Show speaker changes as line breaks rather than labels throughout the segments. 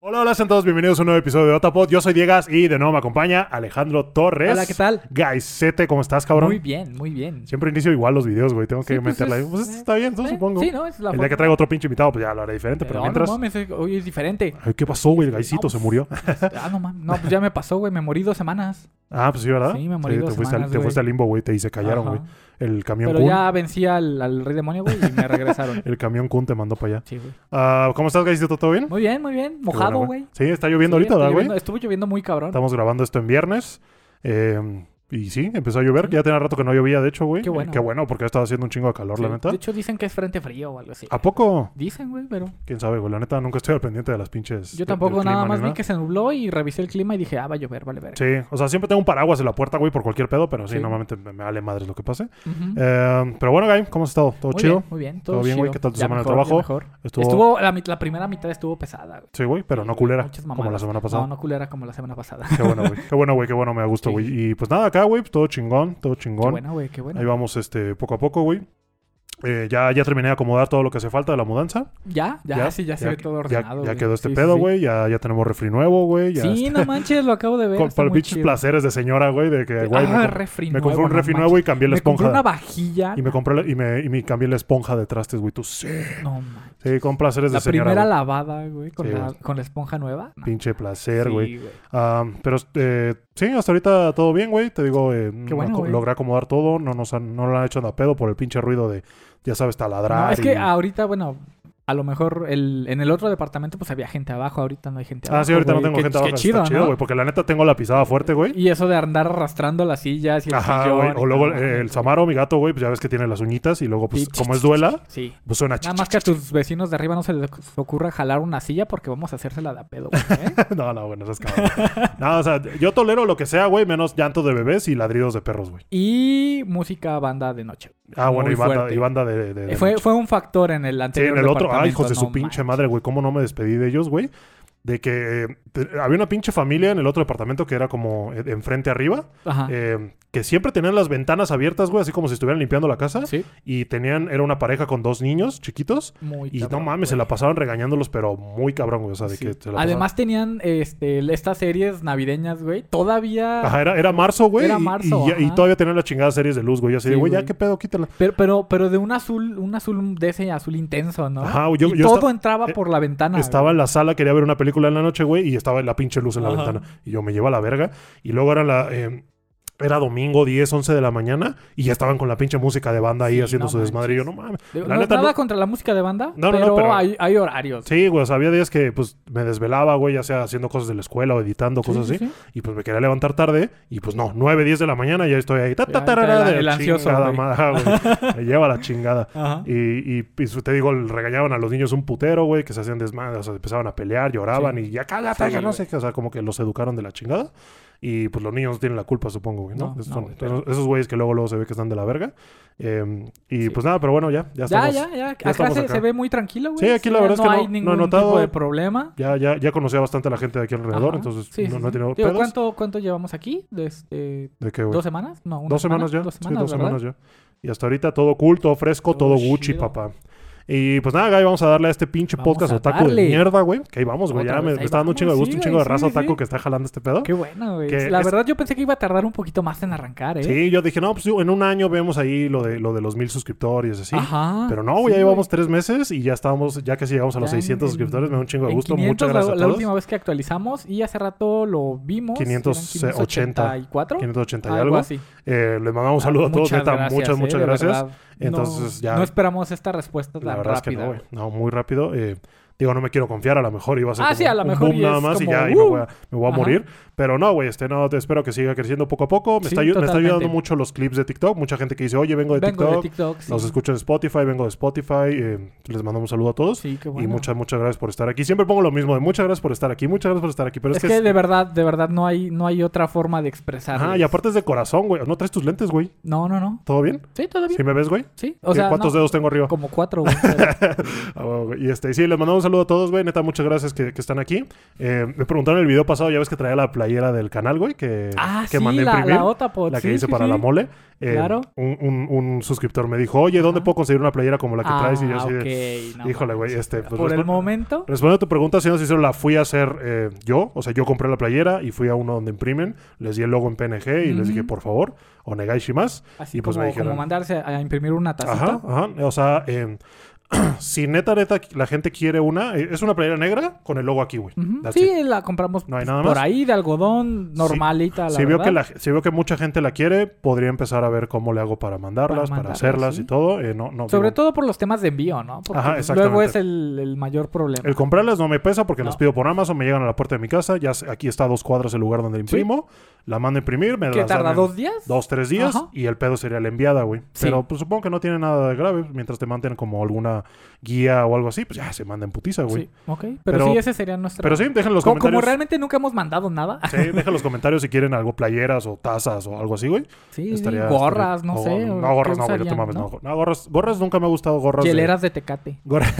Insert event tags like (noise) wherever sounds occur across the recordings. Hola, hola, sean todos bienvenidos a un nuevo episodio de Otapod. Yo soy Diegas y de nuevo me acompaña Alejandro Torres.
Hola, ¿qué tal?
Gaisete, ¿cómo estás, cabrón?
Muy bien, muy bien.
Siempre inicio igual los videos, güey. Tengo que
Sí, pues,
meterla.
es-
Pues, está bien, ¿no?
Eh,
supongo.
Sí, no, es la
El día que traigo otro pinche invitado, pues ya lo haré diferente,
Pero
pero
no,
mientras...
no mames, eh, hoy es diferente.
(laughs) Ay, ¿Qué pasó, güey? El gaisito
No,
se murió.
Ah, no mames. No, pues ya me pasó, güey. Me morí dos semanas.
Ah, pues sí, ¿verdad?
Sí, me morí dos
te, fuiste al,
semanas,
te
güey.
fuiste al limbo, güey. Te y se callaron,
Ajá.
güey. El camión
Pero
Kun.
ya vencí al, al rey demonio, güey, y
(laughs)
me regresaron.
El camión Kun te mandó para allá.
Sí, güey.
Ah, ¿Cómo estás, gaisito? ¿Todo bien?
Muy bien, muy bien.
Qué bueno,
Mojado, güey.
Sí, está lloviendo
Sí,
ahorita,
está
¿verdad, güey?
lloviendo- Estuvo lloviendo muy cabrón.
Estamos grabando esto en viernes. eh, y sí, empezó a llover. Ya tenía rato que no llovía, de hecho, güey.
Qué bueno.
Eh, Qué bueno, porque ha estado haciendo un chingo de calor,
Sí.
la Ah. neta.
De hecho, dicen que es frente frío o algo así.
¿A poco?
Dicen, güey, pero
¿Quién sabe, güey? La neta, nunca estoy al pendiente de las pinches. de-
yo
del
tampoco
clima
nada
ni
más vi que se nubló y revisé el clima y dije, ah, va a llover, vale, verga.
Sí, o sea, siempre tengo un paraguas en la puerta, güey, por cualquier pedo, pero sí,
Sí.
normalmente me, me vale madres lo que pase.
Ujú.
Eh, pero bueno, Guy, ¿cómo has estado? ¿Todo
muy
chido?
Bien, muy bien, todo,
¿Todo bien, güey?
chido.
¿Qué tal tu
Ya
semana de
mejor, ya
trabajo?
mejor.
Estuvo...
Estuvo, la, mit- la primera mitad estuvo pesada, güey.
Sí, güey, pero no culera,
Muchas
como la
mamadas.
semana pasada.
No, no culera como la semana pasada. (laughs)
Qué bueno, güey. Qué bueno, güey. Qué bueno, me gusta,
Sí.
güey. Y pues nada, acá, güey, pues, todo chingón, todo
Qué
chingón.
buena, güey, qué
Ahí
buena.
vamos este, poco a poco, güey. Eh, ya, ya terminé de acomodar todo lo que hace falta de la mudanza.
Ya, ya, sí, ya, se ve todo ordenado.
Ya,
güey.
quedó este
Sí, sí,
pedo,
sí.
güey. Ya, ya tenemos refri nuevo, güey. Ya
Sí, no manches, lo acabo de ver.
con,
está
para
muy
pinches
chido.
placeres de señora, güey. De que, güey,
Ah,
me, comp-
refri
me compré
nuevo,
un
no
refri
manches.
nuevo y cambié la
Me compré
esponja.
una vajilla.
Y me compré la- y me, y me cambié la esponja de trastes, güey. Tú sí.
No, man.
Sí, con placeres
La
de señora.
primera
güey.
lavada, güey, con,
Sí,
la,
güey.
con la esponja nueva. No,
Pinche placer,
sí,
güey. Am, pero eh, sí, hasta ahorita todo bien, güey. Te digo, eh, no
bueno,
aco-
güey.
logré acomodar todo. No nos han, no lo han hecho nada pedo por el pinche ruido de, ya sabes, taladrar.
No, es que
y-
ahorita, bueno, a lo mejor el, en el otro departamento pues había gente abajo, ahorita no hay gente abajo.
Ah, sí, ahorita no
güey.
tengo
Qué-
gente
qué
abajo. Está
chido,
chido,
¿no?
güey, porque la neta tengo la pisada fuerte, güey.
Y eso de andar arrastrando las sillas y el
Ajá,
sillón
güey.
y
O luego
todo,
eh,
güey.
el Samaro, mi gato, güey, pues ya ves que tiene las uñitas y luego, pues,
Sí.
como es duela,
Sí.
pues suena
Nada más que a tus vecinos de arriba no se les ocurra jalar una silla porque vamos a hacérsela de a pedo,
(laughs)
güey. ¿eh?
No, no, bueno, eso es cabrón. no, o sea, yo tolero lo que sea, güey, menos llantos de bebés y ladridos de perros, güey.
Y música banda de noche.
Ah, bueno,
Muy
y banda,
fuerte.
y banda de. de- de
Eh, fue,
noche.
fue un factor en el
Sí,
anterior.
en el otro. Ah, hijos de
departamento,
su
no
pinche
manches.
madre, güey. ¿Cómo no me despedí de ellos, güey? De que eh, te- había una pinche familia en el otro departamento que era como eh, enfrente arriba,
Ajá.
eh, que siempre tenían las ventanas abiertas, güey, así como si estuvieran limpiando la casa.
sí,
Y tenían, era una pareja con dos niños chiquitos.
muy
Y
cabrón,
no mames, se
güey.
la pasaban regañándolos, pero muy cabrón, güey. O sea, de
Sí.
que se la
Además tenían este, estas series navideñas, güey. Todavía...
pasaban- Ajá, era, era marzo, güey.
Era
y-
marzo,
Y, ya- y
ajá.
todavía tenían las chingadas series de luz, güey. Yo así de,
Sí,
güey, ya
güey.
qué pedo, quítala.
Pero, pero, pero de un azul, un azul de ese azul intenso, ¿no?
Ajá, yo-
Y
yo
todo
esta-
entraba
eh,
por la ventana.
Estaba
güey.
en la sala, quería ver una película en la noche, güey, y estaba la pinche luz en la
Ajá.
ventana. Y yo me llevo a la verga. Y luego era la. eh, era domingo 10, 11 de la mañana y ya estaban con la pinche música de banda ahí
Sí,
haciendo
no
su desmadre. Y yo, no
manches.
mames.
Digo,
la
no-
neta,
nada
no-
contra la música de banda,
No, no, no,
pero,
pero-
hay, hay horarios.
Sí, güey, o sea, había días que pues me desvelaba, güey, ya sea haciendo cosas de la escuela o editando,
Sí,
cosas
sí,
así.
sí.
Y pues me quería levantar tarde y pues no, 9, 10 de la mañana ya estoy ahí. Ta, ta,
Ya,
tarara,
el-
de
el ansioso,
chingada
güey.
madre, güey.
(laughs)
Me lleva la chingada.
Ajá.
Y, y, y su- te digo, le regañaban a los niños un putero, güey, que se hacían desmadres, o sea, empezaban a pelear, lloraban
Sí.
y ya cállate,
Sí,
que no
güey.
sé qué, o sea, como que los educaron de la chingada. Y pues los niños no tienen la culpa, supongo, güey, ¿no?
No,
esos,
no,
son-
güey, pero-
esos- esos güeyes que luego luego se ve que están de la verga. Eh, y
Sí.
pues nada, pero bueno, ya, ya
Ya,
estamos.
ya, ya. Acá
estamos
se,
acá.
se ve muy tranquilo, güey.
Sí, aquí la
Ya
verdad es
no
que no-
hay
no he
ningún
notado-
tipo de problema.
Ya, ya, ya conocía bastante a la gente de aquí alrededor,
Ajá.
entonces
Sí,
no,
sí,
no he
sí.
tenido
Digo,
pedos.
¿cuánto, ¿Cuánto llevamos aquí? Este,
¿De qué, güey?
¿Dos semanas? No, una
Dos
semana,
semanas ya.
Dos
sí,
semanas,
dos
¿verdad?
semanas ya. Y hasta ahorita todo cool, todo fresco, todo,
Todo
Gucci,
chido.
papá. Y pues nada, Guy, vamos a darle a este pinche
Vamos
podcast
a
otaku de
darle.
mierda, güey. Que ahí vamos, güey.
Otra
Ya me,
vez,
me
ahí
está dando un chingo de
vamos,
gusto, un
sí,
chingo de
güey,
raza
sí, sí,
otaku
sí.
que está jalando este pedo.
Qué bueno, güey.
Que
La
es-
verdad yo pensé que iba a tardar un poquito más en arrancar, ¿eh?
Sí, yo dije, no, pues en un año vemos ahí lo de, lo de los mil suscriptores, así.
Ajá.
Pero no, güey, ya llevamos tres meses y ya estábamos, ya casi llegamos a los
Ya en-
600
en-
suscriptores. Me da un chingo de
En
gusto. Muchas
500 la-
gracias
la,
a todos.
última vez que actualizamos y hace rato lo vimos. eran
580,
584,
580 eh, y
algo,
algo.
así.
Eh, les mandamos un saludo a todos,
Muchas
neta.
gracias,
muchas,
eh,
muchas
de
gracias.
verdad.
Entonces,
No-
ya-
No esperamos esta respuesta tan
La verdad es que
rápida.
no, güey. No, muy rápido. Eh, digo, no me quiero confiar, a lo mejor iba a ser
Ah,
como
sí, a lo
un
mejor
boom
y
nada
es
más y
como,
ya y me voy a,
¡uh!
me voy a
Ajá.
morir. Pero no, güey, este no, te espero que siga creciendo poco a poco. Me,
Sí,
está, ayu- me está
totalmente.
ayudando mucho los clips de TikTok. Mucha gente que dice, oye, vengo de
Vengo
TikTok.
de TikTok, sí.
Los escucho en Spotify, vengo de Spotify. eh, les mando un saludo a todos.
Sí, qué bueno.
Y muchas, muchas gracias por estar aquí. Siempre pongo lo mismo de muchas gracias por estar aquí, muchas gracias por estar aquí. Pero es,
Es que de verdad, de verdad no hay, no hay otra forma de expresar.
Ajá, y aparte es de corazón, güey. No traes tus lentes, güey.
No, no, no.
¿Todo bien?
Sí, todavía.
¿Sí me ves, güey?
Sí. O
¿Qué-
sea,
¿Cuántos (laughs)
no,
dedos tengo arriba?
Como cuatro, güey. pero-
Ah, bueno, güey. Y este, sí, les mandamos saludo a todos, güey. Neta, muchas gracias que, que están aquí. Eh, me preguntaron en el video pasado, ya ves que traía la playera del canal, güey, que,
Ah,
que
sí,
mandé a
la,
imprimir.
la Otapod.
la que
sí,
hice
sí,
para
sí.
la mole. Eh,
Claro.
Un, un- un suscriptor me dijo, oye, ¿dónde
Ajá.
puedo conseguir una playera como la que
Ah,
traes? Y yo así de,
ok, no
híjole, güey,
manches.
este... pues,
Por el
respo-
momento,
Respondiendo a tu pregunta, señor Cicero, la fui a hacer eh, yo. O sea, yo compré la playera y fui a uno donde imprimen. Les di el logo en PNG y les dije,
Ujú.
por favor, onegai shimasu.
así
y pues me
como,
dijeron-
como mandarse a imprimir una tacita.
Ajá, ajá. O sea, eh, (clears throat) si neta, neta, la gente quiere una, eh, es una playera negra con el logo aquí, güey.
Ujú.
That's it.
Sí, la compramos
No hay
pues,
nada
por
más.
ahí de algodón
Sí.
normalita. la
Si veo, que
verdad.
la, si veo que mucha gente la quiere, podría empezar a ver cómo le hago para mandarlas, para,
mandarlas,
hacerlas
sí.
y todo. Eh, no, no,
Sobre
digo,
todo por los temas de envío, ¿no? Porque
Ajá,
pues, luego
exactamente.
es el, el mayor problema.
El comprarlas no me pesa porque
No.
las pido por Amazon, me llegan a la puerta de mi casa. Ya sé- aquí está a dos cuadras el lugar donde la imprimo. La mando a imprimir, me
que
las dan
tarda
en
dos días.
dos, tres días
Ajá.
y el pedo sería la enviada, güey.
Sí.
Pero pues, supongo que no tiene nada de grave. Mientras te manden como alguna guía o algo así, pues ya se manda en putiza, güey.
Sí, ok. Pero,
Pero-
sí, ese sería nuestro.
Pero sí, dejen los
Co- como,
comentarios.
realmente nunca hemos mandado nada. (laughs)
Sí, dejen los comentarios si quieren algo, playeras o tazas o algo así, güey.
Sí,
Estaría-
gorras,
estaría-
no
o-
sé.
No, gorras
¿qué
no, güey, no te
usarían,
mames, no. No, gorras, gorras nunca me ha gustado gorras. de-
Hieleras de tecate.
(laughs) gorras,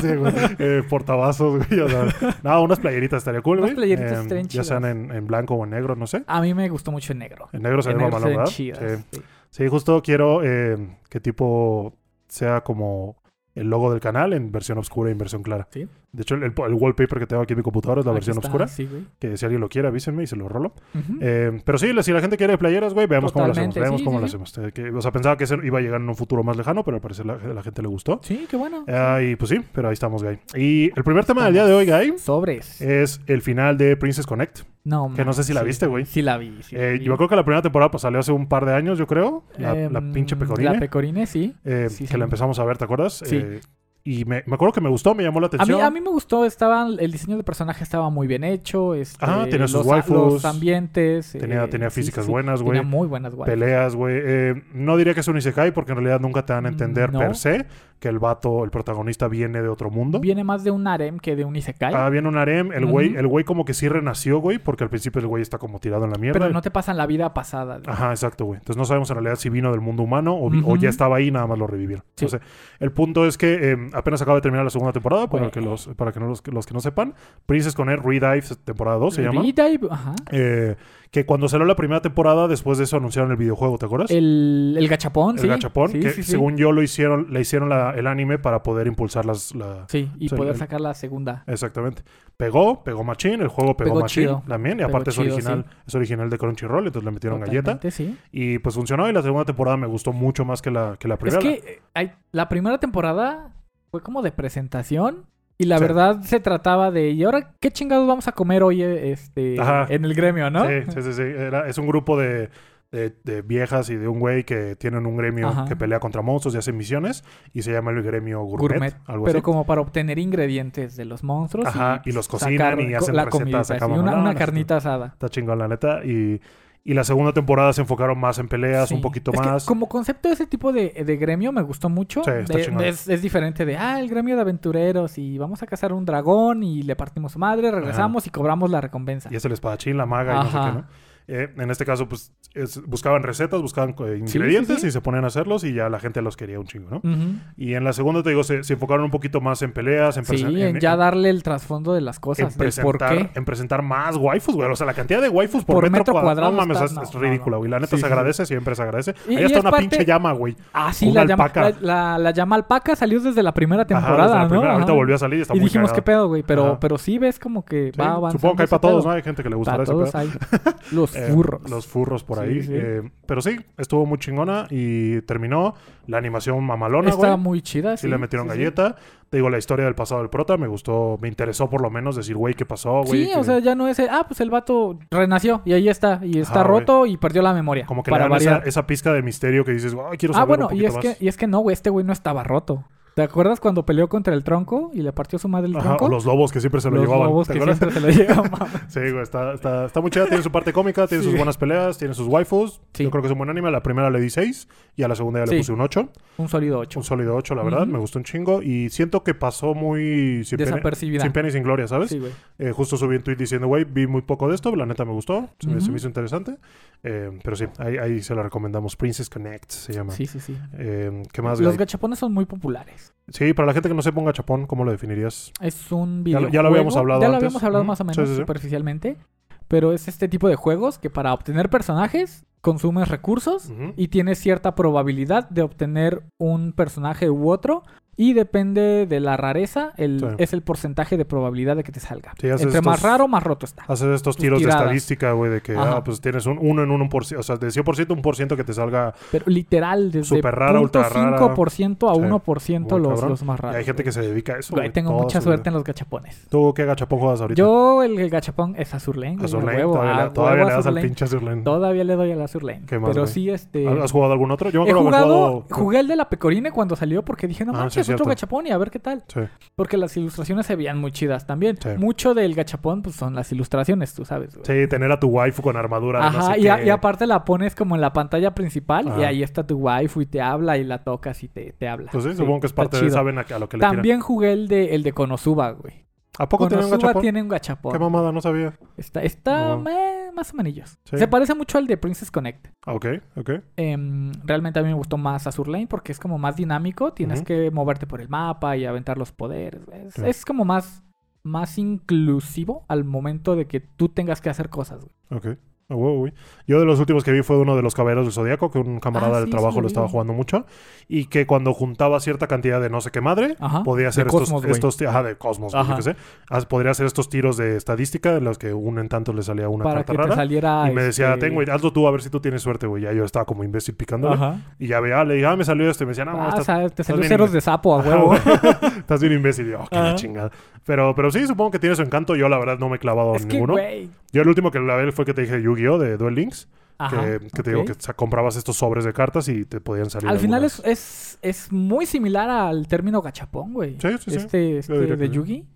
sí, güey. Eh, portavasos, güey. o
(laughs)
sea, no, unas playeritas estaría cool,
Unas
güey.
playeritas
Eh,
estarían
Ya
chidas.
sean en, en blanco o en negro, no sé.
A mí me gustó mucho el negro.
En negro se
En
ve
negro
malo,
se ven
¿verdad?
chidas.
Sí.
sí.
Sí, justo quiero eh, que tipo sea como el logo del canal en versión oscura y en versión clara.
Sí.
De hecho, el, el wallpaper que tengo aquí en mi computadora es la
Aquí
versión
está,
oscura.
Sí, güey.
Que si alguien lo quiere, avísenme y se lo rolo.
Ujú.
Eh, pero sí, si la gente quiere playeras, güey, veamos cómo lo hacemos.
Totalmente,
Veamos
sí,
cómo
sí,
lo
sí.
hacemos. Eh, que- o sea, pensaba que eso iba a llegar en un futuro más lejano, pero al parecer la- a la, gente le gustó.
Sí, qué bueno.
Ah, y pues sí, pero ahí estamos, Guy. Y el primer tema del día de hoy, Guy,
Sobres.
es el final de Princess Connect.
no,
eh, que no sé si la
manches,
viste, güey.
Sí, la vi. sí la
Eh,
vi.
yo creo que la primera temporada pues, salió hace un par de años, yo creo. La, la
Em,
pinche pecorina.
La pecorine, sí.
eh,
sí,
que
sí.
la empezamos a ver, ¿te acuerdas?
Sí.
Eh, y me, me acuerdo que me gustó, me llamó la
A mí,
atención.
a mí me gustó, estaba, el diseño de personaje estaba muy bien hecho. Este,
Ah, tenía sus
los,
waifus.
los ambientes. eh,
Tenía- tenía físicas buenas, güey.
Tenía muy buenas waifus.
Peleas, güey. Eh, no diría que es un isekai porque en realidad nunca te dan a entender
Mm, No.
per se que el vato, el protagonista, viene de otro mundo.
Viene más de un harem que de un isekai.
Ah, viene un harem. El güey,
¿eh? Ujú.
el güey como que sí renació, güey, porque al principio el güey está como tirado en la mierda.
pero no te pasan la vida pasada. güey.
Ajá, exacto, güey. Entonces no sabemos en realidad si vino del mundo humano o, vi- o
Ujú.
ya estaba ahí y nada más lo revivieron.
Sí.
Entonces, el punto es que eh, apenas acaba de terminar la segunda temporada, para,
Güey.
que los, para que no los, los que no sepan. Princess Connect Redive, temporada 2 se llama.
Vida y- ajá.
Eh, que cuando salió la primera temporada, después de eso anunciaron el videojuego, ¿te acuerdas?
El, el
Pues,
gachapón, (laughs)
El
sí.
gachapón,
Sí,
que
sí, sí.
según yo lo hicieron, le hicieron la- el anime para poder impulsar las, la,
Sí, y
o sea,
poder
el-
sacar la segunda.
Exactamente. Pegó, pegó Machín, el juego pegó,
Pegó
Machín
chido.
también. Y
Pegó
aparte es
chido,
original, es original de Crunchyroll, entonces le metieron galleta.
Totalmente, sí.
Y pues funcionó y la segunda temporada me gustó mucho más que la, que la
Es
primera.
que eh, hay- la primera temporada fue como de presentación. Y la
Sí.
verdad se trataba de, ¿y ahora qué chingados vamos a comer hoy eh, este,
Ajá.
en el gremio, no?
Sí, sí, sí. sí. Era- es un grupo de, de- de viejas y de un güey que tienen un gremio
Ajá.
que pelea contra monstruos y hace misiones y se llama el gremio gourmet,
Gourmet,
algo
Pero
así.
como para obtener ingredientes de los monstruos.
Ajá, y
pues,
los cocinan y
sacar
hacen
co- la
recetas
comida,
acá este,
sí, una,
mamalonas,
una carnita asada.
Está chingón, la neta. Y, y la segunda temporada se enfocaron más en peleas,
Sí.
un poquito
Es que
más.
como concepto de ese tipo de, de gremio me gustó mucho.
Sí, está
De-
chingón.
es, es diferente de, ah, el gremio de aventureros y vamos a cazar un dragón y le partimos su madre, regresamos y cobramos la recompensa.
Y es el espadachín, la maga y no sé
Ajá.
qué, ¿no? Eh, en este caso, pues es- buscaban recetas, buscaban eh,
sí,
ingredientes
sí. Mm.
y se ponían a hacerlos y ya la gente los quería un chingo, ¿no?
Ujú.
Y en la segunda, te digo, se, se enfocaron un poquito más en peleas, en,
Sí,
presen-
en ya darle el trasfondo de las
en
cosas, del por
presentar,
qué.
en presentar más waifus, güey. O sea, la cantidad de waifus por,
Por
metro,
metro
cuadrado,
cuadrado
no mames,
está-
es,
no,
es
no,
ridícula,
no.
güey. La neta
Sí,
se
sí.
agradece, siempre se agradece.
Y-
Ahí
y
está
es
una
parte-
pinche llama, güey.
Ah, sí,
Una
la llama,
alpaca.
la, la- la llama alpaca salió desde la primera
Ajá, desde
temporada,
la
¿no?
primera. Ahorita
Ajá.
volvió a salir y está
Y
muy
dijimos,
cagado.
¿qué pedo, güey? Pero,
Ajá.
pero sí ves como que
Sí,
va avanzando.
Supongo que hay
ese
para todos,
pedo.
¿no? Hay gente que le gusta
Para
ese
todos
pedo.
hay
(laughs)
los
Eh,
furros.
Los furros por
Sí,
ahí.
sí.
Eh, pero sí, estuvo muy chingona y terminó. La animación mamalona,
Estaba
güey.
muy chida.
Sí, le metieron
sí, sí.
galleta. Te digo, la historia del pasado del prota me gustó, me interesó por lo menos decir, güey, ¿qué pasó, güey?
Sí,
Que-
o sea, ya no es, eh, ah, pues el vato renació y ahí está, y
Ajá,
está
Ah, güey.
roto y perdió la memoria.
Como que
para
le dan esa,
variar.
esa pizca de misterio que dices, ay, quiero saber
Ah, bueno,
un
y
poquito
es,
más.
que, y es que no, güey, este güey no estaba roto. ¿Te acuerdas cuando peleó contra el tronco y le partió su madre el
Ajá,
tronco?
o los lobos que siempre se lo
Los
llevaban.
lobos
¿te
que
acuerdas?
siempre se lo
(laughs)
llevan, mames.
Sí, güey, está, está, está muy chida. Tiene su parte cómica, tiene
Sí.
sus buenas peleas, tiene sus waifus.
Sí.
Yo creo que es un buen anime. A La primera le di 6 y a la segunda ya le
Sí.
puse un 8.
Un sólido 8.
Un sólido 8, la verdad.
Ujú.
Me gustó un chingo. Y siento que pasó muy sin pena,
Desapercibida.
sin pena y sin gloria, ¿sabes?
Sí, güey.
Eh, justo subí un tweet diciendo, güey, vi muy poco de esto. La neta me gustó. Se, me, se me
Ujú.
hizo interesante. Eh, pero sí, ahí, ahí se la recomendamos. Princess Connect se llama.
Sí, sí, sí.
Eh, ¿Qué más?
Los
güey?
gachapones son muy populares. Matrix.
Sí, para la gente que no se ponga chapón, ¿cómo lo definirías?
Es
Ya
un
lo-
videojuego.
ya lo habíamos hablado
Ya lo
antes.
habíamos hablado
Ujú.
más o menos
Sí, sí, sí.
superficialmente. Pero es este tipo de juegos que para obtener personajes consumes recursos
Ujú.
y tienes cierta probabilidad de obtener un personaje u otro. Y depende de la rareza, el,
Sí.
es el porcentaje de probabilidad de que te salga.
Sí, haces
Entre más
estos- Ah.
raro, más roto está.
Haces estos
tus
tiros
tiradas.
de estadística, güey, de que
Ajá.
ah, pues tienes un 1 en 1%, o sea, de 100%, un por ciento que te salga.
Pero literal, desde
Súper rara, ultra rara.
5% a
Sí.
1%
Muy
los,
cabrón.
los más
Y
raros.
hay gente que se dedica a eso.
Güey,
güey,
tengo
toda
mucha
su vida.
suerte en los gachapones.
¿Tú qué agachapón juegas ahorita?
Yo, el gachapón es Azur Lane. güey,
Azur
a
Lane,
huevo,
todavía,
a
le- todavía
huevo
le das
Azur
al
Lane.
pinche Azur Lane.
Todavía le doy al Azur Lane.
¿Qué más,
Pero
güey?
sí, este.
¿Has jugado algún otro? Yo me
He
acuerdo que he
jugado,
jugado...
jugué el de la pecorine cuando salió porque dije, no
Ah, sí,
manches,
es
otro
cierto.
gachapón y a ver qué tal.
Sí.
Porque las ilustraciones se veían muy chidas también.
Sí.
Mucho del gachapón pues son las ilustraciones, tú sabes. güey.
Sí, tener a tu waifu con armadura. de no
pues. Ajá,
sé
y, a-
qué.
y aparte la pones como en la pantalla principal y
Ajá.
ahí está tu waifu y te habla y la tocas y te, te habla.
Pues sí, supongo que es
está
parte de...
chido.
Saben a, a lo que le tiran.
También jugué el de, el de Konosuba, güey.
¿A poco tiene un
Konosuba
gachapón?
tiene un gachapón.
Qué mamada, no sabía.
Está, está
No.
meh, más o menos.
Sí.
Se parece mucho al de Princess Connect.
Ah, ok, ok.
Em, realmente a mí me gustó más Azur Lane porque es como más dinámico. Tienes
Ujú.
que moverte por el mapa y aventar los poderes. Es,
Sí.
es como más, más inclusivo al momento de que tú tengas que hacer cosas. güey.
Ok. Ah, wow, güey. Yo de los últimos que vi fue uno de los caballeros del Zodíaco, que un camarada
Ah,
del
sí,
trabajo
sí, lo
lo
vi.
estaba jugando mucho. Y que cuando juntaba cierta cantidad de no sé qué madre,
Ajá.
podía hacer
De
estos,
Cosmos, güey.
estos ti- ajá, de Cosmos, güey,
Ajá.
yo qué sé. Ah, Podría hacer estos tiros de estadística en los que uno en tanto le salía una
para
carta
que te
rara.
saliera.
y me decía,
este,
tengo, hazlo tú a ver si tú tienes suerte, güey. Ya yo estaba como imbécil picándole.
Ajá.
Y ya veía, le dije, ah, me salió este. Me decía, no,
Ah,
estás
o sea, te salió
bien
ceros
inve-
de sapo a
Ajá,
huevo.
güey. (laughs) Estás bien imbécil. Yo, "Oh, qué la
Ajá.
chingada. Pero, pero sí, supongo que tiene su encanto. Yo, la verdad, no me he clavado
(laughs) es
en
que,
ninguno.
güey.
Yo el último que la vi fue que te dije Yu-Gi-Oh! de Duel Links.
Ajá.
Que, que te digo
ok.
que sa- comprabas estos sobres de cartas y te podían salir.
Al final
algunas.
es, es, es muy similar al término gachapón, güey.
Sí, sí, sí.
Este, este
diría
de
que sí.
Yugi.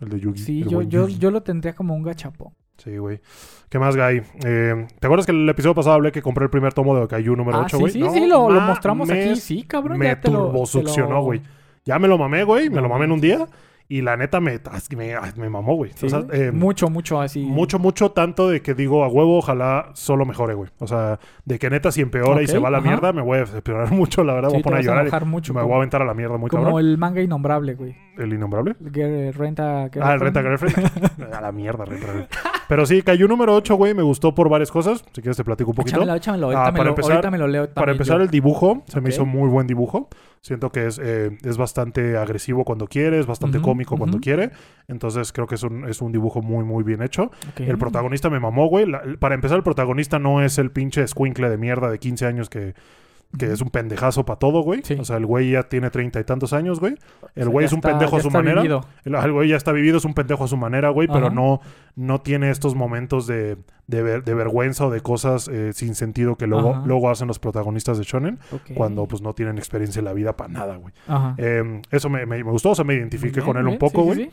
El de Yu-Gi.
Sí,
el
yo,
buen
yo,
Yu-Gi.
yo lo tendría como un gachapón.
Sí, güey. ¿Qué más, Guy? Eh, ¿Te acuerdas que el episodio pasado hablé que compré el primer tomo de Okayu número
ah,
8,
sí,
güey?
sí,
No
sí, lo, lo
mames,
mostramos aquí. Sí, cabrón.
Me
ya te lo- te
turbosuccionó,
lo-
güey. Ya me lo mamé, güey. Me
No
lo mamé en un día. Y la neta me, as- me, ay, me mamó, güey.
Sí,
o sea,
güey.
eh,
mucho, mucho así.
Mucho, mucho, tanto de que digo a huevo, ojalá solo mejore, güey. O sea, de que neta, si empeora y
Ok,
se va a la
ajá.
mierda, me voy a decepcionar (laughs) mucho, la verdad.
Sí,
voy a
te
poner a
vas a
llorar. y
enojar mucho.
(laughs) me
como,
voy a aventar a la mierda muy
como
cabrón.
el manga innombrable, güey.
El... innombrable.
Ger- Renta.
Ah, el
Girlfriend.
Renta
(laughs)
Girlfriend. a la mierda, Renta Girlfriend. Pero sí, cayó número 8, güey. Me gustó por varias cosas. Si quieres, te platico un poquito.
Échamelo, échamelo. Ahorita,
Ah,
me
para
lo,
empezar-
ahorita me lo leo.
Para
también
empezar,
yo.
el dibujo se me
Ok.
hizo muy buen dibujo. Siento que es, eh, es bastante agresivo cuando quiere, es bastante
Ujú,
cómico cuando
ujú.
quiere. Entonces, creo que es un, es un dibujo muy, muy bien hecho.
Ok.
El protagonista me mamó, güey. La- el- para empezar, el protagonista no es el pinche escuincle de mierda de 15 años que, que es un pendejazo para todo, güey.
Sí.
O sea, el güey ya tiene treinta y tantos años, güey.
O
El
sea,
güey
ya
es un
está-
pendejo a
ya
su
está
manera.
vivido.
El, el güey ya está vivido, es un pendejo a su manera, güey, pero
Ajá.
no, no tiene estos momentos de, de, ver- de vergüenza o de cosas eh, sin sentido que luego,
Ajá.
luego hacen los protagonistas de Shonen
Ok.
cuando pues no tienen experiencia en la vida para nada, güey.
Ajá.
Eh, eso me, me- me gustó, o sea, me identifiqué
Bien,
con él un
bien,
poco,
sí,
güey.
sí, sí.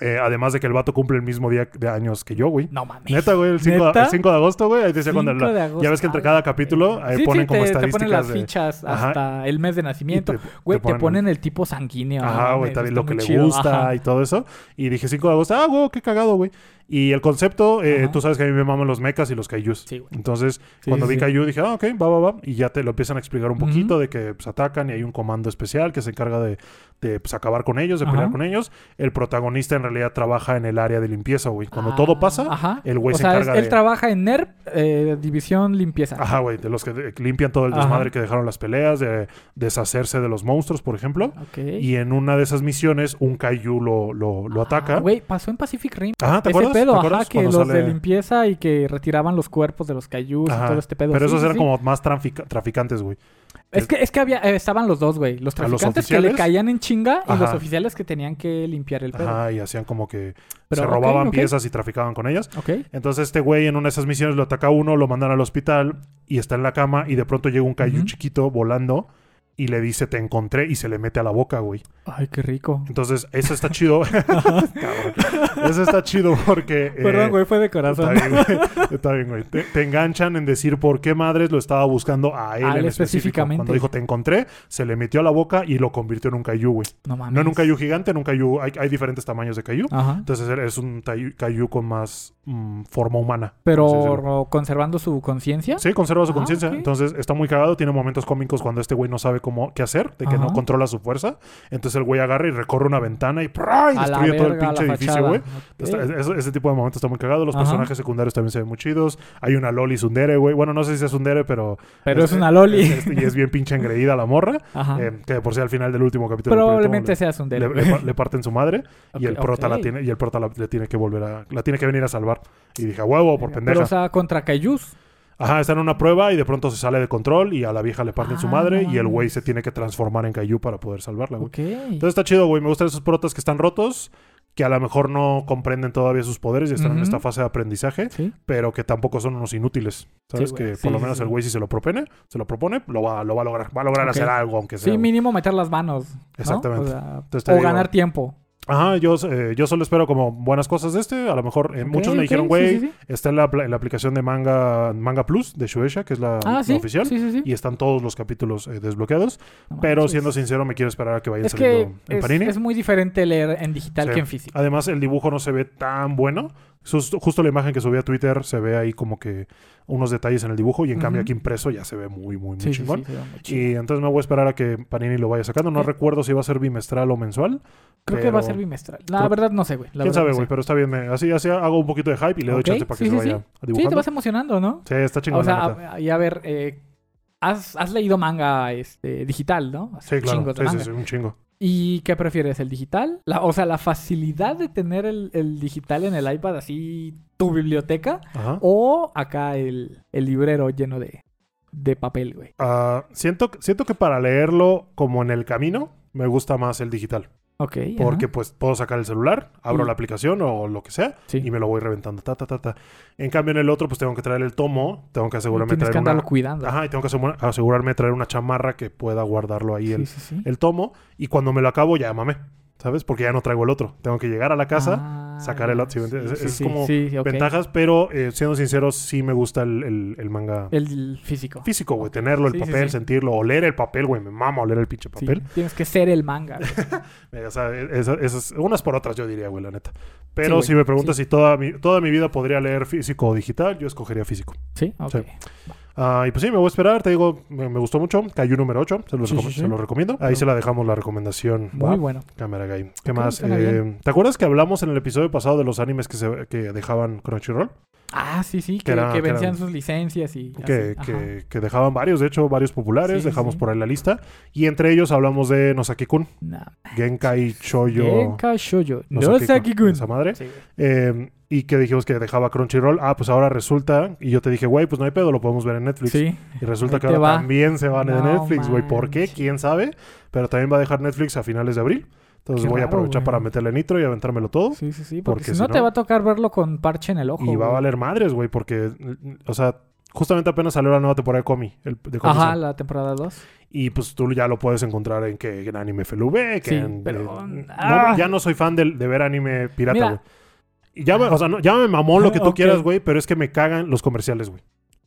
Eh, además de que el vato cumple el mismo día de años que yo, güey.
No mames.
Neta, güey, el 5,
¿Neta?
de agosto, güey. Ahí decía cuando
Cinco
la-
de agosto.
Ya ves que entre
Ah,
cada capítulo ahí
Sí, sí,
ponen como
te, te
estadísticas
ponen las
de-
fichas
Ajá.
hasta el mes de nacimiento.
y te-
Güey, te,
ponen-
ponen el tipo sanguíneo.
Ajá,
¿no?
güey,
Eso
también
está
lo que
muy
le
chido,
gusta
ajá.
y todo eso. Y dije 5 de agosto, ah, güey, qué cagado, güey. Y el concepto, eh,
Ajá.
tú sabes que a mí me maman los mechas y los kaijus.
Sí, güey.
Entonces,
Sí,
cuando
sí,
vi
sí.
kaiju dije, ah, ok, va, va, va. Y ya te lo empiezan a explicar un
Ujú.
poquito de que pues, atacan y hay un comando especial que se encarga de, de, pues, acabar con ellos, de pelear
Ajá.
con ellos. El protagonista en realidad trabaja en el área de limpieza, güey. Cuando
Ah,
todo pasa,
ajá.
el güey
O
se
sea,
encarga
es- él
de-
trabaja en NERP, eh, División Limpieza.
Ajá, güey, de los que de- limpian todo el
Ajá.
desmadre que dejaron las peleas, de deshacerse de los monstruos, por ejemplo.
Ok.
Y en una de esas misiones, un Kaiju lo, lo, lo
Ah,
ataca.
Güey, pasó en Pacific Rim.
Ajá, ¿te
Ese
acuerdas?
pedo,
¿Te
ajá,
acuerdas?
que los
Cuando
de
sale-
limpieza y que retiraban los cuerpos de los cayús y
Ajá.
todo este pedo.
Pero
Sí,
esos
sí,
eran
sí.
como más trafica- traficantes, güey.
Es que, es que había, eh, estaban los dos, güey. Los
A los
traficantes que le
oficiales.
caían en chinga y los
Ajá.
oficiales que tenían que limpiar el pedo.
Ajá, y hacían como que
Pero,
se
ok,
robaban
ok.
piezas y traficaban con ellas.
Ok.
Entonces este güey en una de esas misiones lo ataca a uno, lo mandan al hospital y está en la cama y de pronto llega un Kaiju
Ujú.
chiquito volando y le dice, te encontré y se le mete a la boca, güey.
Ay,
(laughs)
qué rico.
Entonces, eso está
(laughs)
chido. (laughs) Cabrón. Eso está chido porque... eh,
Perdón, güey, fue de
Está
corazón.
bien,
(laughs)
güey. Está bien, güey. Te, te enganchan en decir por qué madres lo estaba buscando a él, en
A él
específico.
específicamente.
Cuando dijo te encontré, se le metió a la boca y lo convirtió en un kaiju, güey.
No Ah, mames.
No en un kaiju gigante, en un kaiju. Hay, hay diferentes tamaños de kaiju.
Ajá.
Entonces él es un tai- kaiju con más mm, forma humana.
Pero
Sí, sí.
conservando su conciencia.
Sí, conserva su
Ah,
conciencia.
ok.
Entonces está muy cagado. Tiene momentos cómicos cuando este güey no sabe cómo qué hacer, de que no
Ajá.
controla su fuerza. Entonces el güey agarra y recorre una ventana y, ¡prá! y
a la
destruye
verga,
todo el
a la
pinche edificio,
fachada.
güey.
Ok.
Está- es- ese tipo de momentos está muy cagado. Los
Ajá.
personajes secundarios también se ven muy chidos. Hay una Loli Sundere, güey. Bueno, no sé si sea Sundere, pero.
Pero es una loli.
Eh, es- este, y es bien pinche engreída la morra.
(laughs) Ajá.
eh, que de por sí al final del último capítulo. del
Probablemente
proyecto,
seas un
(laughs) le-
dele.
le, le pa- le parten su madre y
Ok,
el prota
ok.
la tiene y el prota la- le tiene que volver a la tiene que venir a salvar y dije "A huevo por pendeja
Pero, o sea, contra Cayus.
Ajá, está en una prueba y de pronto se sale de control y a la vieja le parten su
Ah,
madre
no
y el güey
mames.
se tiene que transformar en Caillou para poder salvarla, güey.
Ok.
Entonces está chido, güey. Me gustan esos protas que están rotos, que a lo mejor no comprenden todavía sus poderes y están en
Ujú.
esta fase de aprendizaje,
Sí.
pero que tampoco son unos inútiles. Sabes
güey.
que por
Sí,
lo
sí,
menos
sí.
el güey si se lo propone, se lo propone, lo va, lo va a lograr. Va a lograr
Ok.
hacer algo, aunque sea.
Sí,
güey.
mínimo meter las manos. ¿no?
Exactamente.
O, sea,
Entonces, te
o
digo-
ganar tiempo.
Ajá, yo, eh, yo solo espero como buenas cosas de este. A lo mejor eh,
Ok,
muchos me
ok,
dijeron,
sí,
güey,
sí, sí.
está en la, pla- en la aplicación de Manga, Manga Plus de Shueisha, que es la,
Ah,
la
sí.
oficial.
Sí, sí, sí.
y están todos los capítulos eh, desbloqueados.
No
Pero
manches.
siendo sincero, me quiero esperar a que vayan
Es que
saliendo en
es,
Panini.
es muy diferente leer en digital
Sí.
que en físico.
Además, el dibujo no se ve tan bueno. Sus- justo la imagen que subí a Twitter se ve ahí como que unos detalles en el dibujo. Y en cambio,
Ujú.
aquí impreso ya se ve muy, Ah, muy, muy
Sí, sí,
chingón.
sí, Eh. se ve muy chido.
Y entonces me voy a esperar a que Panini lo vaya sacando. No
Ok.
recuerdo si va a ser bimestral o mensual.
Creo que va
pero-
a ser bimestral. La
creo-
verdad no sé, güey. La
Quién
verdad
sabe,
no sé.
güey, pero está bien. me- así, así hago un poquito de hype y le doy
Ok,
chance para que
sí,
se
sí,
vaya
Sí, te
dibujando.
vas emocionando, ¿no?
Sí, está chingón.
o sea,
la neta.
a- y a ver, eh, has, has leído manga este, digital, ¿no? O sea,
sí, claro.
chingos de
Sí, sí,
manga.
sí, un chingo.
¿Y qué prefieres, el digital? La- o sea, la facilidad de tener el, el digital en el iPad, así tu biblioteca,
Ajá.
o acá el, el librero lleno de, de papel, güey.
Ah, siento, siento que para leerlo como en el camino, me gusta más el digital.
Ok. ajá.
Porque pues puedo sacar el celular, abro
Y-
la aplicación o lo que sea
Sí.
y me lo voy reventando. Ta, ta, ta, ta. En cambio, en el otro, pues tengo que traer el tomo, tengo que asegurarme de
Tienes que
traer una.
andarlo cuidando.
Ajá, y tengo que asegura- asegurarme de traer una chamarra que pueda guardarlo ahí
sí,
el,
sí, sí.
el tomo. Y cuando me lo acabo, ya mamé. ¿Sabes? Porque ya no traigo el otro. Tengo que llegar a la casa,
Ah,
sacar el
ya,
otro, ¿sí me entiendes? Es- es
sí,
como
sí, ok.
ventajas, pero eh, siendo sincero, sí me gusta el, el- el manga
El físico.
físico, güey. Tenerlo, el
Sí, sí,
papel,
sí.
sentirlo, oler el papel, güey. Me mama oler el pinche
Sí,
papel.
Tienes que ser el manga. güey.
Eh, O sea, esa- esas, unas por otras, yo diría, güey, la neta. Pero
güey,
si me preguntas si toda mi, toda mi vida podría leer físico o digital, yo escogería físico.
Sí, ok.
Sí. Ah, y pues sí, me voy a esperar, te digo, me, me gustó mucho. Cayó número 8, se lo,
Sí,
recom-
sí, sí.
se lo recomiendo. Ahí
Pero-
se la dejamos la recomendación.
Muy
¿va?
bueno.
Cámara Guy. ¿Qué
Ok,
más?
suena
Eh,
bien.
¿Te acuerdas que hablamos en el episodio pasado de los animes que, se, que dejaban Crunchyroll?
Ah, sí, sí, que,
Que era-
que
que era-
vencían sus licencias y.
que,
así, ajá.
que- que dejaban varios, de hecho, varios populares.
Sí, sí,
dejamos
sí.
por ahí la lista. Y entre ellos hablamos de Nosaki-kun,
Nah.
Genkai Shoujo.
Genka Shoujo. No
Nosaki-kun,
Saki-kun.
Esa madre.
Sí, güey.
Eh, y que dijimos que dejaba Crunchyroll. Ah, pues ahora resulta. Y yo te dije, güey, pues no hay pedo, lo podemos ver en Netflix.
Sí.
Y resulta
ahí
que
te
ahora
va.
también se van de
No
Netflix, güey. ¿Por qué?
manches.
¿Quién sabe? Pero también va a dejar Netflix a finales de abril. Entonces
Qué
voy a
raro,
aprovechar
güey.
para meterle nitro y aventármelo todo.
Sí, sí, sí. Porque,
Porque
si,
si
no, te
no-
va a tocar verlo con parche en el ojo.
y va a
güey.
valer madres, güey, porque, mm, o sea, justamente apenas salió la nueva temporada de Comi. el- de Comi
Ajá,
Zone.
la temporada 2.
Y pues tú ya lo puedes encontrar en que en Anime FLV, que
Sí,
en-
pero,
de-
ah.
no, ya no soy fan del- de, ver anime pirata,
Mira.
güey. Y ya, me- o sea, no- ya me mamó lo que tú
Ok.
quieras, güey, pero es que me cagan los comerciales, güey.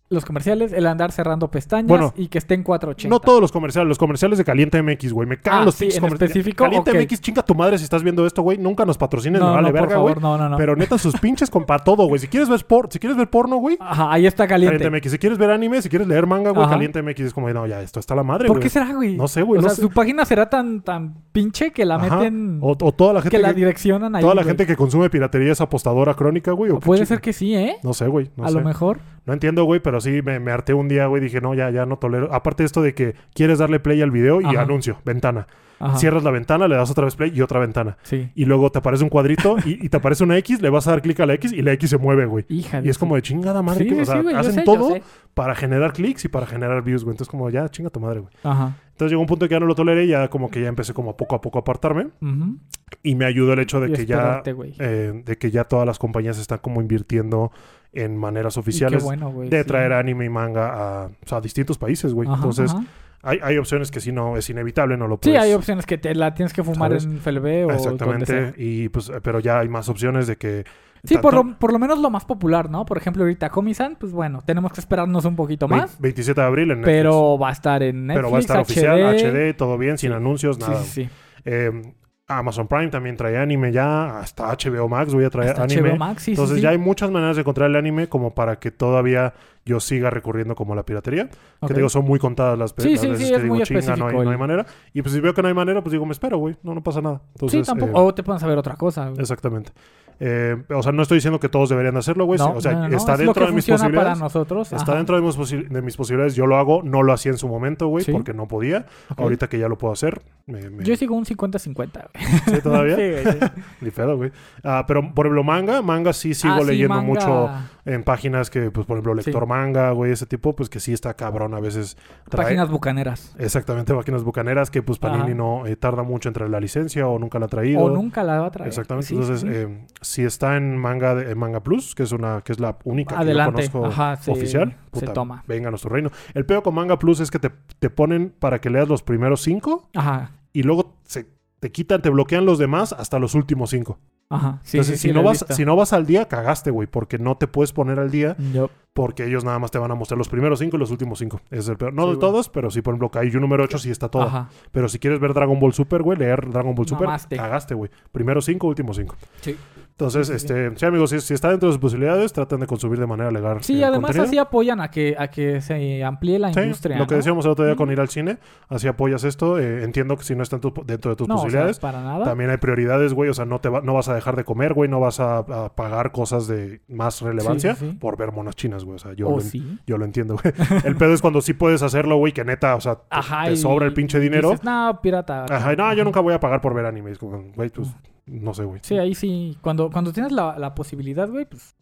Los comerciales, el andar cerrando pestañas
Bueno,
y que esté en 480.
No todos los comerciales, los comerciales de Caliente MX, güey. Me cagan
Ah,
los
sí,
pinches
en
comerciales.
específico,
Caliente
ok.
MX, chinga tu madre si estás viendo esto, güey. Nunca nos patrocines, me
no,
vale
no, por
verga, güey.
favor, no, no, no.
Pero neta, sus pinches con para todo, güey. Si quieres ver por, si quieres ver porno, güey,
Ajá, ahí está
Caliente.
caliente.
MX. Si quieres ver anime, si quieres leer manga, güey,
Ajá.
Caliente MX es como, no, ya, esto está la madre,
¿Por
güey.
qué será, güey?
No sé, güey.
o
no
sea,
sé.
su página será tan, tan pinche que la
Ajá.
meten.
O, o toda la gente
que la
que-
direccionan ahí.
Toda la
güey.
gente que consume piratería es apostadora crónica, güey. ¿o qué
Puede
chi-
ser que sí, ¿eh?
No sé, güey. No,
a
sé.
lo mejor.
no entiendo, güey, pero sí me, me harté un día, güey. Dije, no, ya, ya no tolero. Aparte esto de que quieres darle play al video y
Ajá.
anuncio, ventana.
Ajá.
Cierras la ventana, le das otra vez play y otra ventana.
Sí.
Y luego te aparece un cuadrito y, y te aparece una X, le vas a dar clic a la X y la X se mueve, güey.
Hija
Y es como de chingada madre.
Sí,
que, o
sí,
sea,
sí, güey, yo
hacen
sé, yo
todo
sé.
para generar clics y para generar views, güey. Entonces como ya, chinga tu madre, güey.
Ajá.
Entonces llegó un punto que ya no lo toleré y ya como que ya empecé como poco a poco a apartarme.
Ujú.
Y me ayudó el hecho de
Y
que ya
esperarte, güey.
eh, de que ya todas las compañías están como invirtiendo en maneras
Y qué
oficiales
bueno, güey,
de
sí.
traer anime y manga a, o sea, a distintos países, güey.
Ajá,
Entonces,
ajá.
Hay, hay opciones que si no, es inevitable, no lo
Sí,
puedes.
hay opciones que te la tienes que fumar
Pues, ¿sabes?
en Felbe o donde
Exactamente.
sea.
Y pues, eh, pero ya hay más opciones de que.
Sí,
tanto-
por lo, por lo menos lo más popular, ¿no? Por ejemplo, ahorita Comisan, pues bueno, tenemos que esperarnos un poquito
vein-
más,
27 de abril en Netflix.
pero va a estar en Netflix,
Pero va a estar
HD,
oficial, HD, todo bien, sin anuncios,
Sí,
nada.
sí, sí.
Eh, Amazon Prime también trae anime ya, hasta HBO Max voy a traer
Hasta
anime.
HBO Max, sí, sí,
Entonces
sí.
ya hay muchas maneras de encontrar el anime como para que todavía yo siga recurriendo como a la piratería. Que
Ok.
te digo, son muy contadas las, pe-
Sí,
las
sí,
veces
sí,
que
es
digo,
muy
chinga, no hay,
específico
no hay
el-
manera. Y pues si veo que no hay manera, pues digo, me espero, güey, no, no pasa nada. Entonces,
sí, tampoco.
eh,
o te pueden saber otra cosa. güey.
Exactamente. Eh, o sea, no estoy diciendo que todos deberían de hacerlo, güey.
No,
pues, o sea,
no, no, no,
está
es
dentro
lo que
de mis
funciona
posibilidades.
para nosotros.
Está
ajá.
dentro de mis, posi- de mis posibilidades. Yo lo hago, no lo hacía en su momento, güey,
Sí.
porque no podía.
Ok.
Ahorita que ya lo puedo hacer, me, me-
Yo sigo un 50-50. güey. (laughs)
¿sí, todavía.
Sí, güey, sí.
Ni pedo, güey. Ah, pero, por ejemplo, manga, manga sí (laughs) sigo
Ah, sí,
leyendo
manga.
mucho en páginas que, pues, por ejemplo,
Sí.
lector manga, güey, ese tipo, pues que sí está cabrón a veces. trae-
Páginas bucaneras.
Exactamente, páginas bucaneras que, pues, Panini
Ajá.
no eh, tarda mucho en traer la licencia o nunca la ha traído.
O nunca la va a traer.
Exactamente.
Sí,
Entonces,
sí.
eh, si está en manga de- en manga plus, que es una, que es la única
Adelante.
que yo conozco
Ajá, se-
oficial,
se
puta,
toma.
venga a nuestro reino. El pedo con manga plus es que te, te ponen para que leas los primeros cinco
Ajá.
y luego se te quitan, te bloquean los demás hasta los últimos cinco.
Ajá. Sí,
Entonces,
sí,
si,
sí,
no
la he
vas,
visto.
si no vas al día, cagaste, güey, porque no te puedes poner al día
Yo-
porque ellos nada más te van a mostrar los primeros cinco y los últimos cinco. Ese Es el peor. No
Sí,
de
güey.
todos, pero sí, por ejemplo, Kaiju número 8 sí está todo.
Ajá.
Pero si quieres ver Dragon Ball Super, güey, leer Dragon Ball Super,
Mamaste.
cagaste, güey. Primero cinco, últimos cinco.
Sí.
Entonces,
Sí, sí, sí.
este, sí, amigos, si, si está dentro de sus posibilidades, traten de consumir de manera legal.
Sí,
el
además
contenido.
así apoyan a que, a que se amplíe la
Sí,
industria.
lo que
¿no?
decíamos el otro día con
Mm.
ir al cine, así apoyas esto. eh, entiendo que si no está en tu- dentro de tus
No, o sea,
posibilidades,
para nada.
también hay prioridades, güey. O sea, no, te va- no vas a dejar de comer, güey. No vas a, a pagar cosas de más relevancia
sí, sí.
por ver monas chinas, güey. O sea, yo,
O
lo, en-
sí.
yo lo entiendo,
(laughs)
güey. El pedo es cuando sí puedes hacerlo, güey, que neta, o sea, te,
Ajá.
te
y
sobra el pinche dinero.
dices, "Ah, no, pirata.
Ajá, y no, yo nunca voy a pagar por ver anime. Es como, güey, pues, no sé, güey.
Sí, ahí sí. Cuando, cuando tienes la, la posibilidad, güey, pues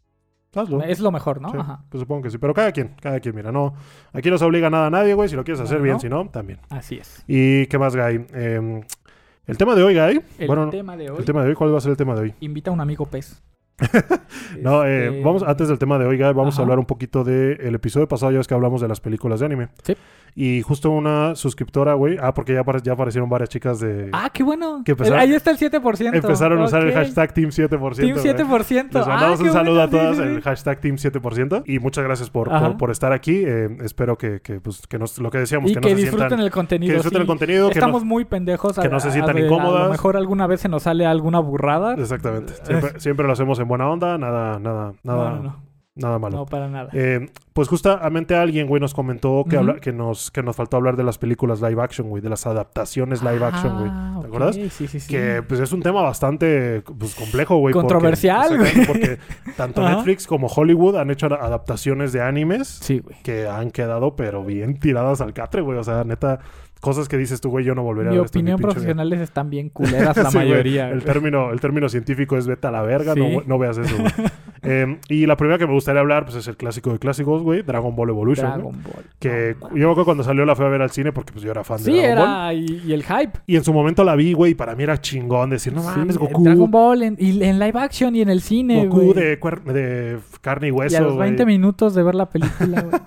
Hazlo.
es lo mejor, ¿no?
Sí,
Ajá.
pues supongo que sí. Pero cada quien, cada quien, mira, no. Aquí no se obliga nada a nadie, güey. Si lo quieres hacer
Claro,
bien,
¿no?
si no, también.
Así es.
¿Y qué más, Guy? Eh, el tema de hoy, Guy.
El
bueno,
tema de hoy.
el tema de hoy, ¿cuál va a ser el tema de hoy?
Invita a un amigo pez.
(laughs) No, eh,
Este,
vamos, antes del tema de hoy, Guy, vamos a
Ajá.
hablar un poquito del episodio pasado, ya ves que hablamos de las películas de anime.
Sí.
Y justo una suscriptora, güey. Ah, porque ya, apare- ya aparecieron varias chicas de.
Ah, qué bueno.
Que empezaron-
ahí está el 7%.
Empezaron a usar el
Ok.
hashtag Team 7%.
Team
güey.
7%.
Les
Ah,
mandamos
qué
un saludo
bueno,
a
sí,
todas,
sí, sí.
el hashtag Team 7%. Y muchas gracias por,
Ajá.
por, por estar aquí. Eh, espero que, que, pues, que nos, lo que decíamos,
Y
que
que,
no se
disfruten
sientan.
el contenido.
Que disfruten
sí.
el contenido. Que
Estamos
no-
muy pendejos. a-
que no se
a-
sientan
a- A
incómodas.
lo mejor alguna vez se nos sale alguna burrada.
Exactamente. Siempre, siempre lo hacemos en buena onda, nada, nada, nada,
No, no, no.
nada malo.
No, para nada.
Eh, pues justamente alguien, güey, nos comentó que,
Ujú.
habla- que, nos, que nos faltó hablar de las películas live action, güey, de las adaptaciones live action, güey.
Ah,
¿Te acuerdas?
ok, Sí, sí, sí.
Que pues es un tema bastante pues, complejo, güey. porque-
Controversial, güey.
exactamente, Porque tanto
Ajá.
Netflix como Hollywood han hecho adaptaciones de animes
Sí, güey.
que han quedado pero bien tiradas al catre, güey. O sea, neta, cosas que dices tú, güey, yo no volvería
Mi
a ver esto en
opinión
pinche vida.
profesionales están bien culeras
(laughs)
la
Sí, güey.
mayoría.
El
güey.
término, el término científico es vete a la verga,
Sí.
no, no veas eso, güey.
(laughs)
Eh, y la primera que me gustaría hablar, pues es el clásico de clásicos, güey, Dragon Ball Evolution. güey.
Dragon Ball.
Que
No,
yo me acuerdo cuando salió la fui a ver al cine porque pues yo era fan
mames.
de
Sí,
Dragon Ball.
era. Y, y el hype.
Y en su momento la vi, güey, y para mí era chingón decir, no
Sí,
mames,
el
Goku.
Dragon Ball en, y en live action y en el cine.
Goku
güey.
de, cuer- de carne y
y a
hueso,
los 20
güey.
minutos de ver la
(laughs)
película, güey.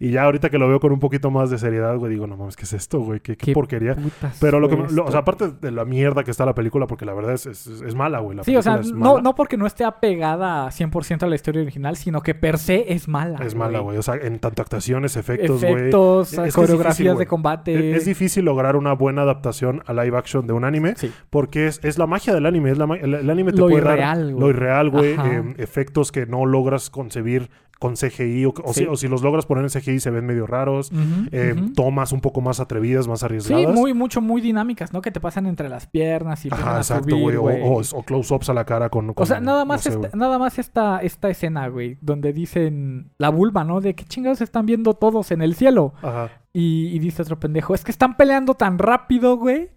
Y ya ahorita que lo veo con un poquito más de seriedad, güey, digo, no mames, ¿qué es esto, güey? ¿Qué, qué
Qué
porquería?
Putas,
Pero lo que...
güey,
lo- o sea,
esto.
aparte de la mierda que está la película, porque la verdad es, es, es mala, güey. la
Sí, o sea,
película es
no,
mala.
no porque no esté apegada 100% a la historia original, sino que per se es mala.
Es mala, güey. O sea, en tanto actuaciones, efectos, güey.
Efectos,
Es que es
coreografías
difícil, güey.
de combate.
Es, es difícil lograr una buena adaptación a live action de un anime.
Sí.
Porque es, es la magia del anime. Es la ma- el, el anime te
Lo
puede dar
irreal, güey.
lo irreal, güey.
Ajá.
eh, efectos que no logras concebir con CGI. O, o
Sí.
si, o si los logras poner en CGI se ven medio raros.
Ujú,
eh,
ujú.
Tomas un poco más atrevidas, más
Sí,
arriesgadas.
muy, mucho, muy dinámicas, ¿no? Que te pasan entre las piernas y
Ajá,
empiezan a
exacto,
subir,
güey. O,
güey.
o- o close-ups a la cara con,
O
con-
sea, nada
no
más, este
sé,
esta,
güey.
nada más esta, esta escena, güey, donde dicen la vulva, ¿no? De qué chingados están viendo todos en el cielo.
Ajá.
Y, y dice otro pendejo, es que están peleando tan rápido, güey,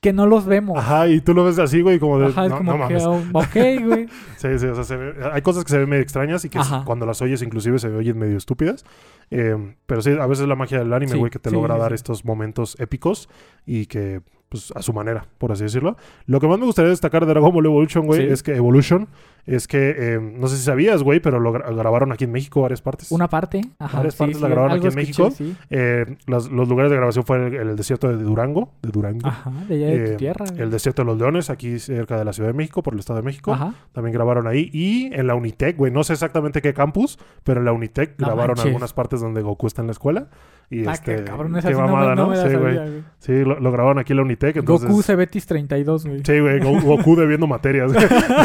que no los vemos. Ajá,
Ajá, y tú lo ves así, güey, como de...
es
no,
como
no
que, oh,
mames.
ok, güey.
(laughs) Sí, sí, o sea, se ve- hay cosas que se ven medio extrañas y que
Ajá.
cuando las oyes inclusive se oyen medio estúpidas. Eh, pero sí, a veces la magia del anime,
Sí,
güey, que te
sí,
logra
sí,
dar
sí.
estos momentos épicos y que, pues, a su manera, por así decirlo. Lo que más me gustaría destacar de Dragon Ball Evolution, güey,
Sí.
es que Evolution, es que, eh, no sé si sabías, güey, pero lo gra- grabaron aquí en México varias partes.
Una parte. Ajá,
Varias partes la grabaron
algo
aquí en
escuché,
México.
sí.
Eh, las- los lugares de grabación fue el, el desierto de Durango, de Durango.
Ajá, de allá de
Eh,
tu tierra. güey.
El desierto de los leones, aquí cerca de la Ciudad de México, por el Estado de México.
Ajá.
También grabaron ahí. Y en la Unitec, güey. No sé exactamente qué campus, pero en la Unitec
No
grabaron
manches.
algunas partes donde Goku está en la escuela. Y
Ah,
este,
qué cabrón, esa
qué
sí no me-
mamada,
no
¿no?
me la
Sí,
sabía,
güey.
güey.
Sí, lo, lo grabaron aquí en la Unitec, entonces...
Goku Cebetis 32, güey.
Sí, güey,
(laughs)
Go- Goku debiendo materias. (laughs)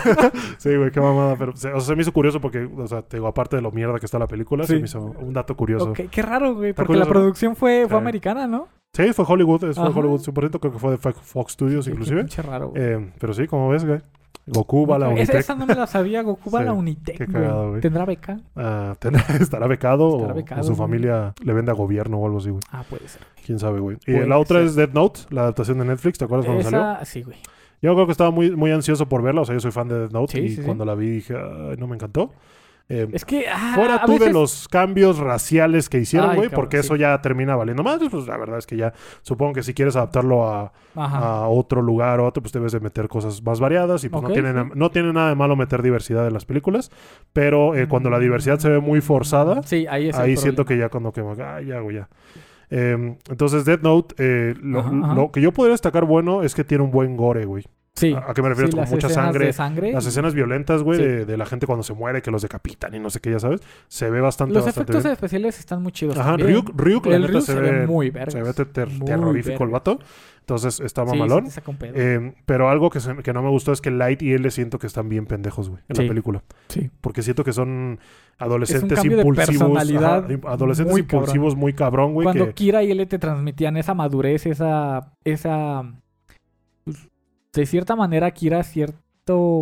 sí, güey, qué mamada. Pero, o sea, se me hizo curioso porque, o sea, te digo, aparte de lo mierda que está la película, se
Sí.
me hizo un dato curioso.
Ok, qué raro, güey,
Está
porque
curioso,
la
¿no?
producción fue, fue
Sí.
americana, ¿no?
Sí, fue Hollywood, es- fue
Ajá.
Hollywood 100%, creo que fue de Fo- Fox Studios
Sí, qué
inclusive.
pinche raro, güey.
Eh, pero sí, como ves, güey. Goku va a la
Esa-
Unitec.
Esa no me la sabía, Goku va a
Sí,
la
qué
Unitec,
cagado,
güey.
güey.
¿Tendrá beca?
Ah, ten- (laughs) estará becado, o-
Estará
o,
becado,
su
güey.
familia le vende a gobierno o algo así, güey.
Ah, puede ser.
Quién sabe, güey. Y
Puede
la otra
ser.
es Dead Note, la adaptación de Netflix. ¿Te acuerdas cuando
Pues Esa,
salió?
sí, güey.
Yo creo que estaba muy, muy ansioso por verla. O sea, yo soy fan de Dead Note
Sí,
y
sí, sí.
cuando la vi dije, "Ay, no me encantó. Eh,
Es que, ah,
Fuera
a
tú de
veces-
los cambios raciales que hicieron,
Ay,
güey,
cabrón,
porque
sí.
eso ya termina valiendo más. Pues la verdad es que ya supongo que si quieres adaptarlo a,
Ajá.
a otro lugar o a otro, pues debes de meter cosas más variadas y pues
Ok,
no, tiene
sí.
na- no tiene nada de malo meter diversidad en las películas, pero eh, cuando la diversidad se ve muy forzada,
Sí, ahí es el
ahí
problema.
siento que ya cuando que ah, ya, güey, ya. Eh, entonces, Dead Note, eh, lo,
Ajá, ajá.
lo que yo podría destacar bueno es que tiene un buen gore, güey.
Sí.
¿A a qué ah, me refiero?
Sí,
Con
las
mucha
escenas
sangre.
de sangre.
Las escenas violentas, güey,
Sí.
de, de la gente cuando se muere, que los decapitan y no sé qué, ya sabes. Se ve bastante,
Los
bastante
efectos
bien.
especiales están muy chidos.
Ajá,
también.
Ryuk, Ryuk, la
el
neta,
Ryu
se, ve,
muy verga.
se ve ter- ter-
Muy
terrorífico el
vergas.
vato. Entonces está mamalón. Eh, pero algo que, se- que no me gustó es que Light y L siento que están bien pendejos, güey, en
Sí.
la película.
Sí.
Porque siento que son adolescentes
cambio de
impulsivos.
personalidad
ajá, im- adolescentes
muy cabrón.
impulsivos muy cabrón, güey.
Cuando
que-
Kira y L te transmitían esa madurez, esa. esa pues, de cierta manera, Kira cierto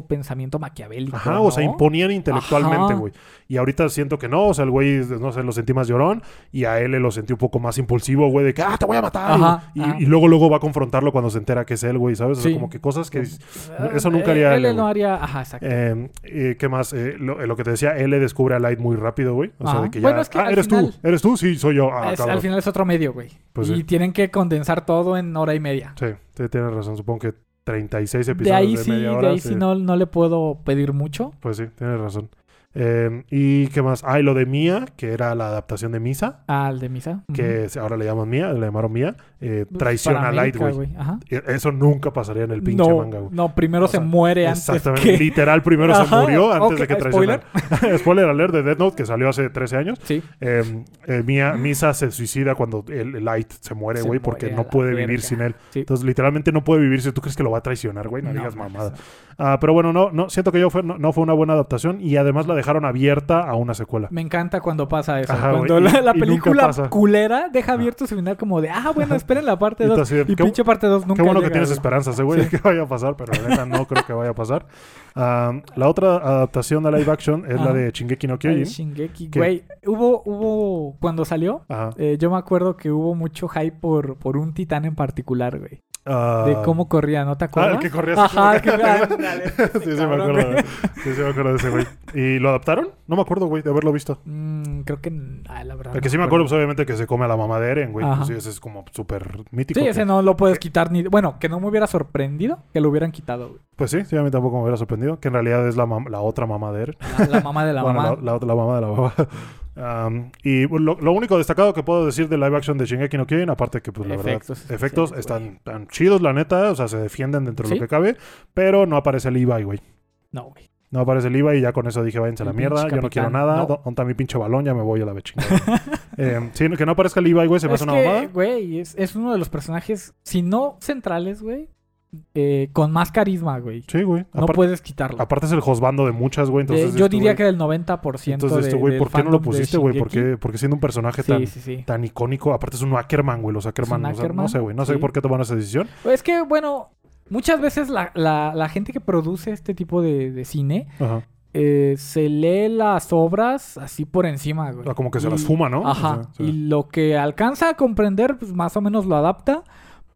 pensamiento maquiavélico.
Ajá,
¿no?
o sea, imponían intelectualmente,
Ajá.
güey. Y ahorita siento que no, o sea, el güey, no sé, lo sentí más llorón y a él lo sentí un poco más impulsivo, güey, de que, ah, te voy a matar.
Ajá,
y,
ajá.
y luego, luego va a confrontarlo cuando se entera que es él, güey, ¿sabes? O sea,
Sí.
como que cosas que... dices,
Ah,
eso nunca haría
L.
L,
no
güey.
haría. Ajá, exacto.
eh, eh, ¿Qué más? Eh, lo, eh, lo que te decía, él descubre a Light muy rápido, güey. O sea,
Ajá.
de que ya...
Bueno, es que
ah,
al
eres
final-
tú, eres tú, sí, soy yo. Ah,
Es-
cabrón.
al final es otro medio, güey.
Pues
y
sí.
tienen que condensar todo en hora y media.
Sí, sí, tienes razón, supongo que 36 episodios
De
de,
ahí sí,
media hora.
de ahí
sí.
sí no, no le puedo pedir mucho.
Pues sí, tienes razón. Eh, ¿Y qué más? Ah, y lo de Mía, que era la adaptación de Misa.
Al de misa. Ujú.
que se- ahora le llaman mía, le llamaron mía, eh,
Pues,
traiciona a Light,
Panamérica,
güey.
Ajá.
E- Eso nunca pasaría en el pinche
no,
manga, güey.
No, primero
O sea,
se muere antes
Exactamente.
que...
Literal, primero se
Ajá,
murió antes
ok,
de que traicionara. (laughs) Spoiler. alert de Death Note, que salió hace 13 años.
Sí.
Eh, eh, Mia- Misa se suicida cuando el, el Light se muere,
Se
güey, porque
muere a
no
la
puede vivir
verga.
sin él.
Sí.
Entonces, literalmente no puede vivir si tú crees que lo va a traicionar, güey. No,
No,
digas
mames.
mamada. Ah, pero bueno, no, no siento que yo fue, no, no fue una buena adaptación y además la dejaron abierta a una secuela.
Me encanta cuando pasa eso.
Ajá,
cuando
güey,
la,
y-
la
y nunca
película
pasa.
culera deja abierto su final como de, ah, bueno, esperen la parte
Y tú
2.
así de,
Y
qué-
pinche parte 2 nunca
Qué bueno que
llega,
tienes
güey.
esperanzas, eh, güey, de (laughs) que vaya a pasar, pero la neta no creo que vaya a pasar. Am, la otra adaptación a live action es la
Ajá.
de Shingeki no
Ay,
Kyojin.
Shingeki,
¿Qué?
güey. Hubo, hubo... Cuando salió,
Ajá.
eh, yo me acuerdo que hubo mucho hype por, por un titán en particular, güey.
Ah,
De cómo corría, ¿no
Ah,
te acuerdas?
el que corría así (laughs)
Ajá, el que...
como que-
ándale,
Sí, sí, me
cabrón,
acuerdo.
güey.
güey. Sí, sí, me acuerdo de ese güey. ¿Y lo adaptaron? No me acuerdo, güey, de haberlo visto.
Mm, creo que... Ah, la verdad.
El
no
que sí me acuerdo, pues, obviamente, que se come a la mamá de Eren, güey.
Ajá.
Pues, sí, ese es como súper mítico.
Sí,
que- eh,
ese no lo puedes quitar ni... Bueno, que no me hubiera sorprendido que lo hubieran quitado, güey.
Pues sí, sí, a mí tampoco me hubiera sorprendido. Que en realidad es la, mam- la otra mamá de Eren.
La, la mamá de la
(laughs) Bueno,
mamá.
La, la- la mamá de la mamá. (laughs) Um, y lo, lo único destacado que puedo decir de live action de Shingeki no Kyojin, aparte que pues la
Efectos
verdad, efectos
especiales,
están tan chidos la neta, o sea, se defienden dentro de
¿Sí?
lo que cabe, pero no aparece el Levi, güey.
No, güey.
No aparece el Levi y ya con eso dije, váyanse a la
El
mierda,
pinche
yo no quiero
capitán,
nada,
no.
¿dó- ¿dónde está mi pinche balón? Ya me voy a la bechinga. (laughs)
(laughs)
eh, sí, que no aparezca el Levi, güey, se me
es
hace una
que,
mamada.
güey, es, es uno de los personajes, si no centrales, güey, eh, con más carisma, güey.
Sí, güey.
No
Aparte,
puedes quitarlo.
aparte es el josbando de muchas, güey,
De-
entonces...
yo
este,
diría
güey-
que del 90%
Entonces,
de,
este, güey,
del
¿por qué no lo
fandom de
pusiste, güey? ¿Por
Shingeki.
qué, porque siendo un personaje tan,
Sí, sí, sí.
tan icónico. Aparte es un Ackerman, güey. Los Ackerman.
un
o sea,
Ackerman,
no sé, güey. No sé
sí.
por qué tomaron esa decisión.
Pues Es que, bueno, muchas veces la, la- la gente que produce este tipo de, de cine
Ajá.
eh, se lee las obras así por encima, güey.
Ah, Como que se
Y-
las fuma, ¿no?
Ajá.
O sea, sí.
Y lo que alcanza a comprender, pues más o menos lo adapta,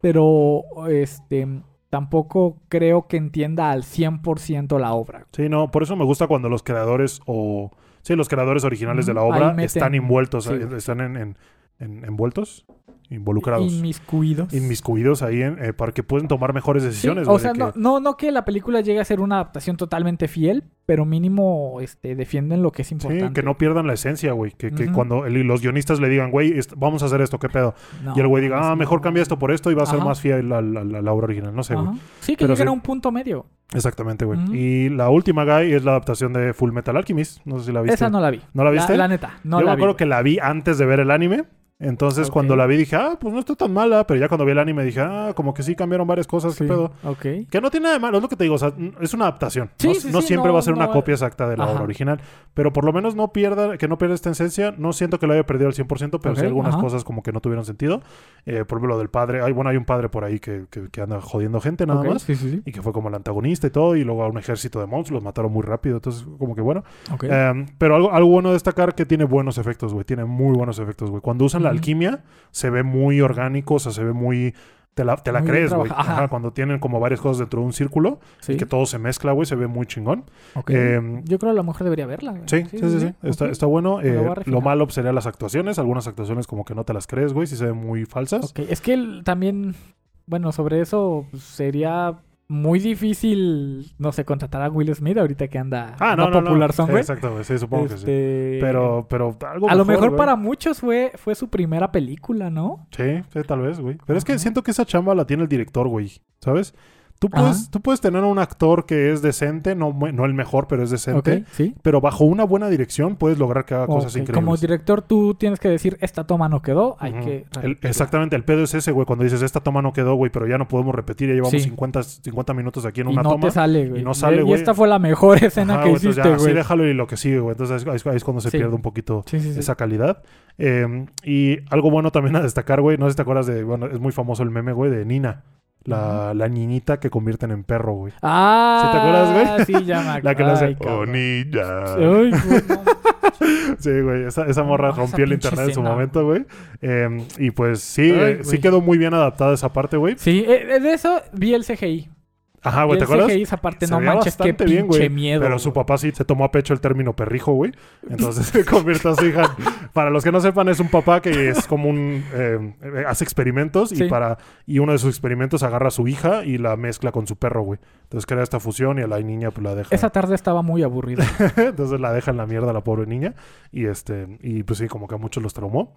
pero este tampoco creo que entienda al 100% la obra.
Sí, no. Por eso me gusta cuando los creadores o... Sí, los creadores originales de la
Ujú, ahí
obra
meten-
están envueltos.
sí.
eh, Están en, en- en- envueltos. Involucrados.
Inmiscuidos.
inmiscuidos ahí en, eh, para que pueden tomar mejores
Sí,
decisiones, güey.
o sea,
de
no,
que-
no, no que la película llegue a ser una adaptación totalmente fiel, pero mínimo este, defienden lo que es
sí,
importante.
que no pierdan la esencia, güey. Que, que
Ujú.
cuando el- los guionistas le digan, güey, est- vamos a hacer esto, ¿qué pedo?
No,
y el güey diga,
mames,
ah,
no.
mejor cambia esto por esto y va a ser
Ajá.
más fiel a la, la- la obra original. No sé, güey.
Ajá. Sí, que
Pero
lleguen
sí.
a un punto medio.
Exactamente, güey.
Ujú.
Y la última, Guy, es la adaptación de Full Metal Alchemist. No sé si la viste.
Esa no la vi.
¿No la viste?
La, neta, no
Yo
la
me acuerdo
vi.
que la vi antes de ver el anime. Entonces,
Ok.
cuando la vi, dije, ah, pues no está tan mala. Pero ya cuando vi el anime, dije, ah, como que sí cambiaron varias cosas,
Sí,
qué pedo.
ok.
Que no tiene nada de malo, es lo que te digo, o sea, n- es una adaptación.
Sí,
no
sí,
no
sí,
siempre
no,
va a ser una
no,
copia exacta de la
ajá.
obra original, pero por lo menos no pierda, que no pierda esta esencia. No siento que lo haya perdido al 100%, pero sí
Ok,
algunas
ajá.
cosas como que no tuvieron sentido. Eh, por ejemplo, lo del padre, hay, bueno, hay un padre por ahí que, que- que anda jodiendo gente nada
ok,
más.
Sí, sí, sí.
Y que fue como el antagonista y todo, y luego a un ejército de monstruos los mataron muy rápido, entonces como que bueno.
Ok.
Em, pero algo, algo bueno destacar que tiene buenos efectos, güey, tiene muy buenos efectos, güey. Cuando usan la
Ujú.
alquimia, se ve muy orgánico, o sea, se ve muy... Te la, te la
Muy bien
crees, güey.
trabajado.
Ajá,
Ajá.
Cuando tienen como varias cosas dentro de un círculo,
sí.
y que todo se mezcla, güey, se ve muy chingón.
ok.
em,
Yo creo que a lo mejor debería verla. güey.
Sí, sí, sí, sí. Está,
ok.
está bueno.
Me lo
Eh,
voy a
lo
refinar.
malo pues, serían las actuaciones. Algunas actuaciones como que no te las crees, güey, si se ven muy falsas.
Ok, es que el- también, bueno, sobre eso pues, sería muy difícil, no sé, contratar a Will Smith ahorita que anda,
Ah,
anda
no, no, no.
popular son,
Sí,
güey.
Exacto, güey, sí, supongo que sí.
Este,
Pero, pero algo
a lo mejor
güey.
para muchos fue, fue su primera película, ¿no?
Sí, sí, tal vez, güey. Pero es que
Ajá.
siento que esa chamba la tiene el director, güey. ¿Sabes? Tú
Ajá.
puedes, tú puedes tener un actor que es decente, no, mu- no el mejor, pero es decente.
Ok, sí.
Pero bajo una buena dirección puedes lograr que haga cosas
Ok,
increíbles.
Como director tú tienes que decir, esta toma no quedó, hay
Ujú.
que...
El-
repetirla".
exactamente, el pedo es ese, güey. Cuando dices, esta toma no quedó, güey, pero ya no podemos repetir, ya llevamos
Sí.
50, 50 minutos aquí en
Y
una
no
toma.
te sale, güey.
no sale,
y,
güey.
esta fue la mejor (laughs) escena
Ajá,
que
güey, entonces
hiciste,
ya, así
güey.
déjalo y lo que sigue, güey. Entonces ahí es, ahí es cuando se
Sí.
pierde un poquito
Sí, sí, sí.
esa calidad. Eh, y algo bueno también a destacar, güey. No sé si te acuerdas de, bueno, es muy famoso el meme, güey, de Nina. La, la niñita que convierten en perro, güey.
Ah,
¿Sí te acuerdas,
Sí, ya me
(laughs) La que le
acuerdo.
hace,
Ay,
"Oh,
cabrón.
niña.
Ay, güey,
(laughs)
no.
Sí, güey, esa, esa morra
Ah, esa
rompió el
pinche
internet en su
escena.
momento, güey. Eh, y pues sí,
Ay,
eh,
güey.
sí quedó muy bien adaptada esa parte, güey.
Sí, eh, eh, de eso vi el CGI.
Ajá,
Vi
Ah, güey, ¿te
el
acuerdas?
CGI, esa parte,
Se
no
veía
manches, qué
bastante bien,
pinche
güey,
miedo.
Pero su
güey.
papá sí se tomó a pecho el término perrijo, güey. Entonces se convirtió a su hija. Para los que no sepan, es un papá que es como un. eh, eh, hace experimentos y
Sí.
para. Y uno de sus experimentos agarra a su hija y la mezcla con su perro, güey. Entonces crea esta fusión y a la niña pues la deja.
Esa tarde estaba muy aburrida.
(laughs) Entonces la deja en la mierda la pobre niña. Y este. Y pues sí, como que a muchos los traumó.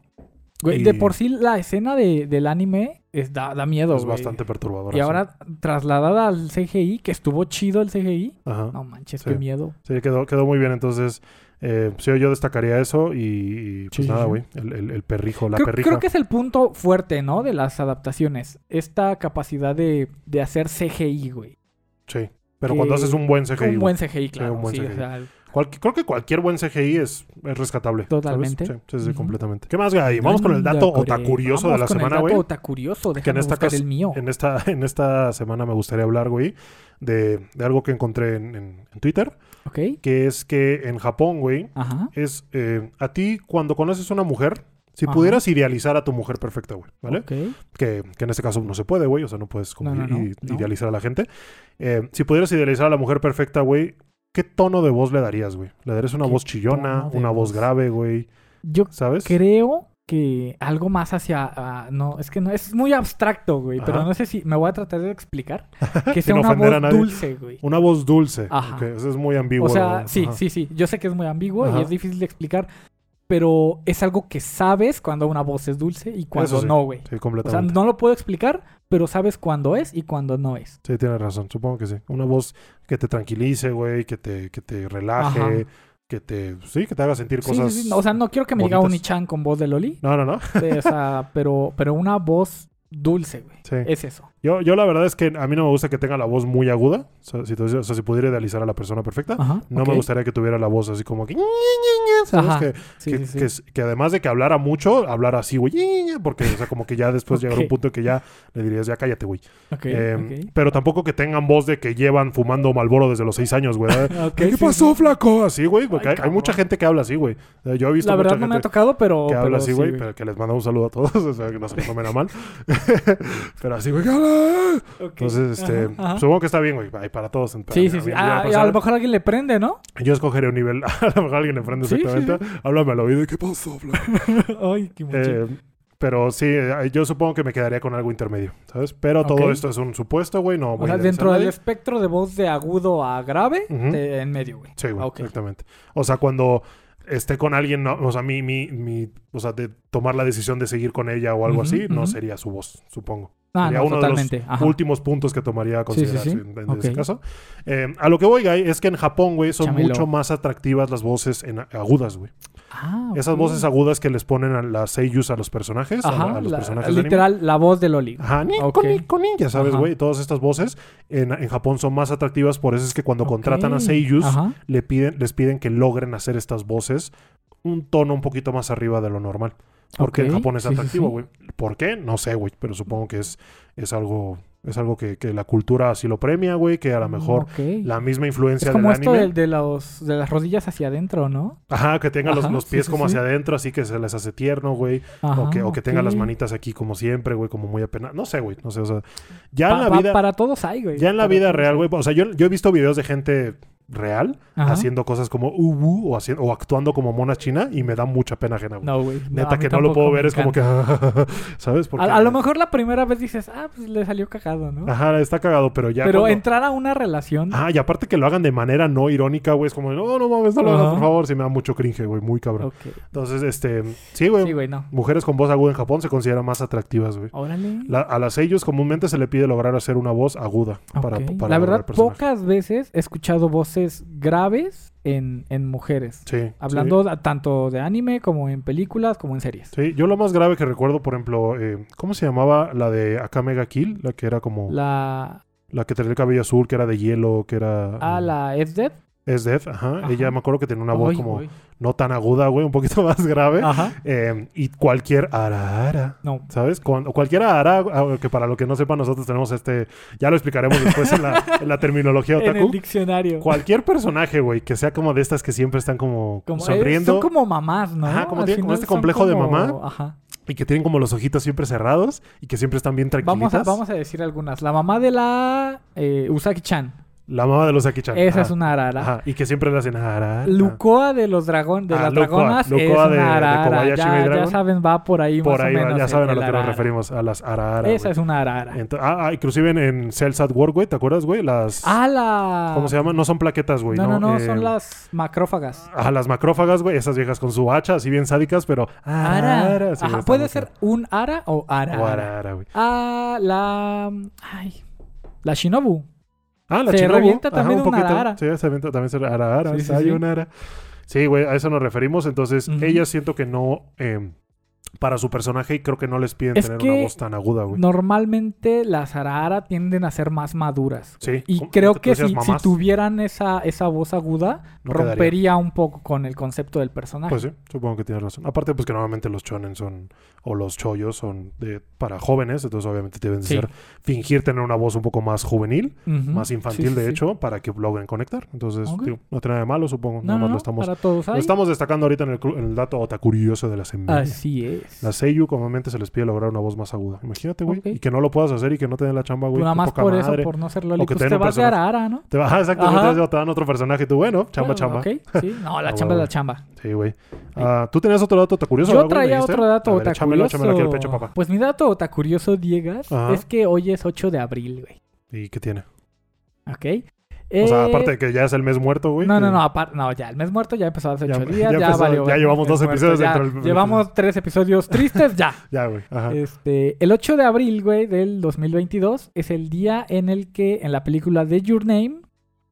Güey,
Y-
de por sí la escena de, del anime es- da, da miedo,
es
güey.
bastante perturbadora. sí.
Y ahora trasladada al CGI, que estuvo chido el CGI.
Ajá.
No manches,
Sí.
qué miedo.
Sí, quedó, quedó muy bien. Entonces, eh, sí, yo destacaría eso y, y, pues
Sí, sí,
nada,
sí.
güey. El, el- el perrijo, la
Creo,
perrija.
creo que es el punto fuerte, ¿no? De las adaptaciones. Esta capacidad de, de hacer CGI, güey.
Sí. Pero
que-
cuando haces un buen CGI.
un
güey.
buen CGI, claro. Sí,
un buen
o
CGI.
sea,
Cual- creo que cualquier buen CGI es, es rescatable. ¿sabes?
Totalmente.
Sí, sí, sí,
Ujú.
completamente. ¿Qué más, Gaby? Vamos con el dato
anda, core.
otacurioso de
Vamos
la
con el
semana,
dato
güey.
otacurioso,
Que en
déjame
esta
buscar
cas-
el mío.
En esta, (laughs) en esta semana me gustaría hablar, güey, de, de algo que encontré en, en- en Twitter,
¿Ok?
que es que en Japón, güey,
Ajá.
es eh, a ti cuando conoces una mujer, si
Ajá.
pudieras idealizar a tu mujer perfecta, güey, ¿vale?
Ok.
que, que en este caso no se puede, güey. O sea, no puedes como
No, no,
i-
no,
i-
no.
idealizar a la gente. Eh, si pudieras idealizar a la mujer perfecta, güey, ¿qué tono de voz le darías, güey? ¿Le darías una
¿Qué
voz
tono
chillona,
de
una voz
voz?
grave, güey?
Yo
¿Sabes?
creo que algo más hacia... ah, no, es que no, es muy abstracto, güey. Pero
Ajá.
no sé si... Me voy a tratar de explicar. Que
(laughs)
sea
Sin
una
ofender a
voz
nadie.
dulce, güey.
Una voz dulce.
Ajá.
ok, eso es muy ambiguo.
O sea,
güey,
sí,
ajá.
sí, sí. Yo sé que es muy ambiguo
Ajá.
y es difícil de explicar. Pero es algo que sabes cuando una voz es dulce y cuando
sí.
no, güey.
Sí,
O sea,
completamente.
no lo puedo explicar, pero sabes cuándo es y cuándo no es.
Sí, tienes razón. Supongo que sí. Una voz que te tranquilice, güey, que te, que te relaje,
Ajá.
que te... Sí, que te haga sentir
Sí,
cosas...
sí, sí. O sea, no quiero que me diga
bonitas.
Unichan con voz de Loli.
no, no, no.
de- o sea, (laughs) pero, pero una voz dulce, güey.
Sí.
Es eso.
Yo, yo la verdad es que a mí no me gusta que tenga la voz muy aguda. O sea, si, te- o sea, si pudiera idealizar a la persona perfecta,
Ajá.
Ah, No
ok.
me gustaría que tuviera la voz así como que. ¿sabes?
Ajá.
Que,
Sí,
que-
sí, sí.
que s- que además de que hablara mucho, hablara así, güey. Porque, o sea, como que ya después llegará un
(laughs) Ok.
punto en que ya le dirías, ya cállate, güey.
Ok,
Eh,
ok.
Pero tampoco que tengan voz de que llevan fumando Malboro desde los seis años, güey.
(laughs) Ok,
¿Qué
sí,
pasó,
sí.
flaco? Así, güey. Porque
Ay,
hay- hay, mucha
cabrón.
gente que habla así, güey. Eh, Yo he visto mucha
La verdad
gente
no me ha tocado, pero.
que habla
pero
así,
sí,
güey. pero que les manda un saludo a todos. (laughs) O sea, que no se lo tomen a mal. (laughs) pero así, güey. que habla.
(laughs) Ok,
(laughs) Entonces, este,
ajá, ajá.
supongo que está bien, güey. Ay, Para todos. para-
Sí, sí, sí.
ya
Ah,
pasar.
a lo mejor alguien le prende, ¿no?
Yo escogeré un nivel. (laughs) A lo mejor alguien enfrente
Sí, sí,
exactamente. Háblame al oído. y, ¿Qué pasó, Flaco?
(laughs) Ay, qué mucho.
Eh, pero sí, eh, yo supongo que me quedaría con algo intermedio, ¿sabes? Pero todo
Ok.
esto es un supuesto, güey. No
o
voy
sea,
a idealizar
dentro
a
del
nadie.
espectro de voz de agudo a grave,
Ujú.
te- en medio, güey.
Sí, güey,
Ah, ok.
exactamente. O sea, cuando esté con alguien, no, o sea, mi, mi, mi, o sea, de tomar la decisión de seguir con ella o algo
Ujú,
así, no
ujú.
sería su voz, supongo.
Ah,
sería
no,
uno de los
totalmente. Ajá.
Últimos puntos que tomaría a
Sí, sí, sí.
considerar en, en ese
Ok.
caso. Eh, a lo que voy, Guy, es que en Japón, güey, son
Chamelo.
mucho más atractivas las voces en agudas, güey.
Ah,
Esas
ok.
voces agudas que les ponen a las seiyus a los personajes, a-
Ajá,
a, los
la-
personajes de anime.
literal, la voz de Loli.
Ajá, ni
Ok.
con ni- con ni, ya sabes,
Ajá.
güey. Todas estas voces en, en Japón son más atractivas, por eso es que cuando
Ok.
contratan a seiyus,
Ajá.
le piden, les piden que logren hacer estas voces un tono un poquito más arriba de lo normal. Porque en
Ok,
Japón es
sí, sí,
atractivo,
sí.
güey. ¿Por qué? No sé, güey. Pero supongo que es, es algo, es algo que, que la cultura así lo premia, güey. Que a lo mejor
Ok.
la misma influencia
Es como
del
esto
anime.
del- de, los, de las rodillas hacia adentro, ¿no?
Ajá, que tenga los,
Ajá,
los
sí,
pies
sí,
como
sí.
hacia adentro, así que se les hace tierno, güey. O
Ajá,
que, o que tenga
ok.
las manitas aquí como siempre, güey, como muy apenas. No sé, güey. No sé, o sea. Ya
Pa-
en la
pa-
vida.
Para todos hay, güey.
Ya en la
Para
vida
todos
real,
hay.
güey. O sea, yo, yo he visto videos de gente real
Ajá.
haciendo cosas como ubu o, haciendo, o actuando como mona china y me da mucha pena ajena, güey.
No, güey.
Neta
a mí
que no lo
tampoco
puedo
me
ver, es como que. (laughs) ¿Sabes?
encanta. A, a lo mejor la primera vez dices, ah, pues le salió cagado, ¿no?
Ajá, está cagado, pero Ah, ya.
Pero
cuando-
entrar a una relación.
Ah, y aparte que lo hagan de manera no irónica, güey. Es como, no, no mames, no lo hagas,
Ajá.
por favor. Sí, me da mucho cringe, güey. Muy cabrón.
ok.
Entonces, este. Sí, güey.
Sí, güey, no.
Mujeres con voz aguda en Japón se consideran más atractivas, güey.
Órale.
La- a las ellos comúnmente se le pide lograr hacer una voz aguda para,
Ok.
para
la
lograr
verdad,
el personaje.
pocas veces he escuchado voces graves en, en mujeres.
Sí, sí.
Hablando a- tanto de anime como en películas como en series.
Sí, yo lo más grave que recuerdo, por ejemplo, eh, ¿cómo se llamaba la de Akamega Kill? La que era como. La,
La.
que tenía el cabello azul, que era de hielo, que era.
Ah, la F Dead.
Es Death, ajá.
Ajá.
Ella me acuerdo que tenía una voz
Ay, Ah.
como
güey.
no tan aguda, güey, un poquito (laughs) más grave.
Ajá.
Eh, y cualquier ara, ara,
No.
¿Sabes? Cuando, cualquier ara, ah, que para lo que no sepa, nosotros tenemos este. Ya lo explicaremos después en la, en la terminología
(laughs) En el
otaku.
diccionario.
Cualquier personaje, güey, que sea como de estas que siempre están como,
Como- eh,
sonriendo
son como mamás, ¿no?
Ajá, como
Al
tienen como
final
este
son
complejo de
como-
mamá.
Ajá.
y que tienen como los ojitos siempre cerrados y que siempre están bien tranquilitas.
Vamos a, vamos a decir algunas. La mamá de la eh, Usagi-chan.
La mamá de los Akichan.
Esa
Ajá.
es una arara.
Ajá, y que siempre le hacen ara.
Lucoa de los dragones, de
Ah,
las
Lucoa.
dragonas es
Lucoa de- de
una arara.
Kobayashi
ya,
Maid
ya
Dragon.
saben, va por ahí
Por
más
ahí
o
va,
menos.
ya saben a
el-
lo
el
que nos
arara.
referimos, a las ara.
Esa es una arara.
ah, ah, inclusive en, en Cells at War, güey, ¿te acuerdas, güey? Las...
Ah, la...
¿Cómo se llaman? No son plaquetas, güey.
No, no, no,
Eh,
son las macrófagas.
A las macrófagas, güey, esas viejas con su hacha, así bien sádicas, pero...
Ara.
Ara. Sí,
Ajá,
está
puede
muy
ser
feo.
un ara o ara.
O ara, ara, güey.
Ah, la... Ay, la Shinobu.
Ah, la
Se
Chernobyl.
revienta
Ajá,
también una
poquito.
ara.
Sí, se revienta también se ara, ara,
Sí, sí,
hay
sí.
una ara. Sí, güey, a eso nos referimos. Entonces,
Ujú.
ellas siento que no... eh, para su personaje y creo que no les piden
Es
tener
que
una voz tan aguda, güey.
Normalmente las arara tienden a ser más maduras.
Sí.
Y
¿cómo?
creo
Tú
que
decías
si, si
mamás,
tuvieran esa, esa voz aguda,
no quedaría.
rompería un poco con el concepto del personaje.
Pues sí, supongo que tienes razón. Aparte, pues que normalmente los chonen son... O los chollos son de, para jóvenes. Entonces, obviamente, deben de
Sí.
ser... Fingir tener una voz un poco más juvenil.
Ujú.
Más
Sí,
infantil,
sí,
de
sí.
hecho. Para que logren conectar. Entonces,
Ok.
digo, no tiene nada de malo, supongo.
No,
nada
no,
más
no,
lo estamos...
para todos
Lo
hay.
estamos destacando ahorita en el, cru- en el dato otacurioso de la semana.
Así es.
La Seiyu comúnmente se les pide lograr una voz más aguda. Imagínate, güey.
Ok.
Y que no lo puedas hacer y que no te den la chamba, güey.
Tú Pues nada
Qué
más
poca
por eso,
madre.
por no ser Loli,
O que
pues
tengan
te
un
vas de
personaje.
Arara, ¿no?
Te (laughs) vas exactamente,
Ajá.
te dan otro personaje y tú, bueno, chamba,
Bueno,
chamba.
ok, sí.
(laughs)
No, la
Ah,
chamba es
huevo.
la chamba.
Sí, güey. Ah, Tú tenías otro dato curioso,
Yo traía otro dato
A ver, échamelo, échamelo aquí al pecho,
otacurioso.
papá.
Pues mi dato otacurioso, Diegas,
Ajá.
es que hoy es 8 de abril, güey.
¿Y qué tiene?
¿Ok?
O sea,
Eh,
aparte de que ya es el mes muerto, güey.
No,
que-
no, no, aparte, no, ya, el mes muerto ya empezó hace
Ya-
ocho días,
ya
ya,
empezó,
valió.
ya
verga,
llevamos
el
dos
mes
episodios
muerto,
dentro
ya.
del- Ah.
Llevamos tres episodios
(laughs)
tristes ya.
Ya, güey. Ajá.
Este, el 8 de abril, güey, del 2022 es el día en el que en la película de Your Name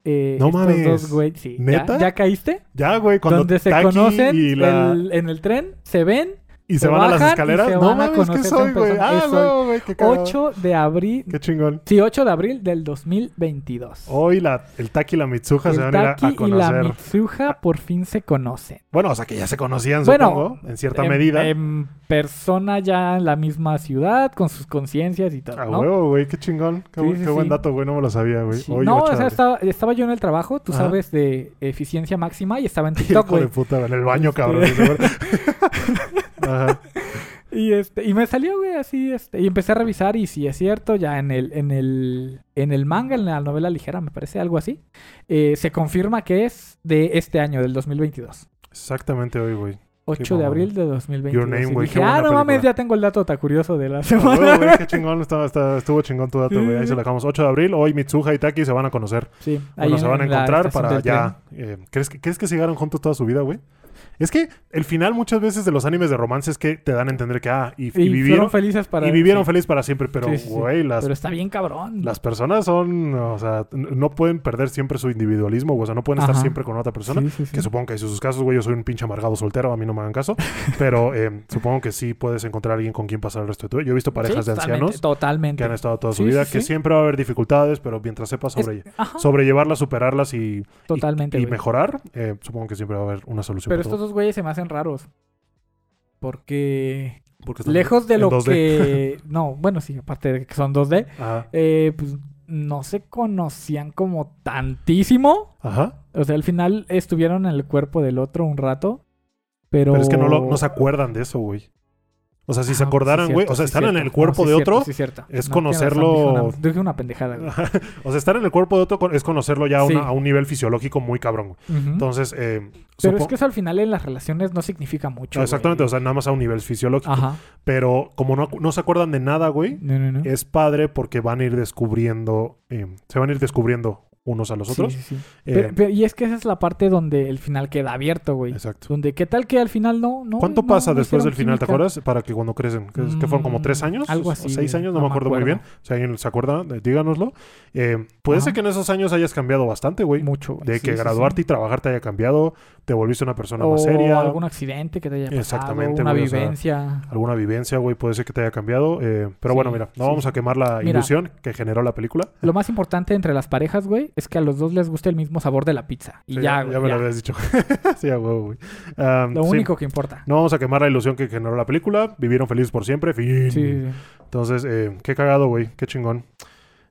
eh,
No
estos
mames.
dos güey, sí, ¿ya-
¿Neta?
¿Ya, caíste?
Ya, güey, cuando
Donde se
Taki
conocen
y, la-
el- en el tren, se ven.
y se
se
van a las
bajan y
escaleras.
se
No
van a
mames, ¿qué
conocerse
soy,
en
güey?
persona.
Ah,
Es
no, güey, qué cagado.
8 de abril,
Qué chingón.
sí, 8 de abril del 2022.
Hoy la, el Taki y la Mitsuha se
el
van a ir a- a
Taki y la
conocer. Ah.
Mitsuha por fin se conocen.
Bueno, o sea que ya se conocían,
Bueno, em,
supongo, en cierta
en,
medida.
En persona ya en la misma ciudad, con sus conciencias y todo.
a
¿no?
Ah, huevo, güey, qué chingón. Qué,
Sí,
bu-
sí,
qué buen
sí.
dato, güey, no me lo sabía, güey.
Sí.
Hoy
no,
ocho
o
de
sea,
abril.
estaba, estaba yo en el trabajo, tú
Ajá.
sabes, de eficiencia máxima y estaba
(laughs) (laughs)
en
Hijo
TikTok,
de
güey.
puta, en el baño, cabrón.
Este-
seguro.
(laughs)
Ajá.
Y, este, y me salió, güey, así, este, y empecé a revisar y si es cierto, ya en el, en el, en el manga, en la novela ligera, me parece, algo así, eh, se confirma que es de este año, del 2022.
Exactamente hoy, güey.
8 de
mamón.
abril de 2022.
Your Name,
y
güey, qué
dije,
buena
ah, no mames,
película".
ya tengo el dato tan curioso de
(laughs)
la
A
semana.
huevo, güey, qué chingón. estaba- estaba- estuvo chingón tu dato,
Sí,
güey. Ahí
sí.
se lo dejamos. 8 de abril, hoy Mitsuha y Taki se van a conocer.
(laughs) Sí, ahí
Bueno, se
en-
van a
en la
encontrar
estación
para
del tren.
ya. eh, ¿crees, que, ¿Crees que se llegaron juntos toda su vida, güey? Es que el final muchas veces de los animes de romance es que te dan a entender que, ah, y, y
Y,
vivieron,
fueron felices para...
y vivieron
sí.
feliz para siempre, pero,
Sí, sí, sí.
güey, las,
Pero está bien cabrón.
las personas son, o sea, n- no pueden perder siempre su individualismo, güey, o sea, no pueden estar
Ajá.
siempre con otra persona.
Sí, sí, sí.
Que supongo que hay sus casos, güey, yo soy un pinche amargado soltero, a mí no me hagan caso,
(laughs)
pero eh, supongo que sí puedes encontrar a alguien con quien pasar el resto de tu vida. Yo he visto parejas
Sí,
de ancianos
Totalmente.
que han
totalmente.
estado toda su
Sí,
vida,
sí,
que
sí.
siempre va a haber dificultades, pero mientras sepas
Es-
sobre ella-
Ajá,
sobrellevarlas, superarlas y,
totalmente.
y
güey.
mejorar, eh, supongo que siempre va a haber una solución.
Pero
para
estos dos güeyes se me hacen raros. Porque
todo. Porque están-
lejos de
en
lo
2D.
que... No, bueno, sí, aparte de que son 2D,
(laughs) Ajá.
eh, pues no se conocían como tantísimo.
Ajá.
O sea, al final estuvieron en el cuerpo del otro un rato, pero...
Pero es que no, lo- no se acuerdan de eso, güey. O sea, si se
Ah,
acordaran,
sí,
güey,
cierto,
o sea,
sí,
estar en
cierto.
el
No,
cuerpo
sí,
de
cierto,
otro,
sí, cierto.
es
tienes razón,
conocerlo-
Dije una, dije una
(laughs)
pendejada, güey.
o sea, estar en el cuerpo de otro con- es conocerlo ya a, una-
Sí.
a un nivel fisiológico muy cabrón. güey.
Ujú.
Entonces, eh, supo-
Pero es que eso al final en las relaciones no significa mucho.
No, exactamente,
güey. Ah.
o sea, nada más a un nivel fisiológico.
Ajá.
Pero como no, no se acuerdan de nada, güey,
No, no, no.
es padre porque van a ir descubriendo, eh, se van a ir descubriendo unos a los
Sí,
otros.
sí, sí.
Eh,
Pero- pero- y es que esa es la parte donde el final queda abierto, güey.
Exacto.
Donde, ¿qué tal que al final no? no
¿Cuánto
no-
pasa
no
después
hicieron
del final, te
química?
acuerdas? Para que cuando crecen, que, es- que fueron como tres
Mm,
años,
algo
o- o
así,
seis
güey.
años, no,
No
me
me
acuerdo, muy bien.
acuerdo.
Si alguien se acuerda, eh, díganoslo. Eh, puede ser
Ajá.
que en esos años hayas cambiado bastante, güey.
Mucho, güey.
De
Sí,
que
sí, sí.
graduarte y trabajar te haya cambiado, te volviste una persona más
O
seria,
algún accidente que te haya pasado.
Exactamente,
Una
güey, o sea,
vivencia.
alguna vivencia, güey, puede ser que te haya cambiado. eh, pero
Sí,
bueno, mira, no
sí,
vamos a quemar la
Mira.
ilusión que generó la película.
Lo más importante entre las parejas, güey, es que a los dos les guste el mismo sabor de la pizza. Y
Sí,
ya, güey.
me lo
ya.
habías dicho. (laughs) sí, a huevo, güey. Um,
Lo
sí,
único que importa.
No vamos a quemar la ilusión que generó la película. Vivieron felices por siempre. Fin.
Sí, sí, sí.
Entonces, eh, qué cagado, güey. Qué chingón.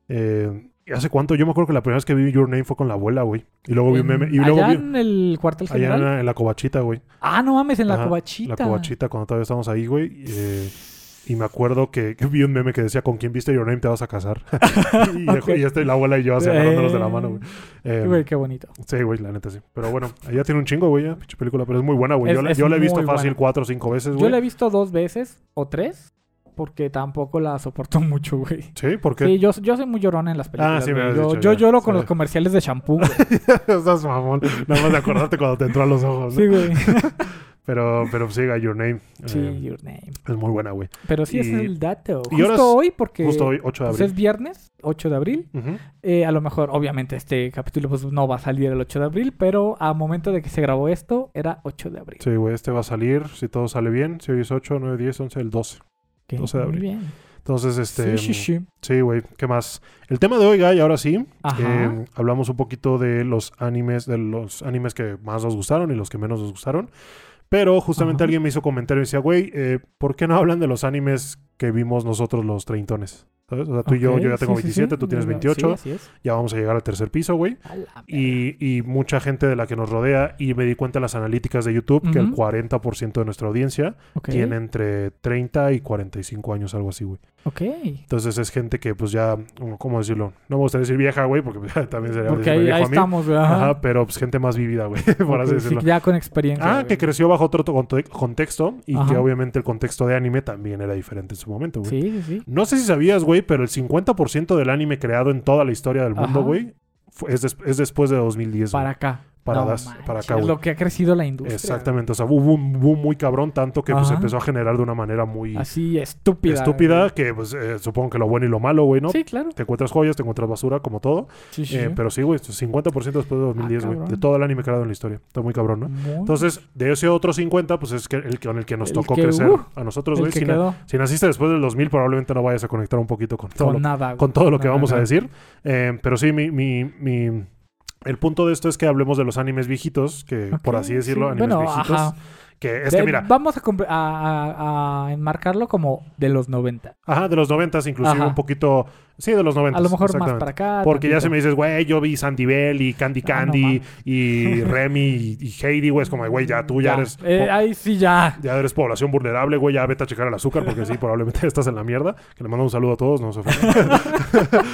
Eh, ¿y ¿Hace cuánto? Yo me acuerdo que la primera vez que vi Your Name fue con la abuela, güey. Y luego vi un meme.
En-
Y luego
allá
vi.
en el cuartel
Allá en
general.
la, en la cobachita, güey.
Ah, no mames, en la
Ajá,
cobachita.
La cobachita, cuando todavía estábamos ahí, güey. eh, y me acuerdo que, que vi un meme que decía: ¿Con quién viste Your Name te vas a casar? (laughs) y, dejó-
(laughs) Ok.
y ya estoy la abuela y yo así agarrándonos de la mano, güey.
Eh,
Eh,
Güey, qué bonito.
Sí, güey, la neta sí. Pero bueno, allá tiene un chingo, güey, ya, pinche película, pero es muy buena, güey.
Es-
Yo, la-
es
yo la he visto
muy
fácil
buena.
cuatro o cinco veces,
Yo
güey.
la he visto dos veces o tres porque tampoco la soporto (laughs) mucho, güey.
Sí, porque
Sí, yo, yo soy muy llorón en las películas.
Ah, sí me
güey.
habías
yo,
dicho
yo
ya.
lloro con
Sí.
los comerciales de
(laughs)
shampoo. güey.
(laughs) estás mamón. Nada más de acordarte cuando te entró a los ojos, ¿no?
Sí, güey.
Pero, pero siga Your Name. (laughs)
Sí,
eh,
your name.
es muy buena, güey.
Pero sí ese
y-
es el dato.
y ahora
Justo
es-
hoy, porque
Justo hoy, 8 de
pues,
abril.
es viernes, 8 de abril.
Ujú.
Eh, a lo mejor, obviamente, este capítulo pues, no va a salir el 8 de abril, pero a momento de que se grabó esto, era 8 de abril.
Sí, güey, este va a salir, si todo sale bien, si hoy es 8, 9, 10, 11, el 12.
Ok,
12 de
muy
abril.
bien.
Entonces, este...
Sí, sí, sí.
Sí, güey, ¿qué más? El tema de hoy, Guy, ahora sí.
Ajá.
eh, hablamos un poquito de los animes, de los animes que más nos gustaron y los que menos nos gustaron. Pero justamente
Ajá.
alguien me hizo comentario y decía, güey, eh, ¿por qué no hablan de los animes que vimos nosotros los treintones? ¿Sabes? O sea, tú y yo,
Ok,
yo ya tengo
sí, sí,
27,
sí.
tú tienes
Sí,
28,
así es.
ya vamos a llegar al tercer piso, güey.
A la verga.
Y, y mucha gente de la que nos rodea, y me di cuenta en las analíticas de YouTube que el
Ujú.
40% de nuestra audiencia
Ok,
tiene entre 30 y 45 años, algo así, güey.
ok.
Entonces es gente que, pues ya, ¿cómo decirlo? No me gustaría decir vieja, güey, porque pues, (laughs) también sería
Porque
decirme
ahí,
viejo
ahí
a mí.
estamos, güey. Ajá.
Ajá, pero pues gente más vivida, güey, (laughs) por
Ok,
así
sí,
decirlo.
ya con experiencia.
Ah,
güey.
que creció bajo otro conte- contexto y que
Ajá.
obviamente el contexto de anime también era diferente en su momento, güey.
Sí, sí, sí.
No sé si sabías, güey, pero el 50% del anime creado en toda la historia del mundo,
Ajá.
güey, fu- es, des- es después de 2010. güey.
Para acá.
Para
No
das-
manches,
para acá,
Es
güey.
lo que ha crecido la industria.
Exactamente, o sea, hubo un boom muy cabrón, tanto que pues
Ajá.
empezó a generar de una manera muy
güey. Así estúpida.
estúpida,
güey.
que pues eh, supongo que lo bueno y lo malo, güey, ¿no?
Sí, claro.
Te encuentras joyas, te encuentras basura, como todo.
Sí, sí,
Eh,
sí.
pero sí, güey, 50% después de 2010, güey.
cabrón.
de todo el anime creado en la historia. Está muy cabrón, ¿no?
Muy-
Entonces, de ese otro 50, pues es que el con el que nos
El
tocó
que,
crecer
uh,
a nosotros,
el
güey.
que
Si, na-
quedó
si naciste después del 2000, probablemente no vayas a conectar un poquito con todo,
con
lo,
nada. güey.
con todo lo que
No, no,
vamos a
no.
decir. Eh, pero sí, mi, mi, mi- El punto de esto es que hablemos de los animes viejitos, que por
Ok,
así decirlo,
sí.
animes
Bueno,
viejitos.
ajá.
Que es
De-
que mira,
Vamos a, compre- a- a- a enmarcarlo como de los 90.
ajá, de los 90, inclusive
Ajá.
un poquito. Sí, de los 90.
A lo mejor más para acá.
Porque ya se me
tantito. Ah,
dices, güey, yo vi Sandy Bell y Candy
No,
Candy
no
y Remy y, y Heidi, güey. Es como, güey, ya tú ya, eres.
Eh,
po-
ahí sí, ya.
ya eres población vulnerable, güey, ya vete a checar el azúcar porque
(laughs)
sí, probablemente estás en la mierda. Que le mando un saludo a todos, no se ofendan. (laughs)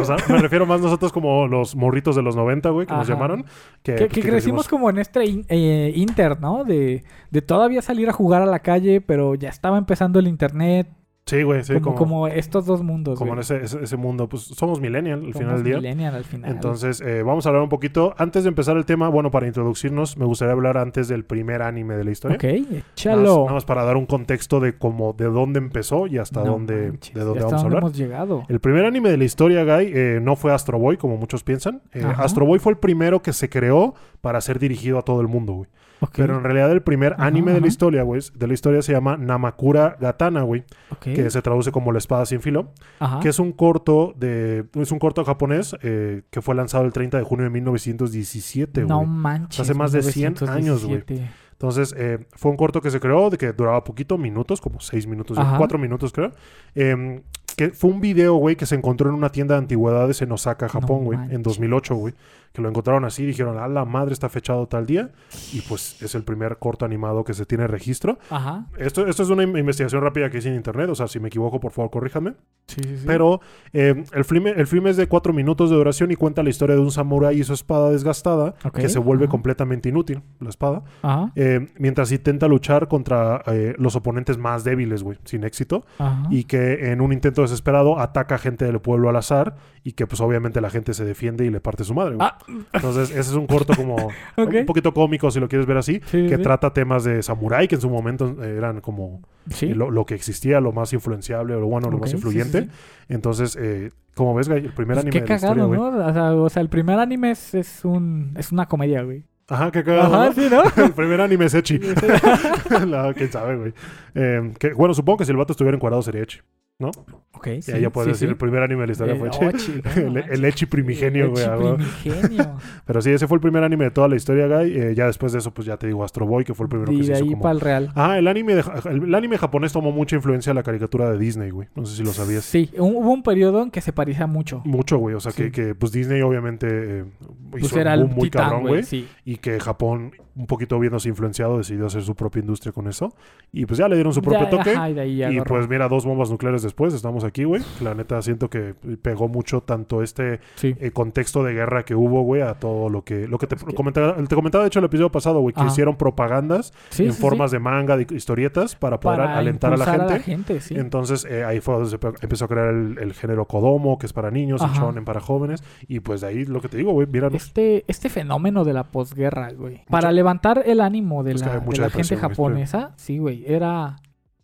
o sea, me refiero más nosotros como los morritos de los 90, güey, que nos
Ajá.
llamaron. Que,
Que,
pues,
que crecimos como en este in- eh, inter, ¿no? De, de todavía salir a jugar a la calle, pero ya estaba empezando el internet.
Sí, güey, sí,
como,
como, como,
como estos dos mundos.
en
güey.
ese, ese, ese mundo. Pues somos millennial al final
Somos
del día.
millennial al final.
Entonces, eh, vamos a hablar un poquito. Antes de empezar el tema, bueno, para introducirnos, me gustaría hablar antes del primer anime de la historia.
ok,
Nada más,
échalo.
nada ¿eh? más para dar un contexto de cómo, de dónde empezó y hasta
No
dónde,
manches,
de dónde
¿hasta
vamos a hablar.
hemos llegado?
El primer anime de la historia, Guy, eh, no fue Astro Boy, como muchos piensan. Eh,
Ajá.
Astro Boy fue el primero que se creó para ser dirigido a todo el mundo, güey.
Ok,
Pero en realidad el primer
Ajá,
anime de
ajá.
la historia, güey, de la historia se llama Namakura Gatana, güey,
ok, Ah.
que se traduce como La Espada Sin Filo,
ajá.
que es un corto de... Es un corto japonés eh, que fue lanzado el 30 de junio de 1917, güey.
No manches.
Hace más de 100 años, güey.
1917.
Entonces, eh, fue un corto que se creó, de que duraba poquito, minutos, como seis minutos,
Ajá.
cuatro minutos creo. Em, que fue un video, güey, que se encontró en una tienda de antigüedades en Osaka, Japón, güey, en
manches.
2008, güey. Que lo encontraron así, dijeron, a la madre está fechado tal día. Y pues es el primer corto animado que se tiene registro.
Ajá.
Esto, esto es una in- investigación rápida que hice en internet, o sea, si me equivoco, por favor, corríjame.
Sí, sí, sí.
Pero eh, el, filme, el filme es de cuatro minutos de duración y cuenta la historia de un samurái y su espada desgastada,
Ok,
que se vuelve
ajá.
completamente inútil, la espada.
Ajá,
Eh, mientras intenta luchar contra eh, los oponentes más débiles, güey, sin éxito.
ajá.
Y que en un intento desesperado ataca gente del pueblo al azar y que pues obviamente la gente se defiende y le parte su madre, güey.
Ah.
Entonces ese es un corto
(laughs)
como
Ok.
un poquito cómico si lo quieres ver así,
Sí, sí,
que
sí.
trata temas de samurái que en su momento eh, eran como
Sí.
eh, lo, lo que existía, lo más influenciable, o lo bueno, lo
Ok,
más
sí, sí,
influyente.
sí.
Entonces, eh, como ves, güey, el primer
Pues
anime
qué
de la
cagado,
historia, güey.
¿no? O sea, o sea, el primer anime es, es un es una comedia, güey.
Ajá, qué cagado,
Ajá,
¿no? (laughs)
sí, ¿no?
El primer anime es Echi. (laughs) No, quién sabe, güey. Eh, que, bueno, supongo que si el vato estuviera encuadrado sería Echi.
(laughs) ok,
y ahí ya puedes decir, el primer anime de la
Eh,
historia
oh,
fue Echi. (laughs) El, el Echi primigenio, güey. ah, güey.
Primigenio.
Pero sí, ese fue el primer anime de toda la historia, güey. Eh, ya después de eso, pues ya te digo, Astro Boy, que fue el primero que
y
se
de
hizo
ahí
como...
para el real.
Ah, el anime, de ja- el, el anime japonés tomó mucha influencia de la caricatura de Disney, güey. No sé si lo sabías.
Sí, un- hubo un periodo en que se parecía mucho.
Mucho, güey. O sea, que,
Sí.
que pues Disney obviamente eh,
Pues
hizo un
era
boom
el
muy
titán,
cabrón, güey.
güey. Sí.
y que Japón, un poquito viéndose influenciado, decidió hacer su propia industria con eso. Y pues ya le dieron su propio
Ya,
toque.
ajá, y de ahí
y
agarró.
pues mira, dos bombas nucleares después, estamos aquí, güey. La neta, siento que pegó mucho tanto este
Sí.
eh, contexto de guerra que hubo, güey, a todo lo que... Lo que te,
Es que-
comentaba, te comentaba, de hecho, el episodio pasado, güey, que
Ajá.
hicieron propagandas
Sí,
en
sí, sí.
formas de manga, de historietas, para poder
Para
alentar a la
impulsar
gente.
sí.
Entonces eh, ahí fue donde se pe- empezó a crear el, el género Kodomo, que es para niños, el
Ajá.
shonen para jóvenes. Y pues de ahí lo que te digo, güey, mira,
este, este fenómeno de la posguerra, güey. Para levantar el ánimo de
Es Pues que
la,
hay
de
mucha
la gente
depresión, güey, pero-
japonesa, sí, güey. Era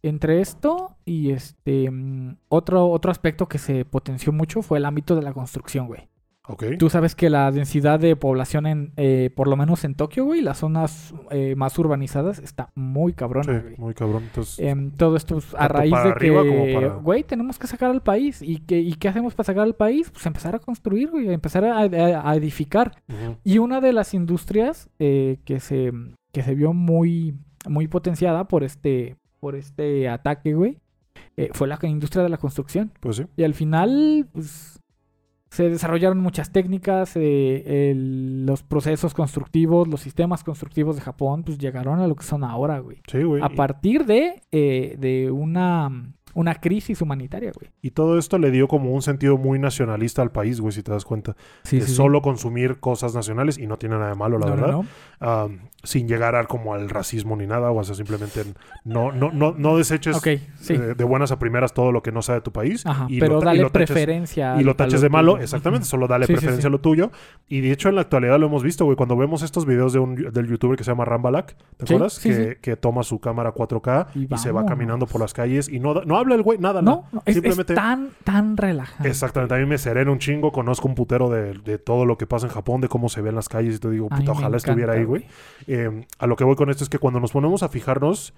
entre esto y este mm, otro, otro aspecto que se potenció mucho fue el ámbito de la construcción, güey.
ok.
Tú sabes que la densidad de población en, eh, por lo menos en Tokio, güey, las zonas eh, más urbanizadas está muy cabrón,
Sí,
güey.
muy cabrón. Entonces,
Em, todo esto pues, a
Tanto
raíz
para
de
arriba como
que,
para-
güey, tenemos que sacar al país. ¿Y qué, ¿Y qué hacemos para sacar al país? Pues empezar a construir, güey, empezar a- a- a edificar.
ujú.
Y una de las industrias eh, que, se, que se vio muy, muy potenciada por este, por este ataque, güey, eh, fue la industria de la construcción.
Pues sí.
Y al final, pues, se desarrollaron muchas técnicas, eh, el- los procesos constructivos, los sistemas constructivos de Japón, pues llegaron a lo que son ahora, güey.
Sí, güey.
A partir de, eh, de una, una crisis humanitaria, güey.
Y, y todo esto le dio como un sentido muy nacionalista al país, güey, si te das cuenta.
Sí,
de solo consumir cosas nacionales y no tiene nada de malo, la verdad. Ah, sin llegar al, como al racismo ni nada, o sea, simplemente no, no, no, no deseches
Ok, sí.
eh, de buenas a primeras todo lo que no sea de tu país.
Ajá,
y
pero
lo ta- y
dale
lo taches-
preferencia.
y
al-
lo
a
taches
lo
de malo,
tuyo.
exactamente,
Ujú.
solo dale
Sí, sí,
preferencia
sí.
a lo tuyo. Y de hecho en la actualidad lo hemos visto, güey, cuando vemos estos videos de un, del youtuber que se llama Rambalak, ¿te
Sí,
acuerdas?
sí,
que, que toma su cámara 4K y,
Y
se va
vámonos.
caminando por las calles y no, da- no habla el güey, nada,
No, no, es, es
Simplemente-
tan, tan relajante.
Exactamente, a mí me serena un chingo, conozco un putero de, de todo lo que pasa en Japón, de cómo se ve en las calles y te digo,
A mí
puta,
me
ojalá estuviera
encanta,
ahí, güey. Eh, a lo que voy con esto es que cuando nos ponemos a fijarnos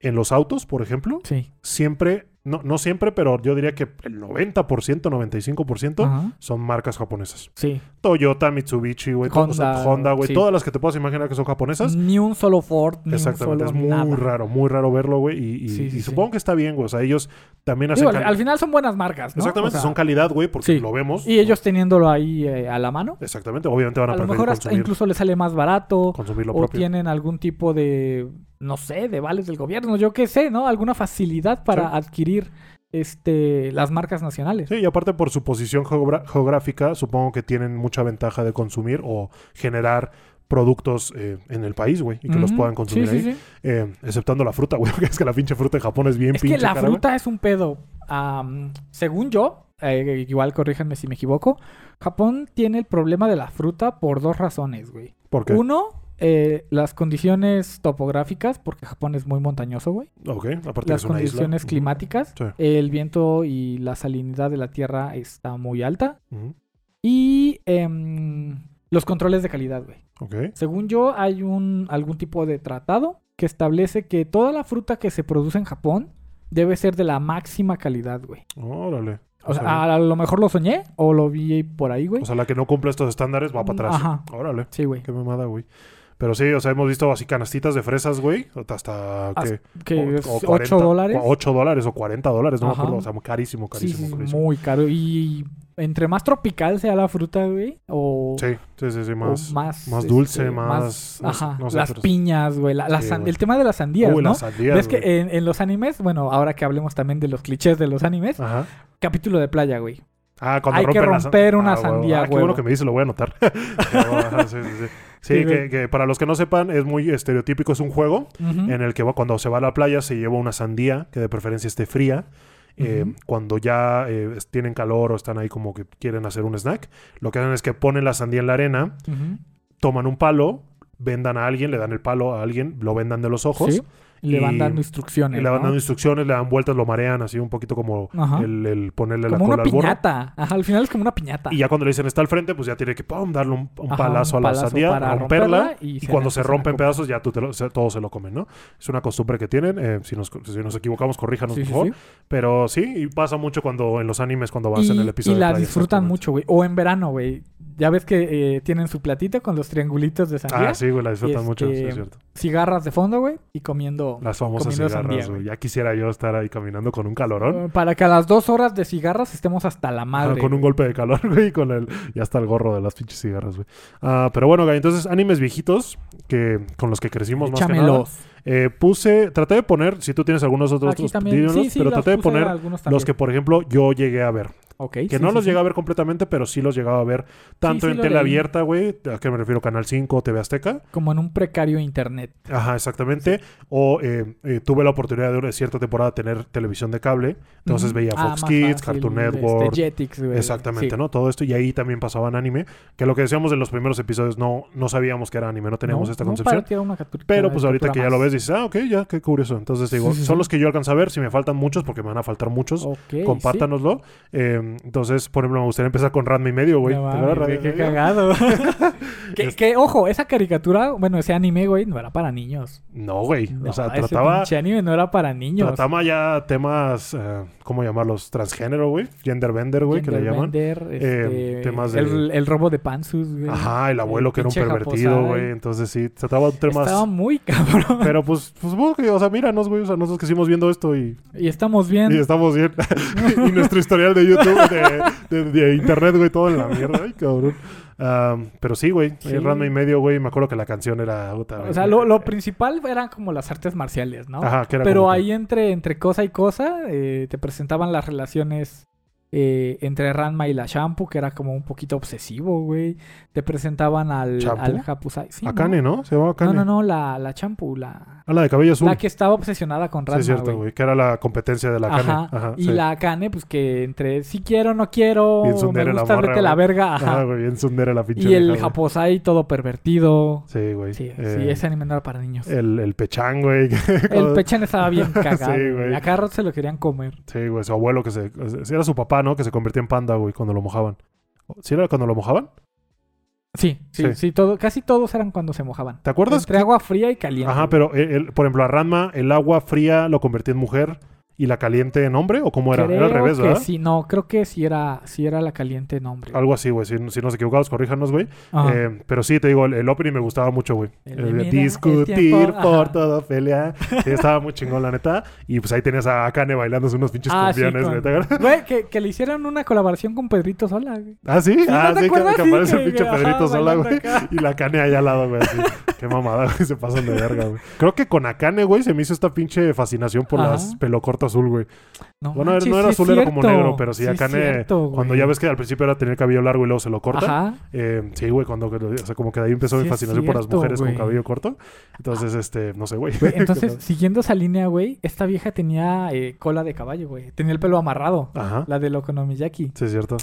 en los autos, por ejemplo,
Sí.
siempre, no, no siempre, pero yo diría que el 90%, 95%
Ajá.
son marcas japonesas.
Sí.
Toyota, Mitsubishi, güey, to- o sea,
Honda,
Honda, güey,
sí.
todas las que te puedas imaginar que son japonesas.
Ni un solo Ford, ni
Exactamente,
un
es
solo
muy
nada.
raro, muy raro verlo, güey. Y, y-
Sí, sí,
y
sí.
supongo que está bien, güey. O sea, ellos también hacen.
Digo, al,
cali-
al final son buenas marcas, ¿no?
Exactamente,
O sea,
son calidad, güey, porque
sí.
lo vemos.
Y ellos teniéndolo ahí eh, a la mano.
Exactamente, obviamente van a,
A lo
preferir
mejor hasta
consumir,
incluso les sale más barato.
consumir lo
O
propio.
tienen algún tipo de, no sé, de vales del gobierno, yo qué sé, ¿no? Alguna facilidad para
Sí.
adquirir este las marcas nacionales.
Sí, y aparte por su posición geogra- geográfica, supongo que tienen mucha ventaja de consumir o generar productos eh, en el país, güey, y que los
Ujú.
puedan consumir
sí,
ahí.
Sí, sí.
Eh, exceptando la fruta, (laughs) güey, porque es que la pinche fruta en Japón es bien
Es
pinche
que la
cara, güey.
fruta es un pedo. Am, según yo, eh, igual corríjanme si me equivoco, Japón tiene el problema de la fruta por dos razones, güey.
¿Por qué?
Uno, eh, las condiciones topográficas, porque Japón es muy montañoso, güey.
Ok, aparte que es
Las
una isla.
condiciones
Ujú,
climáticas,
Sí.
el viento y la salinidad de la tierra está muy alta.
ujú,
Y em, los controles de calidad, güey.
Ok,
Según yo, hay un algún tipo de tratado que establece que toda la fruta que se produce en Japón debe ser de la máxima calidad, güey.
órale.
O sea,
bien.
a, a lo mejor lo soñé o lo vi por ahí, güey.
O sea, la que no cumple estos estándares va para atrás.
Mm, Ajá.
Órale,
sí, güey.
qué mamada, güey. Pero sí, o sea, hemos visto así canastitas de fresas, güey, hasta
Hasta-
que
Que es 8 dólares.
8 dólares o 40 dólares, no me
Ajá.
acuerdo, o sea, carísimo,
Sí,
carísimo,
sí,
carísimo.
muy caro. Y entre más tropical sea la fruta, güey, o,
Sí, sí, sí, sí,
o
más.
más,
más dulce,
este,
más- no sé-
ajá,
no sé,
las
pero-
piñas, güey. la- la
Sí,
san-
güey.
El tema de las sandías,
Uy,
¿no?
las sandías,
Ves
güey.
que en, en los animes, bueno, ahora que hablemos también de los clichés de los animes,
Ajá.
capítulo de playa, güey.
Ah, cuando
Hay que
rompen la san-
romper una
Ah, huevo.
sandía,
Ah, qué
huevo.
bueno que me dice, lo voy a
(laughs)
anotar. (laughs) Ajá, sí, sí, sí. Sí,
Sí,
que,
güey.
que para los que no sepan, es muy estereotípico, es un juego
Ujú.
en el que va- cuando se va a la playa se lleva una sandía que de preferencia esté fría. Eh,
Ujú.
Cuando ya eh, es- tienen calor o están ahí como que quieren hacer un snack, lo que hacen es que ponen la sandía en la arena,
Ujú.
toman un palo, vendan a alguien, le dan el palo a alguien, lo vendan de los ojos,
Sí. Le van
y-
dando
y
instrucciones.
le van
¿no?
dando instrucciones, le dan vueltas, lo marean, así un poquito como
Ajá.
el, el ponerle la
como
cola
una
al burro.
piñata. Ajá, al final es como una piñata.
Y ya cuando le dicen está al frente, pues ya tiene que pum, darle un, un
Ajá,
palazo
un
a la
palazo
sandía,
para
romperla.
romperla y
y
se la
cuando se
empiezan a
rompe en
comer.
pedazos, ya tú te lo- se- todos se lo comen, ¿no? Es una costumbre que tienen. eh, si, nos, si nos equivocamos, corríjanos,
Sí,
por
sí,
favor.
sí.
Pero sí, y pasa mucho cuando en los animes, cuando vas
Y,
en el episodio. de
y la
playa,
disfrutan
exactamente.
mucho, güey. O en verano, güey. Ya ves que eh, tienen su platito con los triangulitos de sandía.
Ah, sí, güey, la disfrutan mucho, sí,
este,
es cierto.
Cigarras de fondo, güey. Y comiendo.
Las famosas
comiendo
cigarras,
sandía,
güey.
güey.
Ya quisiera yo estar ahí caminando con un calorón.
eh, Para que a las dos horas de cigarras estemos hasta la
Ajá,
madre.
con un
güey.
golpe de calor, (laughs) güey, y con el... Ya está el gorro de las pinches cigarras, güey. Ah, pero bueno, güey, entonces, animes viejitos que con los que crecimos más que nada.
Échamelos.
Eh, puse, traté de poner, si tú tienes algunos otros,
Aquí
otros,
también.
dímelos,
Sí, sí,
pero
los
traté de
puse
poner
algunos
los
también.
que, por ejemplo, yo llegué a ver.
Ok,
Que
sí,
no
sí,
los
sí.
llegaba a ver completamente, pero sí los llegaba a ver tanto
sí,
en
lo
tele
leí.
abierta, güey. ¿A qué me refiero? Canal 5, TV Azteca.
Como en un precario internet.
Ajá, exactamente. O eh, eh, tuve la oportunidad de una cierta temporada tener televisión de cable. Entonces
Ujú.
veía
Ah,
Fox
más
Kids,
fácil,
Cartoon
este,
Network.
Jetix, güey.
Exactamente,
Sí.
¿no? Todo esto. Y ahí también pasaban anime. Que lo que decíamos en los primeros episodios, no, no sabíamos que era anime, no teníamos
No,
esta
no,
concepción.
para ti era una este, catu-
Pero pues ahorita
caricatura
que ya lo
más.
ves, dices, ah, ok, ya, qué curioso. Entonces te digo,
Sí, sí,
son
sí.
los que yo alcanzo a ver. Si me faltan muchos, porque me van a faltar muchos,
Ok,
compártanoslo. Eh, entonces, por ejemplo, me gustaría empezar con Ranma y medio,
sí.
güey.
No
¿Te
mames,
acuerdas,
güey,
Ranma y
qué
medio? (laughs)
cagado. que, que, ojo, esa caricatura, bueno, ese anime, güey, no era para niños.
No, güey.
No,
o sea,
ese
trataba,
pinche anime no era para niños.
trataba ya temas, eh, ¿cómo llamarlos? Transgénero, güey. Genderbender, güey, que le llaman.
Genderbender,
Eh,
este,
temas de-
el, el robo de Pansus, güey.
Ajá, el abuelo que era un
pinche eh.
pervertido,
Japosai.
güey. Entonces sí, trataba temas...
Estaba muy (laughs) cabrón.
Pero pues, pues, bueno, que, o sea, míranos, güey. O sea, nosotros que seguimos viendo esto y
Y estamos bien.
Y estamos
(laughs)
bien. y nuestro historial de YouTube, de, de- de internet, güey, todo en la mierda. Ay, cabrón. Am, pero sí, güey.
Sí.
eh, Ranma y medio, güey. Me acuerdo que la canción era... puta,
O
güey.
sea, lo, lo principal eran como las artes marciales, ¿no?
Ajá, que era
Pero
como que-
ahí entre, entre cosa y cosa eh, te presentaban las relaciones eh, entre Ranma y la Shampoo, que era como un poquito obsesivo, güey. Te presentaban al,
¿Shampoo?
al Hapusai. Sí,
Akane,
¿no?
¿no? Se llamaba Akane.
No, no, no, la, la Shampoo, la,
Ah, la de cabello azul.
la que estaba obsesionada con
sí,
Ranma,
es cierto,
güey.
güey. Que era la competencia de la Akane.
Ajá.
Ajá.
y
sí.
la Akane, pues que entre si quiero, no quiero,
Bien tsundere
me
la
gusta,
morra,
vete a la
güey.
verga, ajá.
Ah, güey. Bien sundera la pinche
y el
vieja, güey.
Hapusai todo pervertido.
Sí, güey.
Sí, sí,
Eh,
ese anime no era
(laughs)
para niños.
El, el pechán, güey.
El pechán estaba bien cagado.
(laughs) Sí,
güey.
güey.
a Carrot se lo querían comer.
Sí, güey. Su abuelo que se... sí, Era su papá, ¿no? Que se convirtió en panda, güey. Cuando lo mojaban. ¿Sí era cuando lo mojaban?
Sí, sí,
Sí.
sí. todo, casi todos eran cuando se mojaban.
¿Te acuerdas?
Entre agua fría y caliente.
Ajá,
güey.
pero, el- el- por ejemplo, a Ranma, el agua fría lo convertía en mujer y la caliente en hombre, ¿o cómo era? era al
Creo
revés,
que
¿verdad?
sí, no, creo que sí era, sí era la caliente nombre.
Algo así, güey. Si, si nos equivocamos, corríjanos, güey.
Ajá.
Eh, pero sí, te digo, el, el opening me gustaba mucho, güey.
El
Eh,
de mira, el
discutir
tiempo,
por
ajá.
todo, pelea. Sí, estaba muy chingón, la neta. Y pues ahí tenías a Akane bailándose unos pinches
Ah, sí,
cumbiones,
con-
güey. ¿Te acuerdas?
Güey, que, que le hicieron una colaboración con Pedrito Sola, güey.
Ah, sí,
¿no
ah, sí,
te
que,
acuerdas?
que
Sí,
aparece el
que-
pinche
ajá,
Pedrito sola,
bailando
güey.
acá.
Y la Akane allá al lado, güey.
(laughs)
así. Qué mamada, güey. Se pasan de verga, güey. Creo que con Akane, güey, se me hizo esta pinche fascinación por
Ajá.
las pelocortas azul, güey.
No,
Bueno,
manches,
no era
sí es
azul, era como
cierto.
negro, pero sí,
es
acá en, eh,
cierto, güey.
Cuando ya ves que al principio era tener cabello largo y luego se lo corta.
Ajá.
(laughs) eh, sí, güey, cuando, o sea, como que de ahí empezó
Sí
mi
es
fascinación por las
cierto,
mujeres
güey.
con cabello corto. Entonces, este, no sé, güey.
Güey, Entonces, siguiendo esa línea, güey, esta vieja tenía eh, cola de caballo, güey. Tenía el pelo amarrado.
(laughs) Ajá.
La del Okonomiyaki.
Sí, es cierto.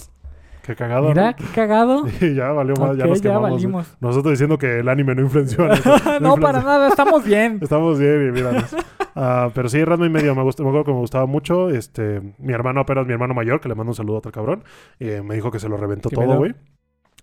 Qué cagado.
Mira, qué cagado.
¿no? (laughs) Y ya valió más, ya
Ok,
nos
ya
quemamos. güey.
(laughs) valimos.
Nosotros diciendo que el anime no influenció
(laughs)
a nuestra-
no,
influenció.
para nada,
(laughs)
estamos bien.
Estamos bien y míranos. Ah, pero sí, Ranma y medio me, gustó, me acuerdo que me gustaba mucho. Este, mi hermano apenas, mi hermano mayor, que le mando un saludo a otro cabrón, eh, me dijo que se lo reventó
Sí,
todo,
¿verdad?
güey.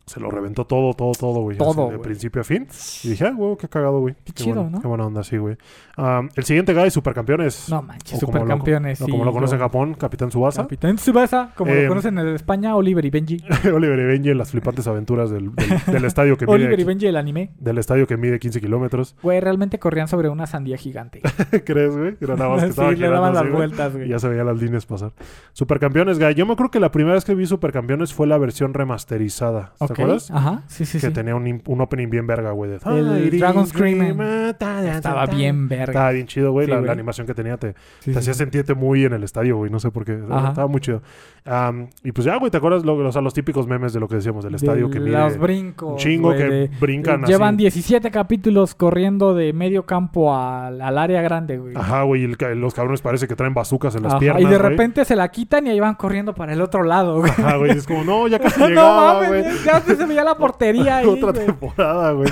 Se lo reventó todo, todo, todo, güey.
Todo,
así, De
güey.
principio a fin. Y dije, ah, güey, qué cagado, güey.
Qué chido,
bueno,
¿no?
Qué buena onda, sí, güey. Ah, el siguiente guy, Supercampeones.
No manches,
O como lo-
supercampeones.
no,
sí,
como lo conoce en
yo-
Japón, Capitán Subasa.
Capitán Tsubasa, como
Eh,
lo conocen en España, Oliver y Benji.
(laughs) Oliver y Benji en las flipantes aventuras del,
(laughs)
del- del estadio que mide
Oliver y
qui-
Benji, el anime.
del estadio que mide 15 kilómetros. (laughs)
Güey, realmente corrían sobre una sandía gigante.
¿Crees, güey? Era (laughs) nada más que
sí,
estaba
le
girando
daban
así,
las
güey.
vueltas,
Y
güey.
ya se veían las líneas pasar. Supercampeones, Guy. Yo me acuerdo que la primera vez que vi Supercampeones fue la versión remasterizada. ¿Te
Ok,
acuerdas?
Ajá, sí, sí,
que
sí.
tenía un, im- un opening bien verga, güey. de-
El
Ay,
Dragon
Dream,
Scream, eh.
ah, ta, ta, ta,
Estaba
ta.
bien verga.
Estaba bien chido, güey.
Sí,
la, la
güey.
animación que tenía te,
Sí,
te
sí,
hacía
sí.
sentirte muy en el estadio, güey. No sé por qué.
Ajá.
Estaba muy chido. Am, y pues ya, güey, ¿te acuerdas? Lo, o sea, los típicos memes de lo que decíamos del
De
estadio que mide
Los brincos.
un chingo
güey,
que
de- eh,
brincan así.
Llevan 17 capítulos corriendo de medio campo al, al área grande, güey.
Ajá, güey. y el ca- los cabrones parece que traen bazucas en las
Ajá,
piernas,
y de
güey.
repente se la quitan y ahí van corriendo para el otro lado, güey.
Ajá, güey. Es como, no, ya casi
(laughs)
(laughs)
no
llegaba,
mames,
güey.
ya se veía la
(laughs)
portería ahí,
Otra
güey.
temporada, güey.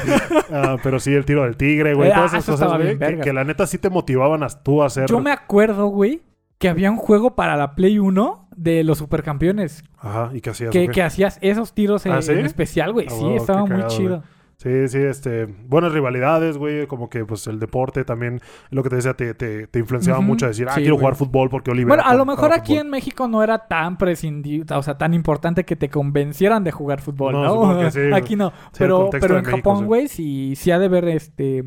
Ah, pero sí, el tiro del tigre, güey.
Eh,
todas
ah,
esas
eso
cosas,
estaba
güey.
bien
Que,
vergas.
que la neta sí te motivaban a tú a hacer.
Yo me acuerdo, güey, que había un juego para la Play 1 de los supercampeones.
Ajá, y que hacías.
Que,
ok.
que hacías esos tiros en,
¿Ah, sí?
en especial, güey.
Ah,
sí,
huevo, qué
estaba muy
cagado,
chido.
Sí, sí, este. Buenas rivalidades, güey. Como que, pues, el deporte también, lo que te decía, te, te, te influenciaba
Ujú,
mucho a decir, ah,
sí,
quiero
güey.
jugar fútbol porque Oliver.
Bueno, a
juega-
lo mejor
juega
aquí
fútbol.
en México no era tan prescindible, o sea, tan importante que te convencieran de jugar fútbol,
No,
¿no?
supongo que sí, güey.
(laughs) aquí no.
el
pero
contexto
pero
de
en
México, sí.
Japón, güey, sí, sí ha de haber, este,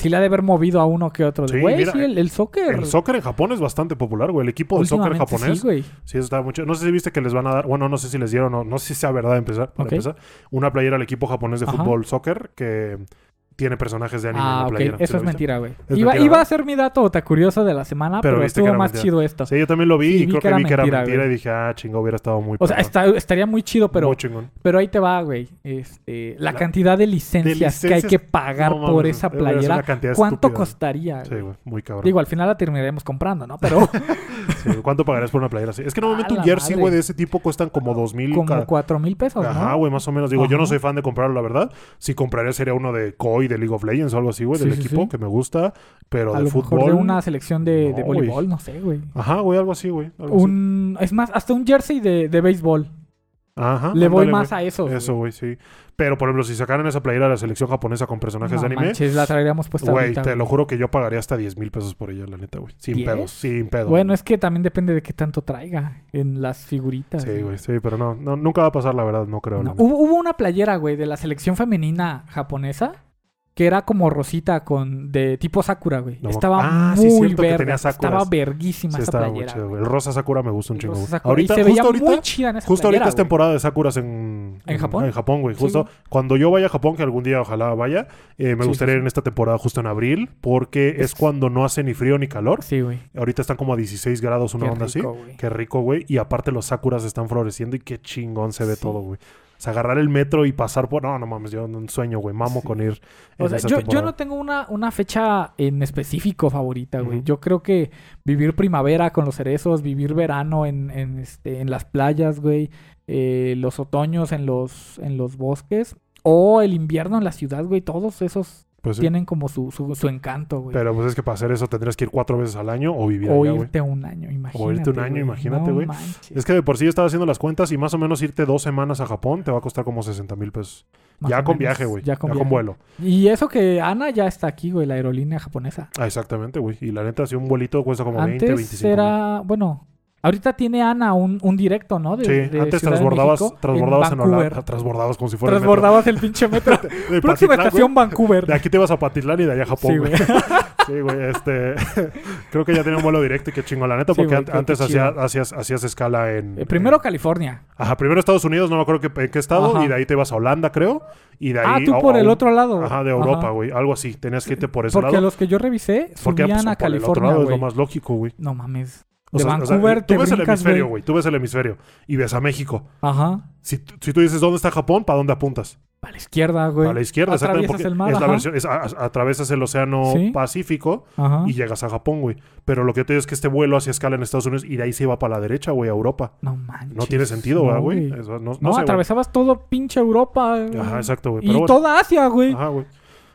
sí le ha de haber movido a uno que otro. de,
Sí,
Güey,
mira,
sí, el, el soccer.
El soccer en Japón es bastante popular, güey. El equipo de soccer
últimamente
japonés.
Sí, güey.
Sí, eso estaba mucho. No sé si viste que les van a dar. Bueno, no sé si les dieron o no sé si sea verdad empezar, para
Ok.
empezar. Una playera al equipo japonés de
Ajá.
fútbol soccer que tiene personajes de anime en
Ah,
la
ok.
playera. ¿Sí
Eso
la
es
viste?
mentira, güey.
Es
Iba,
mentira,
iba
¿no?
a ser mi dato otakurioso de la semana,
Pero
pero,
viste que
estuvo
era
más
mentira.
chido esto.
Sí, yo también lo vi
Sí,
y
vi
creo
que
que
era
vi que era
mentira,
mentira y
güey.
dije, ah, chingo, hubiera estado muy
O sea,
perro.
está- estaría muy chido, pero,
muy chingón.
pero ahí te va, güey. Este, la,
La-
cantidad de licencias, que hay
licencias-
que pagar
No mames,
por esa
debe ser una
playera,
cantidad
¿cuánto
estúpida, güey.
costaría?
Sí,
güey?
güey, muy cabrón.
Digo, al final la terminaremos comprando,
(laughs)
¿no? Pero
Sí, güey, ¿Cuánto pagarías por una playera así? Es que normalmente
(laughs)
un
A la
jersey,
madre.
güey, de ese tipo cuestan como dos mil
como
cada-
cuatro mil pesos, ¿no?
Ajá, güey, más o menos. Digo, yo no
Ajá.
soy fan de comprarlo, la verdad. Si compraría sería uno de Koi, de League of Legends o algo así, güey,
Sí,
del
sí,
equipo
sí.
que me gusta, pero
a
de
lo
fútbol.
mejor de una selección de, de
No, güey.
voleibol, no sé, güey.
Ajá, güey, algo así, güey. algo así.
Un, es más, hasta un jersey de, de béisbol.
Ajá.
Le voy
Ah, ándale,
más
güey.
a esos,
Eso, güey, sí. Pero, por ejemplo, si sacaran esa playera de la selección japonesa con personajes
No
de anime,
manches, la traeríamos puesta
güey,
ahorita,
te
güey.
lo juro que yo pagaría hasta 10 mil pesos por ella, la neta, güey. Sin
¿Diez?
pedos, sin pedos.
Bueno, es que también depende de qué tanto traiga en las figuritas.
Sí, güey, sí, pero no, no, nunca va a pasar, la verdad, no creo. la
No,
neta.
Hubo, hubo una playera, güey, de la selección femenina japonesa que era como rosita con de tipo Sakura, güey.
No,
estaba
ah, sí,
muy
cierto que
verga.
tenía sakuras.
Estaba verguísima
Sí,
esa
estaba muy
playera.
chido,
güey.
güey. El Rosa Sakura me gusta un
El
chingo,
rosa
güey.
sakura. Y
Ahorita,
se
justo
veía muy
ahorita,
chida en esa
justo
playera,
ahorita es
güey.
temporada de Sakuras en,
¿En Japón?
En Japón, güey.
Sí,
Justo
güey.
cuando yo vaya a Japón, que algún día ojalá vaya, eh, me
Sí,
gustaría
sí,
ir en esta temporada justo en abril, porque es
(laughs) Es-
cuando no hace ni frío ni calor.
Sí, güey.
Ahorita están como a 16 grados, una
Qué
onda
rico,
así.
güey.
Qué rico, güey. Y aparte los sakuras están floreciendo y qué chingón se ve
Sí.
todo, güey. O sea, agarrar el metro y pasar por... No, no mames, yo no sueño, güey. Mamo
Sí.
con ir en
O sea,
esa
yo, yo
temporada.
no tengo una, una fecha en específico favorita, güey.
Ujú.
Yo creo que vivir primavera con los cerezos, vivir verano en, en, este, en las playas, güey. eh, los otoños en los, en los bosques. O el invierno en la ciudad, güey. Todos esos
Pues sí.
tienen como su, su, su encanto, güey.
Pero pues es que para hacer eso tendrías que ir cuatro veces al año o vivir
o
allá, güey.
irte un año, imagínate.
un año,
güey.
imagínate,
No
güey.
manches.
Es que de por sí yo estaba haciendo las cuentas y más o menos irte dos semanas a Japón te va a costar como 60 mil pesos.
Más
ya
o
con
menos,
viaje, güey.
Ya con, viaje.
vuelo.
Y eso que Ana ya está aquí, güey, la aerolínea japonesa.
Ah, exactamente, güey. Y la neta, si un vuelito cuesta como 20,
antes
25.
era, bueno, ahorita tiene Ana un, un directo, ¿no? De,
mil. Sí,
de
antes
Ciudad de
transbordabas,
México en
transbordabas en,
Vancouver.
Holanda. Transbordabas como si fuera el metro.
Transbordabas el pinche metro.
(laughs) De
Próxima
Patitlán,
estación,
güey. De
Vancouver.
aquí te vas a Patitlán y de allá a Japón,
Sí,
güey.
güey.
(laughs) Sí, güey, este... (laughs) creo que ya tenía un vuelo directo y qué chingo, la neta,
Sí,
porque
güey,
an-
qué- qué
antes
chido.
hacía- hacías, hacías escala en...
Eh, Primero California.
Ajá, primero Estados Unidos, no me acuerdo qué, en qué estado,
Ajá.
y de ahí te vas a Holanda, creo, y de ahí...
ah, tú
a-
por
a
el
un-
otro lado.
Ajá, de Europa, güey, algo así. Tenías que irte por ese
Porque
lado.
los que yo revisé
Porque
subían
pues,
a
por el otro
California,
lado es
güey.
lo más lógico, güey.
No mames.
O
De
sea, o sea,
Vancouver te
tú ves el
brincas,
hemisferio,
güey.
güey. Tú ves el hemisferio y ves a México.
Ajá.
Si, t- si tú dices dónde está Japón, ¿para dónde apuntas?
A la izquierda, güey.
A la izquierda, exactamente. Porque
Atraviesas el mar,
es la
ajá.
versión, es a- a- atravesas el océano
Sí.
Pacífico
Ajá.
y llegas a Japón, güey. Pero lo que te digo es que este vuelo hacia escala en Estados Unidos y de ahí se iba para la derecha, güey, a Europa.
No manches.
No tiene sentido,
no,
¿verdad, güey. Eso No, no
No,
sé, güey.
atravesabas todo pinche Europa.
Ajá, exacto, güey.
Y
Pero bueno.
toda Asia, güey.
Ajá, güey.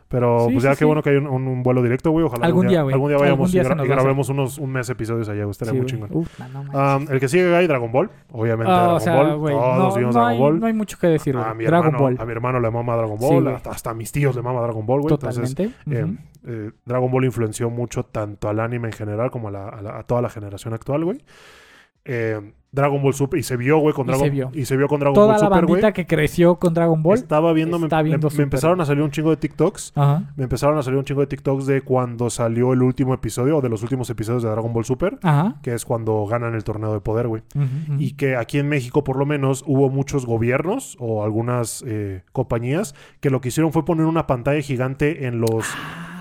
Pero
Sí,
pues
sí,
ya
sí.
qué bueno que hay un, un- un vuelo directo, güey. Ojalá
Algún día, güey.
algún día vayamos
Algún día
y,
se
gra-
nos
y
va a hacer.
grabemos unos, un mes episodios allá, güey. Estaría
Sí,
muy
güey.
chingón.
Uf, no, no manches.
Am, el que sigue hay Dragon Ball, obviamente.
Ah,
Dragon
o sea,
Ball.
güey.
Todos
No,
vimos
no
Dragon
hay,
Ball.
no hay mucho que decir,
a, mi
güey. Dragon
hermano,
Ball.
a mi hermano le mama Dragon
Sí,
Ball.
güey.
hasta, hasta a mis tíos le mama Dragon Ball, güey. Entonces,
Totalmente.
eh,
ujú.
eh, Dragon Ball influenció mucho tanto al anime en general como a, la- a la- a toda la generación actual, güey. Eh, Dragon Ball Super. Y se vio, güey, con
Y
Dragon
se vio.
Y se vio con Dragon
Toda
Ball
la
Super,
bandita
güey. este,
que creció con Dragon Ball.
Estaba viendo, me-
está
me-
viendo
me
Super,
empezaron
güey.
a salir un chingo de TikToks
Ajá.
me empezaron a salir un chingo de TikToks de cuando salió el último episodio o de los últimos episodios de Dragon Ball Super,
Ajá.
que es cuando ganan el torneo de poder, güey.
ujú, ujú.
Y que aquí en México, por lo menos, hubo muchos gobiernos o algunas eh, compañías que lo que hicieron fue poner una pantalla gigante en los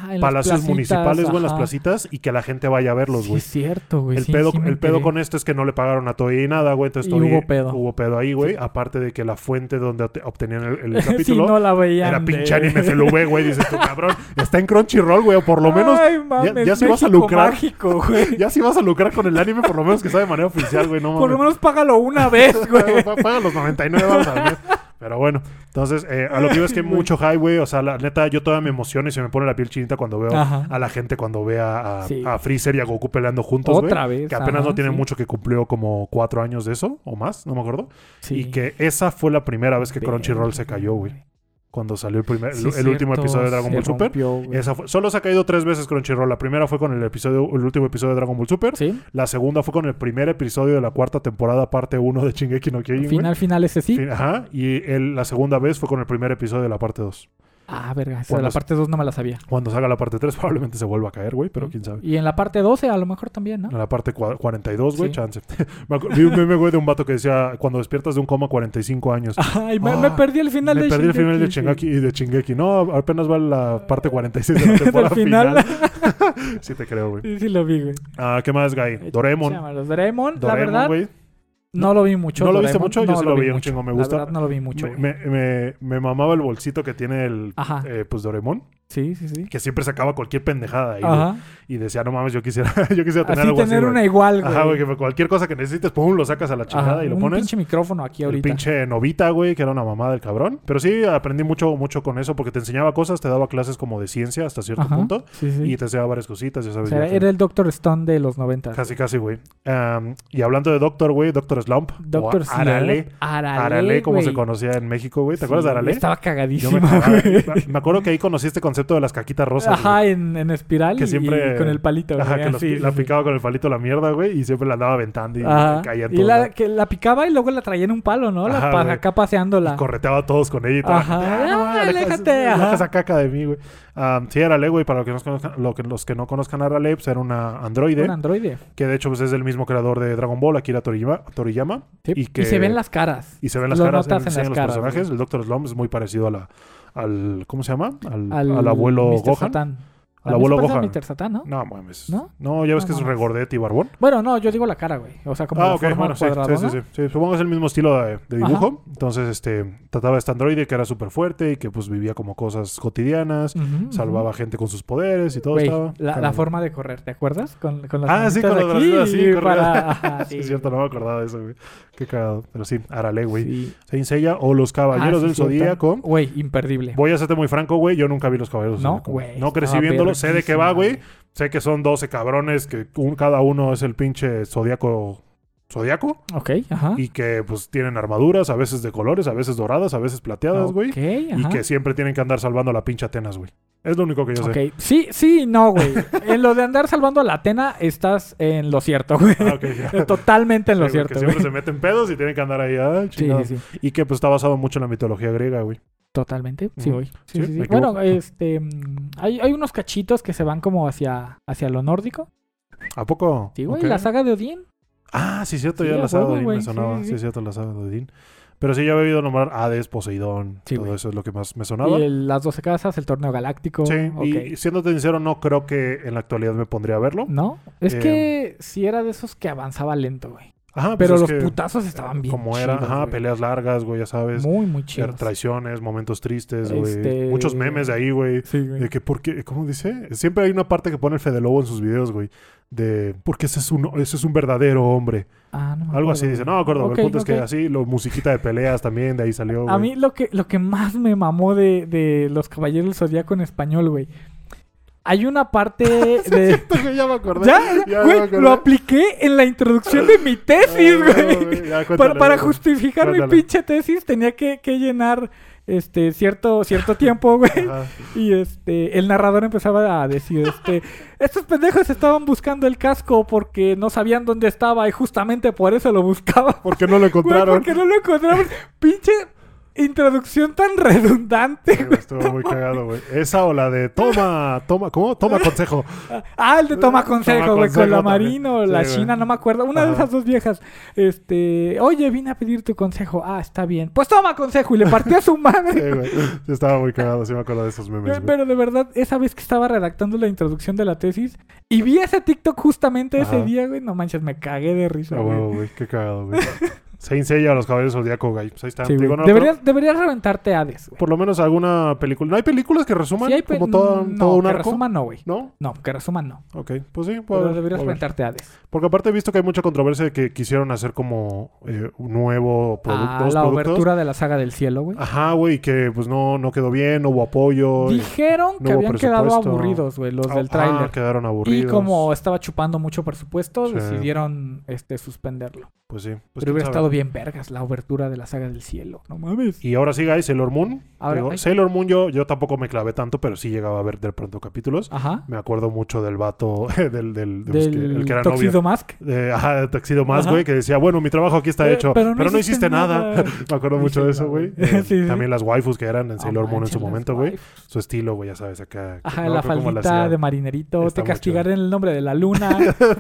Ah, en las
palacios
placitas,
municipales o en las
ajá.
placitas y que la gente vaya a verlos,
Sí,
güey.
es cierto, güey.
El,
sí,
pedo,
sí me
el pedo
enteré.
con esto es que no le pagaron a Toei nada, güey. Entonces
Y
Toei-
hubo pedo.
hubo pedo ahí, güey. Aparte de que la fuente donde obte- obtenían el, el capítulo
(laughs) sí, no la veían.
era pinche
de- (laughs)
anime CLV, güey. Dices tú, cabrón. Está en Crunchyroll, güey. O por lo menos.
Ay, mames,
ya si vas a
México
lucrar.
mágico,
(laughs)
güey.
Ya si vas a lucrar con el anime, por lo menos que sea de manera oficial, güey. No
Por lo
mames.
menos págalo una vez, (laughs) güey.
Pa- Paga los 99 dólares al mes. Pero bueno, entonces, eh, a lo que iba
(laughs)
es que
Ay, güey.
mucho high, güey. O sea, la neta, yo todavía me emociono y se me pone la piel chinita cuando veo
Ajá.
a la gente, cuando ve a, a-
Sí.
a Freezer y a Goku peleando juntos, güey.
Otra vez.
Que apenas
ajá,
no tiene
sí.
mucho que cumplió como cuatro años de eso, o más, no me acuerdo.
Sí.
(laughs) Y que esa fue la primera vez que
Verga,
Crunchyroll se cayó, güey. Cuando salió el, primer,
Sí,
el, el último
cierto,
episodio de Dragon
se
Ball Super.
rompió, güey.
Esa fue- solo se ha caído tres veces Crunchyroll. La primera fue con el episodio, el último episodio de Dragon Ball Super.
Sí.
La segunda fue con el primer episodio de la cuarta temporada, parte 1 de Shingeki no Kyojin. güey.
Final, final ese sí.
Fin- Ajá. Y el- la segunda vez fue con el primer episodio de la parte 2.
Ah, verga. Esa de
Cuando
la
se-
parte 2 no me la sabía.
Cuando salga la parte 3 (laughs) probablemente se vuelva a caer, güey, pero quién sabe.
Y en la parte 12 a lo mejor también, ¿no?
En la parte cua- 42, güey,
Sí.
chance. (laughs) Me acu- Vi un meme, güey, de un vato que decía, cuando despiertas de un coma, 45 años.
Ay, me,
Ah,
me perdí el final
Me
de
perdí el final de Shingeki
Shingeki,
y de Shingeki. No, apenas va la parte 46 de la
sí. (laughs) Del
temporada final.
final. (laughs)
Sí te creo, güey.
sí, sí lo vi, güey.
Ah, ¿qué más, Guy? Doraemon.
Se llama los Doraemon, la
Doraemon,
verdad,
güey.
no lo vi mucho.
¿No lo viste
Doraemon,
mucho? Yo
no
sí lo vi un
mucho.
chingo, me
La
gusta.
verdad, no lo vi mucho.
Me,
güey.
me-
Ah.
me- me mamaba el bolsito que tiene el
Ajá.
eh, pues Doraemon,
Sí, sí, sí.
que siempre sacaba cualquier pendejada ahí, güey.
Ajá.
y decía, no mames, yo quisiera, (laughs) yo quisiera tener
Así
algo así,
tener
güey".
una igual, güey.
Ajá, güey, que cualquier cosa que necesites, pum, lo sacas a la chingada
Ajá,
y lo
un
pones.
pinche micrófono aquí
El
ahorita.
pinche novita, güey, que era una mamada del cabrón. Pero sí, aprendí mucho, mucho con eso, porque te enseñaba cosas, te daba clases como de ciencia hasta cierto
Ajá,
punto,
Sí, sí.
y te enseñaba varias cositas, ya
O
sabes.
sea,
ya.
era el Doctor Stone de los 90.
Casi, casi, güey. Am, y hablando de Doctor, güey, Doctor Slump. o
Doctor Slump.
Arale.
Arale,
Arale, como se
güey.
conocía en México, güey. ¿Te
Sí,
acuerdas de Arale?
Estaba
Yo me,
cagadísimo,
cagaba, (laughs)
güey.
güey. me acuerdo que ahí conocí este concepto de las caquitas rosas.
Ajá, en, en espiral
Que
y-
siempre-
y con el palito.
güey. Ajá,
güey,
que los-
así,
la
sí, sí.
picaba con el palito la mierda, güey, y siempre la andaba aventando y
Ajá.
caía en
Y
todo.
la, que la picaba y luego la traía en un palo, ¿no? La
Ajá,
pa-
güey.
acá paseándola.
Y correteaba a todos con ella y todo.
Ajá. Ah, aléjate,
esa-
ajá.
esa caca de mí, güey. Am, sí, Arale, güey, para los que, no conozcan, lo que- los que no conozcan a Arale, pues era una androide,
Un androide.
que de hecho pues, es del mismo creador de Dragon Ball, Akira Toriyama. Toriyama
Sí.
Y
Y,
que-
se ven las caras.
y se ven las
Lo
caras,
notas en
enseñan
las
los
caras,
personajes.
güey.
El Doctor Slump es muy parecido a la, al, ¿cómo se llama? Al,
Al,
al abuelo
Mr.
Gohan.
Satán.
Al
Ah,
abuelo
¿no se parece
Gohan.
a Mr. Satán, ¿no?
No mames.
¿No?
ya ves
No
que es
mames.
regordete y barbón.
Bueno, no, yo digo la cara, güey. O sea, como
ah,
la
ok,
forma
bueno, sí, sí, sí,
cuadradona.
sí, sí. Supongo que es el mismo estilo de, de dibujo. Entonces, este, trataba a este androide que era súper fuerte y que pues vivía como cosas cotidianas,
Ujú, ujú.
salvaba gente con sus poderes y todo
Güey,
estaba.
la, la
cabrón.
forma de correr, ¿te acuerdas? Con, con las
Ah, sí,
manitas
con los
aquí
bracitos así,
y
correr.
para-
(laughs)
ajá,
Sí, es cierto, no me acordaba de eso, güey. Qué cagado. Pero sí, Arale, güey.
Sí.
Saint Seiya o Los Caballeros
Ah, sí,
del
cierto.
Zodíaco.
Güey, imperdible.
Voy a serte muy franco, güey. Yo nunca vi Los Caballeros del
No,
Zodíaco,
güey,
No crecí
estaba
viéndolo. Sé de qué va, güey.
verguísima,
Sé que son 12 cabrones que un- cada uno es el pinche Zodíaco. ¿Zodíaco?
Ok, ajá.
y que pues tienen armaduras, a veces de colores, a veces doradas, a veces plateadas, güey.
Ok,
Y
ajá.
que siempre tienen que andar salvando a la pinche Atenas, güey. Es lo único que yo sé.
Ok, sí, sí, no, güey. en lo de andar salvando a la Atena, estás en lo cierto, güey.
(laughs) Ah, ok, ya.
(laughs) Totalmente en lo
Sí, güey, que
cierto,
siempre
güey.
se meten pedos y tienen que andar ahí. ah,
Sí,
chingado.
sí, sí.
Y que pues está basado mucho en la mitología griega, güey.
Totalmente, sí,
Ujú.
güey.
Sí,
Sí, sí, sí.
me equivoco.
Bueno, este, mm, hay, hay unos cachitos que se van como hacia, hacia lo nórdico.
¿A poco?
Sí, güey,
Ok.
la saga de Odín.
Ah, sí, cierto,
Sí,
ya
a
la saga de
huevo,
Odín me
güey, sí,
sonaba. Sí,
sí, sí.
cierto, la saga de Odín. Pero sí, ya había oído nombrar Hades, Poseidón.
Sí,
todo
güey.
eso es lo que más me sonaba.
Y el- las 12 casas, el torneo galáctico.
Sí,
ok.
y siéndote sincero, no creo que en la actualidad me pondría a verlo.
¿No? Es
Eh,
que si era de esos que avanzaba lento, güey.
Ajá, pues
Pero
es
los
que,
putazos estaban bien.
Como era,
chidos,
ajá,
güey.
peleas largas, güey, ya sabes.
Muy, muy
Era
chidos.
Traiciones, momentos tristes, güey.
Este-
Muchos memes de ahí, güey.
Sí, güey.
De que, ¿por qué? ¿Cómo dice? Siempre hay una parte que pone el Fede Lobo en sus videos, güey. De, porque ese es un, ese es un verdadero hombre.
Ah, no
Algo
me acuerdo,
así
güey.
dice. No, me acuerdo.
Ok,
el punto es
ok.
que así, lo, musiquita de peleas también, de ahí salió,
A
güey.
mí lo que, lo que más me mamó de, de los Caballeros del Zodíaco en español, güey. Hay una parte
(laughs)
de...
(laughs) ya me acordé.
ya,
Ya me
güey,
acordé.
lo apliqué en la introducción de mi tesis, güey.
Ya,
(laughs) para,
cuéntale,
para
güey.
justificar mi
Cuéntale.
pinche tesis tenía que, que llenar este cierto cierto tiempo, güey.
Ajá.
Y este el narrador empezaba a decir, este, estos pendejos estaban buscando el casco porque no sabían dónde estaba y justamente por eso lo buscaban.
¿Por qué no lo
(laughs) Güey,
encontraron?
¿por qué no lo encontramos? Pinche introducción tan redundante.
Güey, Estuvo muy cagado, güey. Esa o la de toma, toma, ¿cómo? Toma
(laughs)
consejo.
Ah, el de toma
Toma
consejo, güey,
Consejo
con la
Eh, también.
Marino, la
Sí, güey.
China, no me acuerdo. Una de
Ajá.
esas dos viejas. Este, oye, vine a pedir tu consejo. Ah, está bien. Pues toma consejo y le partió
(laughs)
a su
Sí,
madre.
güey. Sí, Estaba muy cagado, sí me acuerdo de esos memes, güey.
Pero de verdad, esa vez que estaba redactando la introducción de la tesis y vi ese TikTok justamente ese
Ajá.
día, güey, no manches, me cagué de risa.
Ah,
güey.
huevo, güey. Qué cagado,
(laughs)
güey. Saint Seiya, los caballeros zodiaco, güey. Pues ahí está.
Sí, güey.
Digo, no,
deberías, deberías reventarte Hades,
pero
güey.
por lo menos alguna película. ¿No hay películas que resuman?
Sí hay pe-
como todo,
no,
todo un
que
arco.
resuma no, güey.
¿No?
No, que resuma no.
Ok. Pues sí, puedo.
Pero
ver,
deberías
puedo ver.
reventarte Hades.
Porque aparte he visto que hay mucha controversia de que quisieron hacer como eh, un nuevo producto.
Ah,
dos
la
productos.
obertura de la saga del cielo, güey.
Ajá, güey, que pues no, no quedó bien, no hubo apoyo. y-
Dijeron
no
que
hubo
habían quedado
presupuesto.
aburridos, güey, los del
Ah,
tráiler.
quedaron
y
aburridos.
como estaba chupando mucho presupuesto,
Sí.
decidieron este suspenderlo.
Pues sí. pues
Pero
quién
hubiera
sabe.
estado bien vergas la obertura de la saga del cielo. No mames.
Y ahora sí, guys, Sailor Moon.
Ahora-
Digo,
ay.
Sailor Moon yo, yo tampoco me clavé tanto, pero sí llegaba a ver de pronto capítulos.
Ajá.
Me acuerdo mucho del vato, (laughs) del, del, de los que-
Del
el que era
Tuxedo
novio.
Mask.
De, ajá, de Tuxedo Mask,
Ajá.
güey, que decía, bueno, mi trabajo aquí está
Eh,
hecho,
pero
pero
no
no,
hiciste
hiciste nada.
nada.
(laughs) Me acuerdo
No
mucho de
hiciste
eso, güey.
nada.
Eh,
(laughs) Sí, sí.
También las waifus que eran en Sailor
Ah,
Moon en su
manches,
momento,
las
güey.
wife.
Su estilo, güey, ya sabes, acá.
Ajá,
no
la
creo cómo
faldita
hacía.
de marinerito.
Está
te
muy
castigaré en el nombre de
(laughs)
la luna.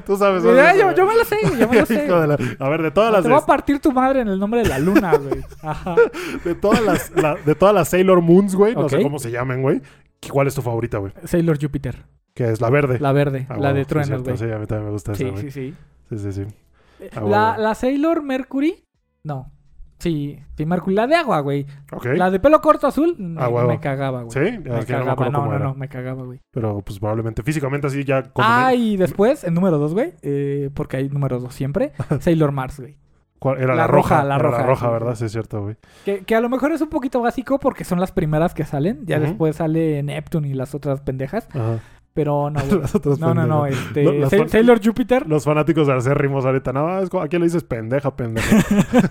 Tú sabes.
Eh,
¿sabes?
yo, yo me lo sé, yo me lo sé.
(laughs) Hijo de la- A ver, de todas las
Te voy a partir tu madre en el nombre de la luna, güey. Ajá.
(laughs) De todas las, la- de todas las Sailor Moons, güey. No
Ok.
sé cómo se llamen, güey. ¿Cuál es tu favorita, güey?
Sailor Júpiter.
Que es la verde.
La verde.
Ah,
la
huevo,
de
sí,
truenos,
cierto,
güey.
Sí, a mí también me gusta esa,
Sí,
güey.
sí, sí.
Sí, sí, sí. Ah,
La,
huevo.
la Sailor Mercury. No. Sí, sí, Mercury. La de agua, güey.
Ok.
La de pelo corto azul. Me,
Ah, huevo.
me cagaba, güey.
Sí, es que no
Me
me
cagaba.
acuerdo
No,
cómo
no,
era.
no, me cagaba, güey.
Pero pues probablemente físicamente así ya con
Ah, y después, el número 2, güey. eh, porque hay número
(laughs)
2 siempre. Sailor Mars, güey.
¿Cuál? Era
la
la,
roja,
roja,
la
era
roja,
La roja,
sí,
¿verdad?
sí.
Sí, es cierto, güey.
Que, que a lo mejor es un poquito básico porque son las primeras que salen. Ya
Ujú.
después sale Neptune y las otras pendejas. (laughs)
Ajá. (laughs)
Pero no, güey.
Las otras
No, no, no.
pendejas.
Este,
Lo- las
Sail-
pon-
Sailor Júpiter.
Los fanáticos de Arcérrimos ahorita. No, es como- ¿a quién le dices pendeja,
(laughs)
pendeja? (laughs)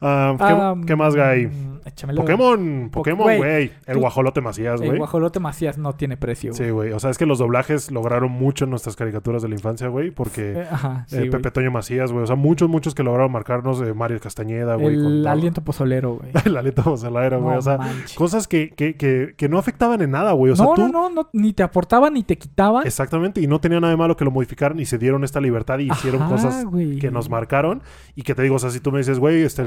Ah, ¿qué,
Ah,
qué más, Guy?
mm, échamelo.
Pokémon, Pokémon,
güey.
güey. El
Tú-
guajolote Macías,
El
güey.
guajolote Macías no tiene precio.
Sí,
güey.
güey. O sea, es que los doblajes lograron mucho en nuestras caricaturas de la infancia, güey. Porque
Eh, ajá, sí,
eh,
güey.
Pepe Toño Macías, güey. O sea, muchos, muchos que lograron marcarnos. eh, Mario Castañeda, güey.
El
con-
aliento pozolero, güey.
(laughs) El aliento voceladero, güey.
No
o sea,
manches.
cosas que, que, que, que no afectaban en nada, güey. O sea,
no,
tú...
no, no, no, ni te aportaban ni te quitaban.
Exactamente. Y no tenía nada de malo que lo modificaran y se dieron esta libertad y hicieron
Ajá,
cosas
güey.
que
(laughs)
nos marcaron. Y que te digo, o sea, si tú me dices, güey, este,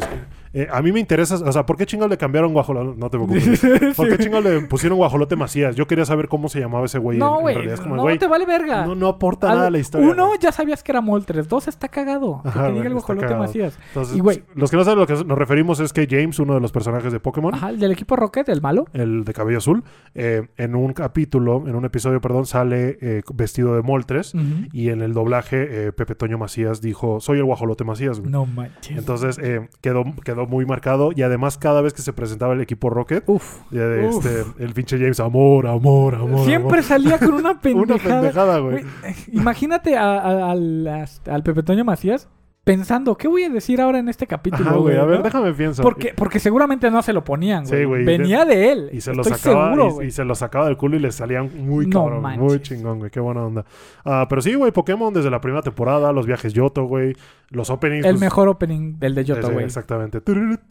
eh, a mí me interesa... O sea, ¿por qué chingados le cambiaron guajolote? No te preocupes.
(laughs) Sí,
¿Por qué
güey.
chingados le pusieron guajolote Macías? Yo quería saber cómo se llamaba ese güey. en-
No,
en,
güey.
realidad es como,
No
güey,
te vale verga.
No, no aporta nada a la historia.
Uno,
güey.
ya sabías que era Moltres. Dos, está cagado. Que
Ajá,
te
güey,
diga el
está
guajolote
cagado.
Macías.
Entonces,
y, güey.
los que no saben a lo que nos referimos es que James, uno de los personajes de Pokémon,
Ajá, el del equipo Rocket, el malo.
el de cabello azul, eh, en un capítulo, en un episodio, perdón, sale eh, vestido de Moltres
Ujú.
y en el doblaje eh, Pepe Toño Macías dijo, soy el guajolote Macías. güey".
No manches.
Entonces eh, quedó, quedó muy marcado y además cada vez que se presentaba el equipo Rocket,
Uf.
ya de,
Uf.
este, el pinche James, amor, amor, amor.
Siempre salía con una
amor". (laughs)
pendejada.
una pendejada, güey.
Güey, eh, imagínate a- a- al, as- al Pepe Toño Macías pensando, ¿qué voy a decir ahora en este capítulo?
Ajá, güey, a ver,
no?
déjame pienso.
Porque, porque seguramente no se lo ponían, güey.
Sí, güey,
Venía de él.
Y se lo
Estoy
sacaba
seguro,
y- y,
güey.
se lo sacaba del culo y le salían muy
No
cabrón, muy
manches.
chingón, güey, qué buena onda. Ah, pero sí, güey, Pokémon desde la primera temporada, los viajes Yoto, güey, los openings
El
pues,
mejor opening del de Yoto,
desde-
güey.
Exactamente.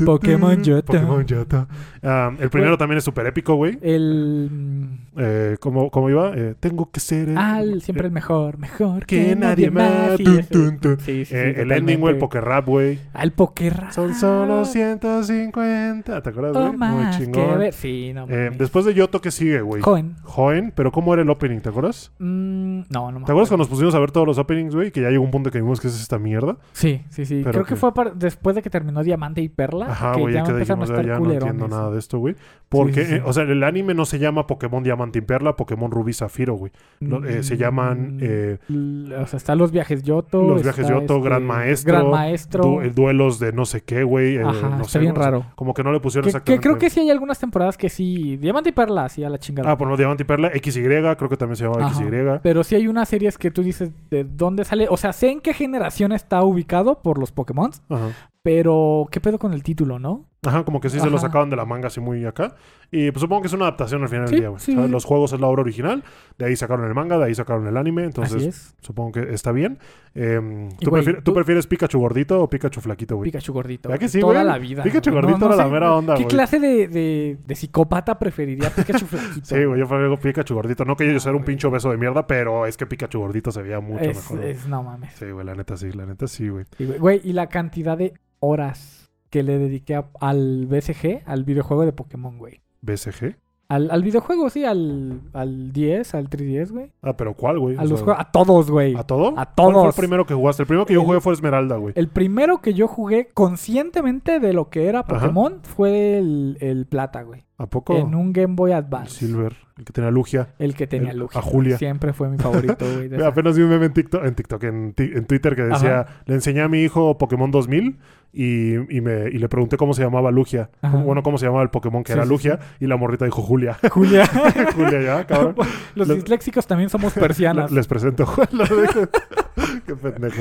Pokémon Yoto.
Pokémon Yoto. Ah, el primero
Güey.
también es súper épico, güey.
El. mm,
Eh, ¿cómo, cómo iba? Eh, tengo que ser el-
Ah, el-
eh,
siempre el mejor, mejor
que nadie más.
y
Tun,
ese-
tun, tun.
Sí, sí, sí,
Eh, el
totalmente.
trending, güey, el
güey.
Pokerrap, güey.
Ah, el poker.
Son solo 150. ¿Te acuerdas, güey?
Oh, más
Muy
que
chingón.
ver. Sí, no
Eh,
mames.
después de Yoto, ¿qué sigue, güey?
Joven.
Joven, pero ¿cómo era el opening? ¿Te acuerdas?
Mm, no, no me
¿Te acuerdas
acuerdo.
cuando nos pusimos a ver todos los openings, güey? Que ya llegó un punto que vimos que es esta mierda.
Sí, sí, sí.
Pero
Creo que
que-
fue par- después de que terminó Diamante y Perla.
Ajá,
que
güey,
ya
ya que
empezaron a
dijimos, "Ah,
estar
ya no
culerones.
entiendo nada de esto, güey. Porque,
sí, sí.
eh, o sea, el anime no se llama Pokémon Diamante y Perla, Pokémon Rubí Zafiro, güey. Lo- eh, se llaman,
Mm,
eh,
l- o sea, están los viajes Yoto.
Los viajes
está, este,
Yoto, Gran Maestro,
Gran Maestro.
Du- eh, duelos de no sé qué, güey. eh,
Ajá,
no
está
sé,
bien
o sea,
raro.
como que no le pusieron
Que, que
exactamente.
creo que sí hay algunas temporadas que sí. Diamante y Perla, sí, a la chingada.
Ah, pues, por no, Diamante y Perla, XY, creo que también se llamaba
Ajá.
XY.
Pero sí hay unas series que tú dices de dónde sale. O sea, sé en qué generación está ubicado por los Pokémon,
Ajá.
pero qué pedo con el título, ¿no?
Ajá, como que sí se lo
Ajá.
sacaban de la manga así muy acá. Y pues supongo que es una adaptación al final
Sí,
del día, güey.
sí,
¿Sabes?
sí.
Los juegos es la obra original, de ahí sacaron el manga, de ahí sacaron el anime,
Así
entonces
es.
supongo que está bien. Em,
Y,
¿tú,
güey,
prefier- tú
tú-
prefieres Pikachu gordito o Pikachu flaquito, güey?
Pikachu gordito.
¿Verdad que
güey,
sí,
toda
güey?
la vida.
Pikachu
güey.
gordito era la mera onda,
¿Qué
güey.
clase de, de- de psicópata preferiría
(laughs)
Pikachu flaquito?
Sí, güey, yo prefiero Pikachu gordito. No que yo sea un
Ah, güey.
pincho beso de mierda, pero es que Pikachu gordito se veía mucho
es, eh,
mejor. güey.
es- no mames.
Sí, güey, la neta sí, la neta sí, güey.
Sí, güey. Güey, y la cantidad de horas que le dediqué a- al BCG, al videojuego de Pokémon, güey.
BCG.
Al, al videojuego, sí, al, al 10, al 3DS, güey.
Ah, pero ¿cuál, güey?
A
O
los
sea,
juegos, a todos, güey.
¿A todo?
A
¿Cuál fue el
todos.
primero que jugaste? El primero que yo
El-
jugué fue Esmeralda, güey.
El primero que yo jugué conscientemente de lo que era
Ajá.
Pokémon fue el, el plata, güey.
¿A poco?
En un Game Boy
El
Advance.
Silver, el que tenía Lugia.
El que tenía
El-
Lugia.
a Julia.
Siempre fue mi favorito, güey.
Ve, (laughs)
de esa-
Apenas vi un meme en TikTok, en, TikTok, en, ti- en Twitter que decía, le enseñé a mi hijo Pokémon 2000 y, y me, y le pregunté cómo se llamaba Lugia.
Ajá.
Cómo- bueno, cómo se llamaba el Pokémon que
Sí,
era
sí,
Lugia y la morrita dijo Julia. (laughs)
(laughs) Julia.
Julia
(laughs)
ya, cabrón.
Los
Los-
disléxicos también somos
(laughs) Le-
persianas.
Les presento. (laughs) Qué pendejo.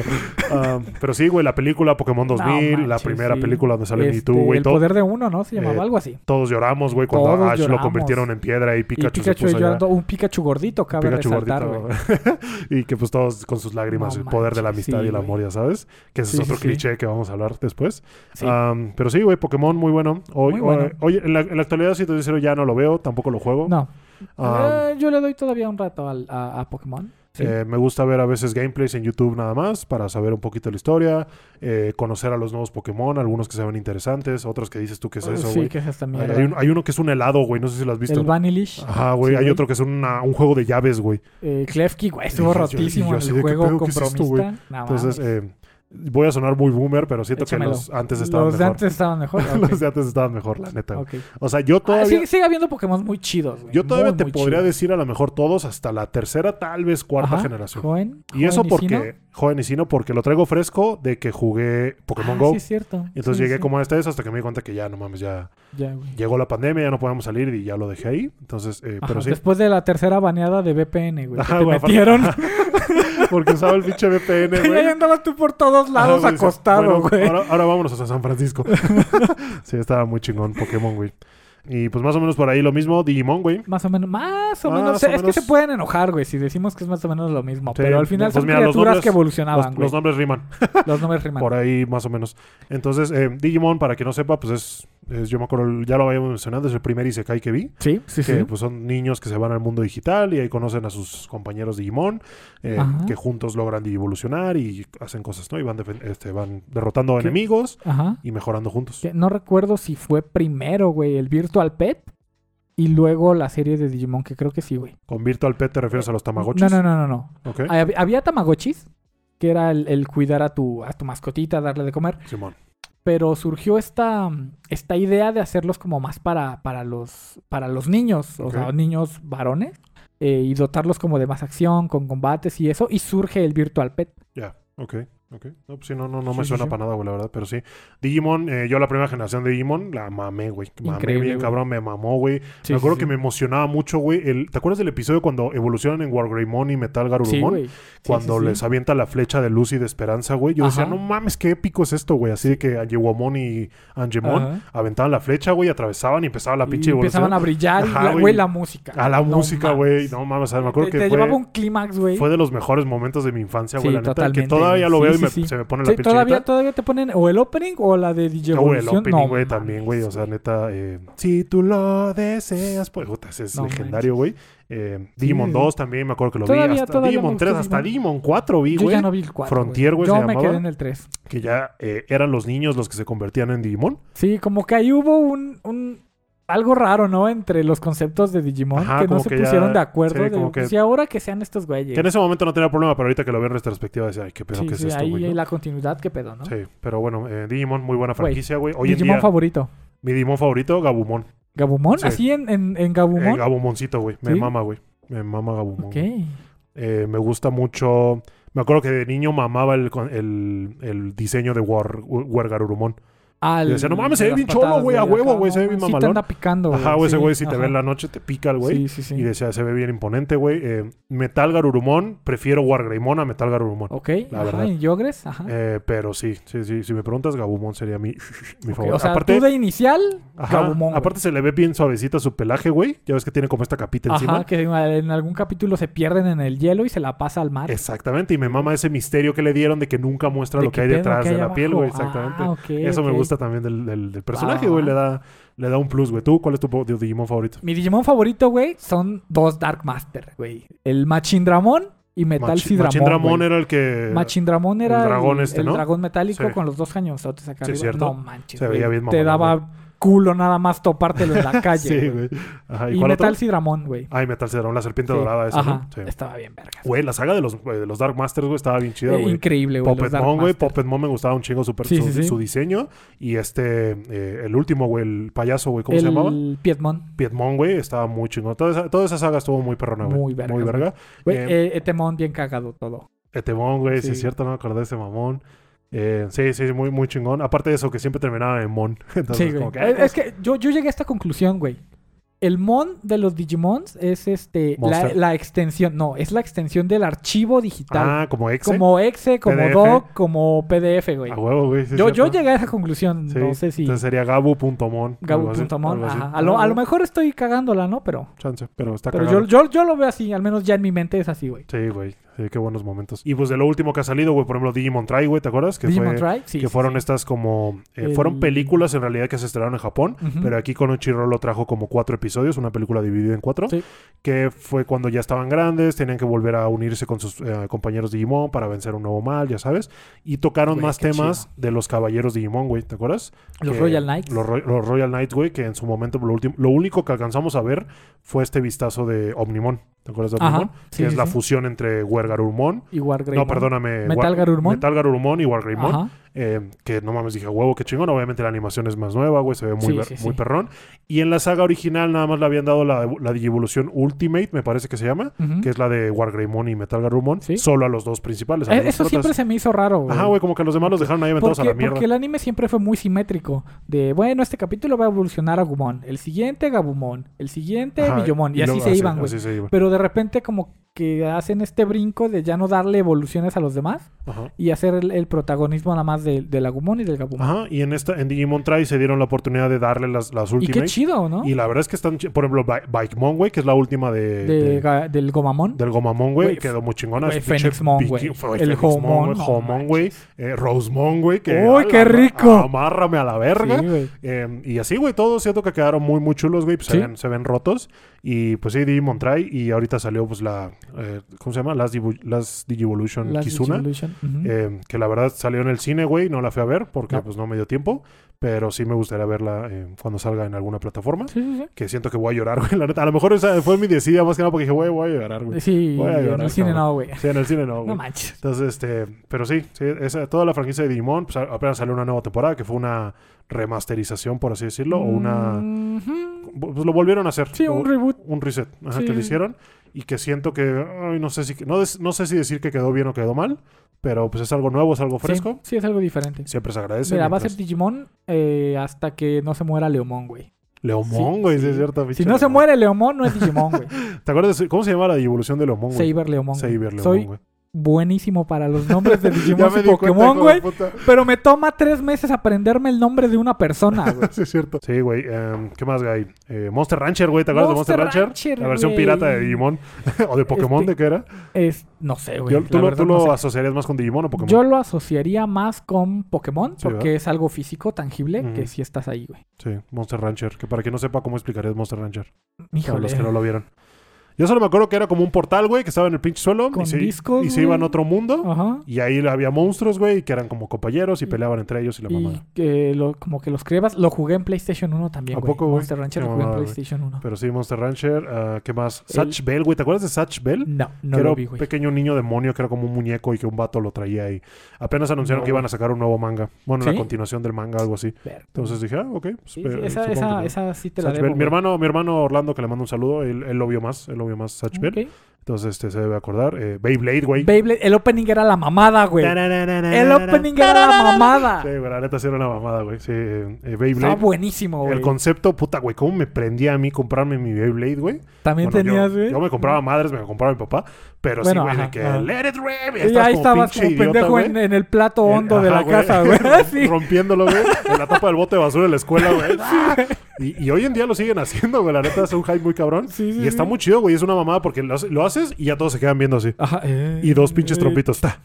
Ah, pero sí, güey, la película Pokémon 2000,
No
la
manches,
primera
sí.
película donde sale
Este,
Mewtwo, güey.
El
todo-
poder de uno, ¿no? Se llamaba
Eh,
algo así.
todos lloramos, güey, cuando
Todos
Ash lo
lloramos.
convirtieron en piedra y Pikachu,
y Pikachu
se puso ya-
llorando, un Pikachu gordito, cabe
Pikachu
resaltar,
gordito.
güey.
(laughs) y que pues todos con sus lágrimas,
No
el poder de la
manches,
amistad
sí,
y el
güey.
amor, ya sabes. Que ese
Sí,
es otro
sí, sí.
cliché que vamos a hablar después.
Sí.
Am, pero sí, güey, Pokémon muy bueno. Hoy,
Muy bueno.
hoy- hoy, en, la, en la actualidad, si te dices, ya no Ah. lo veo, tampoco lo juego.
no.
Am,
Eh, yo le doy todavía un rato al- a, a Pokémon. Sí.
eh, me gusta ver a veces gameplays en YouTube nada más para saber un poquito la historia, eh, conocer a los nuevos Pokémon, algunos que se ven interesantes, otros que dices tú que es eso,
sí,
güey.
que es esta
hay,
mierda.
hay un- hay uno que es un helado, güey, no Ah. sé si lo has visto.
el Vanillish.
Ajá, güey,
Sí,
hay
güey.
otro que es una- un juego de llaves, güey.
Eh, Klefki, güey, estuvo
Sí, yo-
rotísimo
yo así
en
de,
el
¿qué
juego
pedo? ¿Qué
con
es esto,
bromista. Nada más.
Entonces, eh, voy a sonar muy boomer, pero siento
Échamelo.
que los antes estaban
Los de
mejor.
antes estaban mejor. ok,
(laughs) los de antes estaban mejor, la neta. güey.
ok.
O sea, yo
Ah,
todavía,
sigue, sigue habiendo Pokémon muy chidos, güey.
yo todavía
Muy,
te
muy
podría
chidos.
decir a lo mejor todos hasta la tercera, tal vez cuarta
Ajá,
generación.
Joven,
Y eso
joven
porque,
Sino.
joven y sino, porque lo traigo fresco de que jugué Pokémon
Ah,
Go.
Sí, es cierto.
Y entonces
Sí,
llegué
sí.
como a esta vez hasta que me di cuenta que ya, no mames, ya
Ya, güey.
llegó la pandemia, ya no podíamos salir y ya lo dejé ahí. Entonces, eh, pero
Ajá, (laughs)
sí,
Después de la tercera baneada de VPN, güey. que
Ajá,
te
güey, aparte-
metieron.
porque usaba el pinche VPN, (laughs)
y
güey.
ahí andabas tú por todos
Ajá,
lados
güey, dices,
acostado,
bueno,
güey.
Ahora, ahora vámonos hasta San
(laughs)
Francisco. sí, estaba muy chingón Pokémon, güey. Y pues más o menos por ahí lo mismo, Digimon, güey.
Más o menos, más o
Más
menos.
o
O sea, Es
menos.
que se pueden enojar, güey, si decimos que es más o menos lo mismo.
Sí,
Pero al final
pues
son
mira, los
criaturas
nombres-
que evolucionaban,
Los,
Ah, güey. Ah,
los nombres riman,
Los nombres riman.
por ahí más o menos. Entonces, eh, Digimon, para quien no sepa, pues es, es- yo me acuerdo, ya lo habíamos mencionado, es el primer Isekai que vi.
Sí, sí,
que
sí.
pues son niños que se van al mundo digital y ahí conocen a sus compañeros Digimon, eh,
Ajá.
que juntos logran evolucionar y hacen cosas, ¿no? Y van, defen- este, van derrotando
¿Qué?
enemigos
Ajá.
y mejorando juntos.
Que no recuerdo si fue primero, güey, el Virtual Pet y luego la serie de Digimon, que creo que sí, güey.
Con Virtual Pet te refieres a los Tamagotchis.
Eh,
¿Eh?
No, no, no, no, no. Ah,
Ok,
Hab- Había Tamagotchis, que era el, el cuidar a tu, a tu mascotita, darle de comer,
Simón.
pero surgió esta, esta idea de hacerlos como más para, para, los, para los niños, o
Ok.
sea, niños varones, eh, y dotarlos como de más acción, con combates y eso, y surge el Virtual Pet.
Ya, ok, ok. No, pues sí, no, no, no
Sí,
me
sí,
suena
sí.
para nada, güey, la verdad, pero sí. Digimon, eh, yo la primera generación de Digimon la mamé, güey. Mamé
Increíble,
bien,
güey.
cabrón, me mamó, güey. me acuerdo que me emocionaba mucho, güey. el- ¿Te acuerdas del episodio cuando evolucionan en Wargreymon y Metal
Sí,
Garurumon?
güey. Sí,
cuando
sí, sí.
les avienta la flecha de luz y de esperanza, güey. Yo decía,
Ajá.
no mames, qué épico es esto, güey. Así de que Yewomon y Angemon
Ajá.
aventaban la flecha, güey, atravesaban y empezaba la pinche
Y empezaban
evolución.
a brillar, y
Ajá,
la-
güey.
güey, la música.
A la
No
música, güey.
mames.
No mames, o sea, me acuerdo
te,
que
te
fue,
llevaba un clímax, güey.
fue de los mejores momentos de mi infancia, güey,
Sí,
la neta. Que
totalmente,
todavía
güey.
lo veo
Sí,
y me,
sí.
se me pone la
Sí,
piel
todavía,
chinita.
todavía te ponen o el opening o la de DJ
O el
Evolution.
opening,
No
güey,
mames,
también, güey. O sea, neta, eh, si tú lo deseas, pues, puta, ese es
No
legendario, güey. Eh, Digimon
Sí.
2 también, me acuerdo que lo vi.
Todavía-
Hasta
todavía me
Digimon
gusta
3, hasta
Digimon.
Digimon 4 vi,
Yo
güey.
ya no vi el 4.
Frontier, güey,
Yo
se
me
llamaba.
quedé en el 3.
Que ya eh, eran los niños los que se convertían en Digimon.
Sí, como que ahí hubo un, un algo raro, ¿no? Entre los conceptos de Digimon
Ajá,
que no
como
se
que ya-
pusieron de acuerdo.
sí,
de,
como que-
pues, y ahora que sean estos güeyes.
Que en ese momento no tenía problema, pero ahorita que lo veo en retrospectiva, decía, ay, qué pedo
sí,
que es
sí,
esto,
ahí
güey. ¿no?
la continuidad, qué pedo, ¿no?
Sí, pero bueno, eh, Digimon, muy buena
Güey,
franquicia, güey. Hoy
Digimon
en día,
favorito.
mi Digimon favorito, Gabumon.
¿Gabumon?
Sí.
¿Así en, en, en
Eh,
Gabumon?
Gabumoncito, güey. Me
¿Sí?
mama, güey. Me mama Gabumon.
Ok.
güey. Eh, me gusta mucho. Me acuerdo que de niño mamaba el, con- el, el diseño de War, Wargarurumon.
Al,
decía, "No mames, se
de
ve
las
bien cholo,
patadas,
güey, a
acá,
huevo, güey,
no
se ve bien
mames, Sí te
mamalón".
anda picando, güey.
Ajá, güey, ese
Oh, sí,
güey, si te
ajá.
ve en la noche, te pica el güey.
Sí, sí, sí.
Y decía, se ve bien imponente, güey. Eh, Metal Garurumon, prefiero Wargreymon a Metal Garurumon.
Ok,
La
ajá,
verdad.
en Yogres, ajá.
Eh, pero sí, sí, sí. Si me preguntas, Gabumon sería mi, (laughs) mi
Ok,
favorito.
O sea,
aparte,
tú de inicial,
ajá,
Gabumon. güey.
aparte se le ve bien suavecita su pelaje, güey. Ya ves que tiene como esta capita encima.
Ajá, que en algún capítulo se pierden en el hielo y se la pasa al mar.
Exactamente, y me mama ese misterio que le dieron de que nunca muestra
De
lo
qué
que hay
pedo
detrás
que
de
hay
la
abajo.
piel, güey. Exactamente.
Ah, ok,
Eso me
ok.
gusta también del, del- del personaje,
va,
güey.
va.
Le da, le da un plus, güey. ¿Tú cuál es tu po- tu Digimon favorito?
Mi Digimon favorito, güey, son dos Dark Master, güey. El Machindramón y Metal
Machi-
Sidramón.
Machindramón
güey.
era el que
Machindramón era
el dragón este,
el
¿no?
dragón metálico
Sí.
con los dos cañonzotes acá
Sí,
arriba.
cierto.
No manches,
Se veía
güey.
bien
Te
mamalón,
daba culo nada más topártelo
(laughs)
en la calle.
Sí,
güey.
güey. Ajá, ¿y,
Y
cuál otro?
Metal Sidramón, güey.
Ay, Metal Sidramón, la serpiente
Sí.
dorada esa,
Ajá,
¿no? Sí.
estaba bien verga.
Güey, la saga de los, eh, de los Dark Masters, güey, estaba bien chida,
Eh,
güey.
increíble, güey. los
Puppet
Dark
Mon, güey.
Master.
Puppet Mon me gustaba un chingo super
Sí,
su,
sí, sí.
su diseño. Y este, eh, el último, güey, el payaso, güey, ¿cómo se llamaba?
El Piedmon.
Piedmon, güey, estaba muy chingón. Toda esa, toda esa saga estuvo muy perrona, güey.
Muy vergas,
Muy verga.
Güey,
Eh,
eh, Etemon bien cagado todo.
Etemón, güey, si
Sí.
es cierto, no me acordé de ese mamón. Eh, sí, sí, muy, muy chingón. Aparte de eso, que siempre terminaba en Mon. (laughs) Entonces,
Sí, güey.
como que. pues".
Eh, Es que yo, yo llegué a esta conclusión, güey. El mon de los Digimons es este la,
Monster.
la extensión, no, es la extensión del archivo digital.
ah, como ex.
como exe, como
PDF.
doc, como PDF, güey.
A huevo, Ah, güey. sí es
yo, yo
cierto.
llegué a esa conclusión,
Sí,
no sé si
Entonces sería Gabu.mon.
Gabu.mon. ajá. A lo, a lo mejor estoy cagándola, ¿no? Pero,
Chance, pero Ah, está
pero
cagado.
yo, yo, yo lo veo así, al menos ya en mi mente es así, güey.
Sí, güey. Sí, qué buenos momentos. Y pues de lo último que ha salido, güey, por ejemplo, Digimon Try, güey, ¿te acuerdas? Que
Digimon
fue-
Drive, sí.
que
sí,
fueron
sí.
estas como... eh,
El-
Fueron películas en realidad que se estrenaron en Japón,
Ujú.
pero aquí con lo trajo como cuatro episodios, una película dividida en cuatro,
Sí.
que fue cuando ya estaban grandes, tenían que volver a unirse con sus eh, compañeros Digimon para vencer un nuevo mal, ya sabes, y tocaron
Güey,
más
qué
temas de los caballeros Digimon, güey, ¿te acuerdas?
Los
este, que-
Royal Knights.
Los, Ro- los Royal Knights, güey, que en su momento lo, último, lo único que alcanzamos a ver fue este vistazo de Omnimon, ¿te acuerdas de Omnimon?
Ajá.
que
sí,
es
sí,
la
sí.
fusión entre Wergarurumon,
Y Wargreymon.
no, perdóname,
Metal
War-
Garurumon.
Metal Garurumon y Wargreymon.
Ajá.
Eh, que no mames, dije, huevo, qué chingón. Obviamente la animación es más nueva, güey, se ve muy,
Sí,
ver-
sí,
muy
sí.
perrón. Y en la saga original nada más le habían dado la, la Digievolución Ultimate, me parece que se llama,
Ujú.
que es la de Wargreymon y Metal Garurumon,
Sí.
solo a los dos principales. a
Eh,
los
Eso
protas.
siempre se me hizo raro, güey.
Ajá, güey, como que los demás los dejaron ahí aventados a
Porque,
la mierda.
porque el anime siempre fue muy simétrico. De, bueno, este capítulo va a evolucionar a Gumon. El siguiente Gabumon. El siguiente
Ajá,
Billomon. Y, así
luego-
se iban, güey.
así se iban.
Pero de repente como que hacen este brinco de ya no darle evoluciones a los demás
Ajá.
y hacer el, el protagonismo nada más del, del Agumon y del Gabumon.
Ajá, y en esta en Digimon Try se dieron la oportunidad de darle las, las
y qué
Ultimate.
chido, ¿no?
Y la verdad es que están, chi- por ejemplo, Bi- Bikemon, güey, que es la última de,
De
de-
ga- del Gomamon.
del Gomamon, güey,
Güey,
quedó muy chingona.
güey,
Es pinche
Phoenix Mon,
viki-
güey.
fue-
El
Phoenix Mon,
Homon,
güey,
no
Homon, güey. Eh, Rosemon, güey. que,
¡Uy,
ala,
qué rico!
Amárrame a la verga.
Sí, güey.
Eh, y así, güey, todos siento que quedaron muy, muy chulos, güey. pues
Sí.
se, ven, se ven rotos. Y pues sí, Digimon Try. Y ahorita salió, pues, la. eh, ¿Cómo se llama? Las, Divu- las Digivolution
Las
Kizuna.
Evolution. Ujú.
Eh, que la verdad salió en el cine, güey, no la fui a ver porque
No.
pues no me dio tiempo, pero sí me gustaría verla eh, cuando salga en alguna plataforma,
Sí, sí, sí.
que siento que voy a llorar, (laughs) güey, la neta. A lo mejor esa fue mi decida más que nada porque dije, güey, voy a llorar, güey.
Sí,
Voy a
en
llorar,
el cine
cabrón.
no, güey.
Sí, en el cine no, güey.
No manches.
Entonces, este, pero sí, sí esa- toda la franquicia de Digimon, pues, a- apenas salió una nueva temporada que fue una remasterización, por así decirlo, o una...
Ujú.
Pues lo volvieron a hacer.
Mm. Sí,
Lo-
un reboot.
un reset ajá,
Sí,
que
sí,
le
sí.
hicieron y que siento que ay, no sé si no, des- no sé si decir que quedó bien o quedó mal pero pues es algo nuevo es algo
Sí,
fresco
Sí, es algo diferente.
siempre se agradece
Mira, va a ser
mientras-
Digimon eh, hasta que no se muera Leomón, güey.
Leomón
Sí,
güey sí,
sí.
es cierto
Si
pinche
no se
Leomón.
muere Leomón, no es Digimon, güey.
(laughs) te acuerdas de su- cómo se llama la evolución de Leomón güey
Saber Leomón. güey. (laughs)
Saber Leomón
Soy
güey
buenísimo
(laughs)
para los nombres de Digimon y
di cuenta, hijo
Pokémon,
de
güey.
puta. (laughs)
Pero me toma tres meses aprenderme el nombre de una persona, güey.
Sí, es cierto. Sí, güey. em, ¿Qué más, güey? Eh, Monster Rancher, güey. (laughs) ¿Te acuerdas
Monster
de Monster Rancher?
Rancher,
La versión
güey.
pirata de Digimon. (laughs) o de Pokémon,
Este,
¿de qué era?
Es, no sé, güey.
Yo-
la
¿Tú, lo,
verdad
tú
no
lo
sé.
asociarías más con Digimon o Pokémon?
Yo lo asociaría más con Pokémon,
Sí,
porque
¿verdad?
es algo físico, tangible, que
Ujú.
sí estás ahí, güey.
Sí, Monster Rancher. Que para quien no sepa cómo explicarías Monster Rancher. Para
Híjole.
los que no lo vieron. Yo solo me acuerdo que era como un portal, güey, que estaba en el pinche suelo.
Con
y se,
discos,
y se iban a
güey. Ah.
otro mundo.
Ajá.
Y ahí había monstruos, güey, que eran como compañeros y peleaban entre ellos y la
Y
mamada.
que lo- como que los creas, lo jugué en PlayStation 1 también,
¿A
güey.
poco, güey?
Monster Rancher
Qué
lo jugué en
mamada, güey.
PlayStation 1.
Pero sí, Monster Rancher. ah, ¿Qué más?
El-
Satch Bell, güey. ¿Te acuerdas de Satch Bell?
No, no
que era
lo
un
vi, güey.
pequeño niño demonio que era como un muñeco y que un vato lo traía ahí. Apenas anunciaron
No.
que iban a sacar un nuevo manga. Bueno, la
¿Sí?
continuación del manga, algo así.
Ver-
Entonces dije, ah, ok. pues,
Sí, sí,
pe-
esa,
supongo
esa,
que-
esa sí te la
Satch
debo.
Bell. Mi
güey.
hermano, mi hermano Orlando, que le mando un saludo, él, él lo vio más, él lo vio más Satch Bell.
Ok.
Entonces este, se debe acordar. Eh, Beyblade, güey.
Beyblade, el opening era la mamada, güey. El
El
opening era la mamada.
Sí, güey, la neta sí era una mamada, güey. Sí, eh, eh,
Estaba
Beyblade.
buenísimo, güey.
El concepto, puta, güey, ¿cómo me prendía a mí comprarme mi Beyblade, güey?
También
Bueno,
tenías,
yo-
güey.
Yo, me compraba madres, me compraba mi papá, pero
Bueno,
sí, güey,
ajá,
de que
ajá.
let it rip, y
Y ahí estabas
pinche
como
idiota,
pendejo
güey.
en, en el plato
Eh,
hondo de
ajá,
la
güey.
casa,
(laughs)
güey. (laughs) Sí.
Rompiéndolo, güey. En la tapa del bote de basura de la escuela,
(laughs)
güey. Y, y hoy en día lo siguen haciendo, güey. La neta es un hype muy cabrón.
Sí, sí,
y está
sí.
muy chido, güey. Es una mamada porque lo, hace- lo haces y ya todos se quedan viendo así.
Ajá, eh,
Y dos pinches
eh.
trompitos. Ta,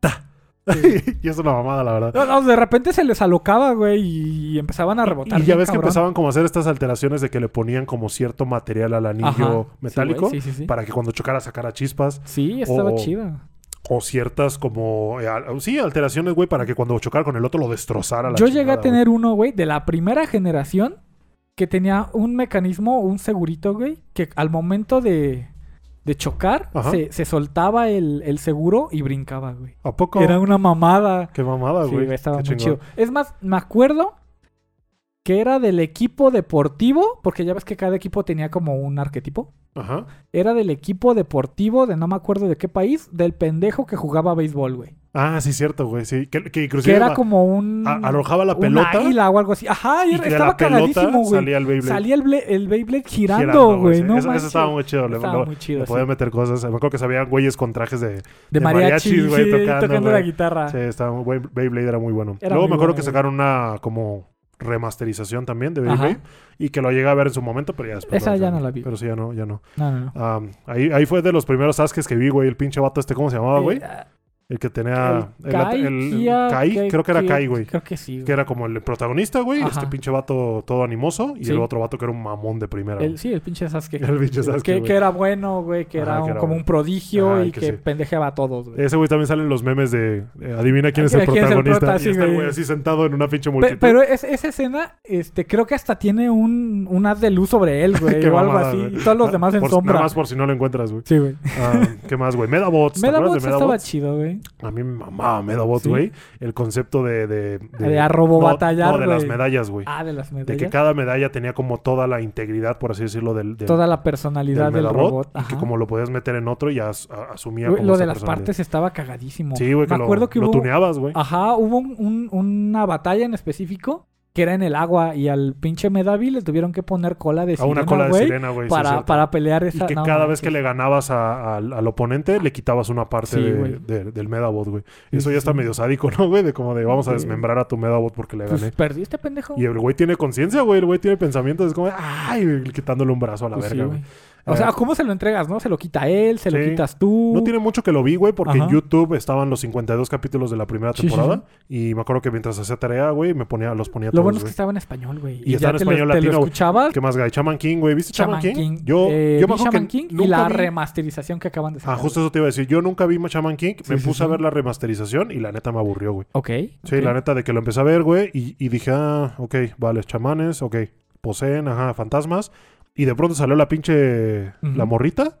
ta. (laughs) y es una mamada, la verdad.
No, no, de repente se les alocaba, güey, y empezaban a rebotar.
Y ya
bien
ves que
cabrón.
empezaban como a hacer estas alteraciones de que le ponían como cierto material al anillo
Ajá, sí, güey,
metálico
Sí, sí, sí.
para que cuando chocara sacara chispas
Sí, estaba
o-
chido.
o ciertas como eh, al- sí alteraciones güey para que cuando chocara con el otro lo destrozara la
Yo llegué
chingada,
a tener uno, güey, de la primera generación que tenía un mecanismo, un segurito, güey, que al momento de, de chocar
Ajá.
se, se soltaba el, el seguro y brincaba, güey.
güey. a poco
Era una mamada.
qué mamada
Sí,
Ah, güey
güey, estaba
Qué
muy
chingón.
chido. Es más, me acuerdo que era del equipo deportivo, porque ya ves que cada equipo tenía como un arquetipo.
ajá
Era del equipo deportivo de no me acuerdo de qué país, del pendejo que jugaba béisbol, güey.
ah sí cierto güey Pues sí que, que
Que
inclusive
era
la-
como un...
a- arrojaba la
un
pelota
águila o algo así. Ajá,
y
era-
de
estaba
la pelota
cagadísimo, güey.
salía el Beyblade
Salía el, ble- el Beyblade girando,
girando,
güey.
sí.
No
eso, eso
manches.
estaba muy chido le,
Estaba
le-
muy
le
chido.
podía
sí.
meter cosas me acuerdo que sabían güeyes con trajes de
De
de
mariachi,
mariachis, güey,
sí,
tocando,
tocando, la
güey.
guitarra.
sí estaba muy buen- Beyblade era muy bueno
Ah. Era
luego
muy
me acuerdo
bueno,
que
güey.
sacaron una como remasterización también de
Ajá.
Beyblade y que lo llegué a ver en su momento pero ya después
Esa ya
dejaron.
no la vi.
pero sí ya no ya no
No, no, no.
Ah, ahí, ahí fue de los primeros Saskes que vi, güey. El pinche vato este, ¿cómo se llamaba, güey?
Eh, ah,
El que tenía... El,
Kai,
el- el-
Kia,
Kai,
Kai,
creo que era
Kia,
Kai, güey.
Creo que sí,
Que
güey.
era como el protagonista, güey.
Ajá.
Este pinche vato todo animoso. Y
Sí.
el otro vato que era un mamón de primera.
El,
güey.
sí, el pinche Sasuke.
El pinche Sasuke,
que,
güey.
que era bueno, güey. Que,
Ajá,
era
que
un-
era
como
bueno.
un prodigio
Ajá,
y
y
que,
que sí. Eh,
pendejeaba a todos, güey.
Ese güey también salen los memes de... eh, adivina quién es el
¿Quién es el
protagonista.
prota?
y
Sí,
está el güey
güey.
así sentado en una pinche
Pe-
multitud.
pero es- esa escena, este, creo que hasta tiene un, un haz de luz sobre él,
(laughs) (laughs)
güey.
Qué
o algo
mamada,
así.
güey.
Y todos los
Ah,
demás en
por-
sombra.
Nada más por si no lo encuentras, güey.
Sí, güey.
Ah, ¿Qué más, güey? Medabots. ¿Te acuerdas
Medabots
de
estaba
Medabots?
chido, güey.
A mí me mamaba Medabots,
Sí.
güey. El concepto de... De,
De a robo
no,
batallar,
No, de las
güey.
medallas, güey.
Ah, de las
De
medallas.
que cada medalla tenía como toda la integridad, por así decirlo, del, del-
Toda la
del
personalidad del,
Medabot,
robot.
Y que
ajá.
como lo podías meter en otro y as- a- asumía
Güey,
como
lo
esa
de las
personalidad.
partes estaba cagadísimo.
Sí, güey, que
Me
lo,
acuerdo que
lo
hubo,
tuneabas, güey.
ajá, hubo un- un- una batalla en específico que era en el agua y al pinche Medavi le tuvieron que poner cola de
a Ah, una
sirena,
cola de
güey,
sirena, güey. sí, es
para,
cierto.
para pelear esa...
y que
no,
cada
no,
vez que
sí.
le ganabas a- al, al oponente, le quitabas una parte
Sí,
de,
güey.
de- del Medabot, güey.
Sí,
Eso ya
sí,
está
sí.
medio sádico, ¿no, güey? De como de vamos a
Sí.
desmembrar a tu Medabot porque le
Pues
gané.
perdiste, pendejo.
Y el güey tiene conciencia, güey. El güey tiene pensamientos. Es como, ay, quitándole un brazo a la
Pues sí,
verga, güey.
güey. O sea,
Eh,
¿cómo se lo entregas, no? Se lo quita él, se lo
Sí.
quitas tú.
No tiene mucho que lo vi, güey, porque en
Uh. Ajá.
YouTube estaban los 52 capítulos de la primera
Sí, sí,
temporada. Y me acuerdo que mientras hacía tarea, güey, me ponía, los ponía
Lo
todos,
bueno es que
güey.
estaba en español, güey.
Y está en
te lo-
español
te
latino,
lo
güey.
escuchabas.
¿Qué más, güey? Chaman King, güey. ¿Viste Chaman,
Shaman King.
King? Yo,
eh,
yo
vi
me acuerdo
Shaman
que
King y
nunca
la
vi-
remasterización que acaban de sacar.
Ah, justo eso te iba a decir. Yo nunca vi Chaman King. me
Sí, sí,
puse a
sí.
ver la remasterización y la neta me aburrió, güey.
Ok.
Sí,
ok.
la neta de que lo empecé a ver, güey. Y, y dije, ah, ok, vale, chamanes, ok. Poseen, ajá, fantasmas. Y de pronto salió la pinche. La
Ujú.
morrita.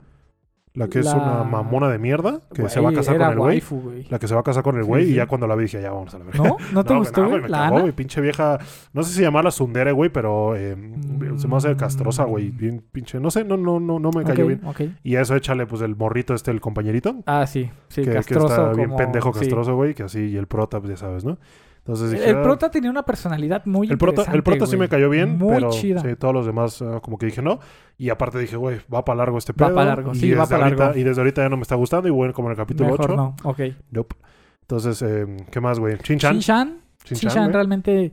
La que es
La-
una mamona de mierda. Que se va a
Güey,
casar
era
con el güey.
waifu, güey.
La que se va a casar con el
Sí,
güey. Y
sí.
ya cuando la vi dije, ya vamos a la verga.
¿No? ¿No te
No, güey,
gustó,
no,
güey?
güey, me
la
cagó,
Ana.
güey, pinche vieja. No sé si llamarla Sundere, güey, pero eh, se me hace castrosa, güey.
Mm.
Bien pinche. No sé, no, no, no, no me cayó
Ok,
bien.
ok.
Y a eso échale, pues, el morrito este, el compañerito.
Ah, sí. Sí,
que, que
castroso.
está bien
como-
pendejo
sí.
castroso, güey. Que así, y el prota, pues ya sabes, ¿no? Entonces dije,
El
"Ah".
prota tenía una personalidad muy
El prota,
interesante,
el prota sí
güey.
me cayó bien,
Muy
pero
chida.
sí, todos los demás eh, como que dije no. Y aparte dije, güey, va para largo este
Va
pedo.
pa' largo,
y
sí, va
desde
pa' largo.
ahorita- Y desde ahorita ya no me está gustando y bueno, como en el capítulo
Mejor
8.
no. Ok.
Nope. Entonces, eh, ¿qué más, güey? Chin-chan.
Shin-Chan.
Chin-chan,
Shin-Chan
güey.
realmente...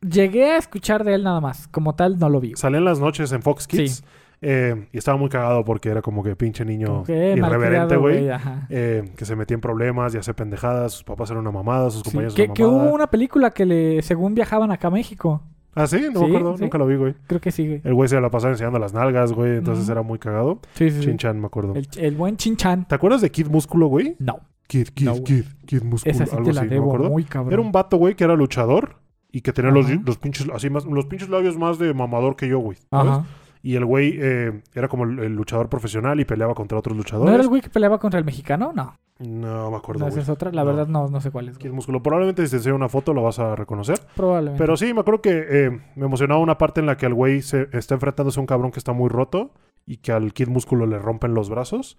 Llegué a escuchar de él nada más. Como tal, no lo vi.
Salía en las noches en Fox Kids.
Sí.
eh, y estaba muy cagado porque era como que pinche niño
Ok,
irreverente,
eh, malcriado,
güey.
ajá.
eh, que se metía en problemas y hacía pendejadas. Sus papás eran una mamada, sus
Sí,
compañeros
que,
eran
que
una mamada.
hubo una película que le, según viajaban acá a México.
Ah, sí, no
Sí,
me acuerdo.
sí.
Nunca lo vi, güey.
Creo que sí, güey.
El güey se la pasaba enseñando las nalgas, güey. Entonces
Ujú.
era muy cagado.
Sí, sí, sí.
Chin-chan, me acuerdo.
El, el buen Chinchan.
¿Te acuerdas de Kid Músculo, güey?
No,
Kid, Kid,
No, güey.
Kid, Kid Músculo,
esa sí
algo
te la
así, no me
debo
acuerdo.
muy cabrón.
Era un vato, güey, que era luchador y que tenía los,
Ajá.
los pinches, así más, los pinches labios más de mamador que yo, güey. ¿sabes?
Ajá.
Y el güey eh, era como el, el luchador profesional y peleaba contra otros
¿No era
luchadores.
el güey que peleaba contra el mexicano? No.
No me acuerdo,
no, esa
güey.
es otra. La
No.
verdad no, no sé cuál es. güey.
Kid Músculo. Probablemente si te enseño una foto lo vas a reconocer.
Probablemente.
Pero sí, me acuerdo que eh, me emocionaba una parte en la que el güey se está enfrentándose a un cabrón que está muy roto y que al Kid Músculo le rompen los brazos.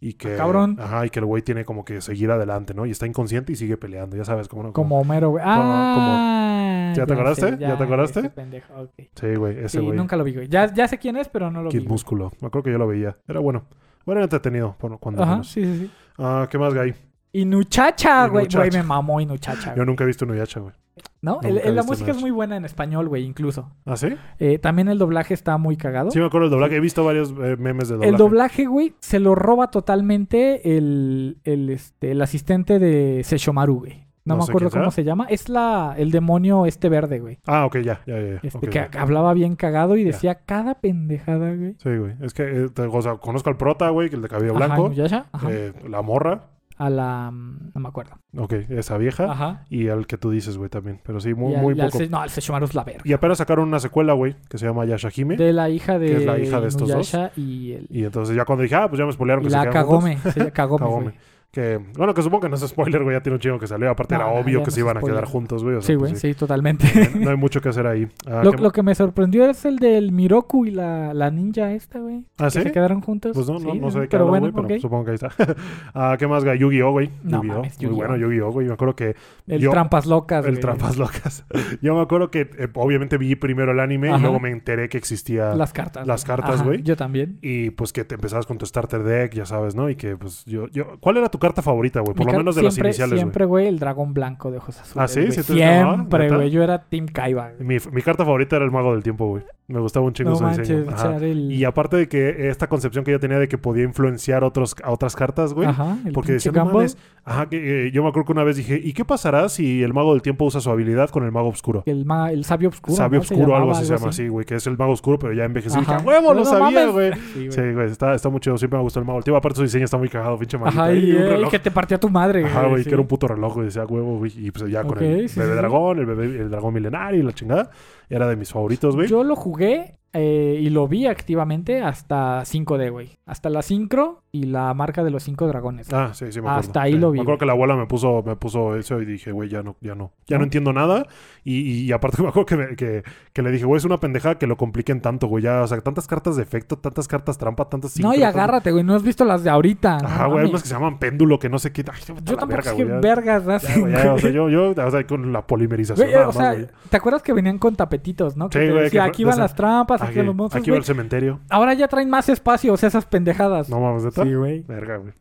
Y que,
Ah, cabrón.
Ajá, y que el güey tiene como que seguir adelante, ¿no? Y está inconsciente y sigue peleando, ya sabes, como...
como Homero, güey.
como-
Ah,
¿Ya te acordaste?
sé,
¿Ya te acordaste?
ese pendejo, ok.
Sí, güey, ese
Sí,
güey.
nunca lo vi, güey. Ya, ya sé quién es, pero no lo
Kid
vi. güey.
Músculo. Me acuerdo que yo lo veía. Era bueno. Bueno, era entretenido por- cuando
Ajá,
menos.
sí, sí, sí.
Ah, ¿qué más, Guy?
Inuchacha, güey. Güey,
Inuchacha.
me mamó Inuchacha.
Yo
güey.
nunca he visto Nuyacha, güey.
¿No?
nunca
El-
he
la
visto
música es
Inuchacha.
muy buena en español, güey, incluso.
¿Ah, sí?
Eh, también el doblaje está muy cagado.
Sí, me acuerdo del doblaje. He visto varios eh, memes de doblaje.
El doblaje, güey, se lo roba totalmente el, el, este, el asistente de Seshomaru, güey. No,
No
me
sé
acuerdo
quién
cómo
sea.
se llama. Es la el demonio este verde, güey.
Ah, ok, ya, ya, ya. ya.
Este
Ok,
que
ya.
hablaba bien cagado y
Ya.
decía cada pendejada, güey.
Sí, güey. Es que, eh, te- o sea, conozco al prota, güey, que el de cabello
Ajá,
blanco.
Inuyasha, ajá.
eh, la morra.
A la mm, no me acuerdo.
Ok, esa vieja.
Ajá.
Y al que tú dices, güey, también. Pero sí, Ah. muy,
Y al-
muy
y al
poco.
Se- no, el Seshomaru es la verga.
Y apenas sacaron una secuela, güey, que se llama Yashahime.
De la hija de
Que es la hija de estos dos.
Inuyasha y el
Y entonces ya cuando dije, ah, pues ya me spoilearon
y
que se
la
quedan juntos.
Kagome,
(laughs)
se- Kagome,
Kagome.
güey.
Que, bueno, que supongo que no es spoiler, güey. Ya tiene un chingo que salió. Aparte,
No,
era
no,
obvio
ya
que
no
se
es
iban a quedar
spoiler.
juntos, güey. o sea,
Sí,
pues
güey,
sí.
sí, totalmente. (laughs)
No hay mucho que hacer ahí. Ah,
Lo,
¿qué-
lo que me sorprendió es el del Miroku y la, la ninja esta, güey.
¿Ah,
que
sí?
se quedaron juntos.
Pues no, no,
Sí,
no sé de qué
Pero
hablan,
bueno,
güey, pero
ok.
supongo que ahí está. (laughs) ah, ¿Qué más, güey? Yu-Gi-Oh, güey.
No
Yu-Gi-Oh.
mames,
Muy
Yu-Gi-Oh.
bueno, Yu-Gi-Oh, güey. Me acuerdo que
El
yo-
Trampas Locas,
el
güey.
Trampas Locas. (laughs) Yo me acuerdo que eh, obviamente vi primero el anime
Ajá.
y luego me enteré que existía.
Las cartas.
las
güey.
cartas,
Ajá,
güey.
Yo también.
Y pues que te empezabas con tu starter deck, ya sabes, ¿no? Y que pues yo... yo... ¿Cuál era tu carta favorita, güey? Por
Mi
lo
car-
menos de las
siempre,
iniciales, güey.
Siempre, güey, el dragón blanco de ojos azules.
¿Ah, sí?
güey.
¿Sí te llamaba?
Siempre,
¿Neta?
güey. Yo era Team Kaiba. güey.
Mi, mi carta favorita era el Mago del Tiempo, güey. Me gustaba un chingo
No
su
manches,
diseño. Ajá.
echar el...
Y aparte de que esta concepción que yo tenía de que podía influenciar otros, a otras cartas, güey.
Ajá, el
Porque
pinche
decía, no
Gumball.
mames. Ajá, que, eh, yo me acuerdo que una vez dije, ¿y qué pasará si el mago del tiempo usa su habilidad con el mago oscuro?
El, ma- el sabio oscuro.
Sabio
¿no? Se
oscuro, algo
llamaba,
así se llama así, güey, que es el mago oscuro, pero ya envejecido.
Ajá.
Dije, "A huevo,
No,
lo
no
sabía,
mames.
güey.
Sí, güey.
Sí, güey, está, está muy chido. Siempre me gustó el mago del tiempo. Aparte, su diseño está muy cagado, pinche manito.
Ajá, y,
un
eh,
reloj.
que te partía tu madre, güey.
Ajá, güey,
sí.
que era un puto reloj, güey, decía "A huevo, güey. Y pues ya con
Ok,
el
sí,
bebé
sí, sí.
dragón, el bebé, el dragón milenario y la chingada. Era de mis favoritos, güey.
Yo lo jugué eh, y lo vi activamente hasta 5D, güey. Hasta la sincro y la marca de los cinco dragones.
Ah, sí, sí, me acuerdo.
Hasta ahí
Sí.
lo vi,
Me acuerdo
güey.
que la abuela me puso, me puso eso y dije, güey, ya no, ya no. Ya no,
¿No?
entiendo nada. Y, y- y aparte (laughs) me acuerdo que, me- que, que le dije, güey, es una pendejada que lo compliquen tanto, güey. Ya, o sea, tantas cartas de efecto, tantas cartas trampa, tantas...
no,
sincro,
y
tantas-
agárrate, güey. No has visto las de ahorita. no
Ajá, güey, hay
mames.
unas que se llaman péndulo, que no sé qué. Ay, se me está
Yo
la
tampoco
verga,
es que
güey, ya.
vergas hacen,
Ya, güey, ya, o
(laughs)
sea,
güey.
yo, yo, o sea, con la polimerización.
Güey, eh,
nada
o
más,
sea,
güey.
¿te acuerdas que venían con tapetitos, no? Que
Sí,
te
güey,
decía,
que-
aquí van
esa-
las trampas, aquí
Aquí,
van los monstruos,
aquí va
güey.
el cementerio.
Ahora ya traen más espacio, o sea, esas pendejadas.
No mames, ¿neta?
sí, güey.
Verga, güey.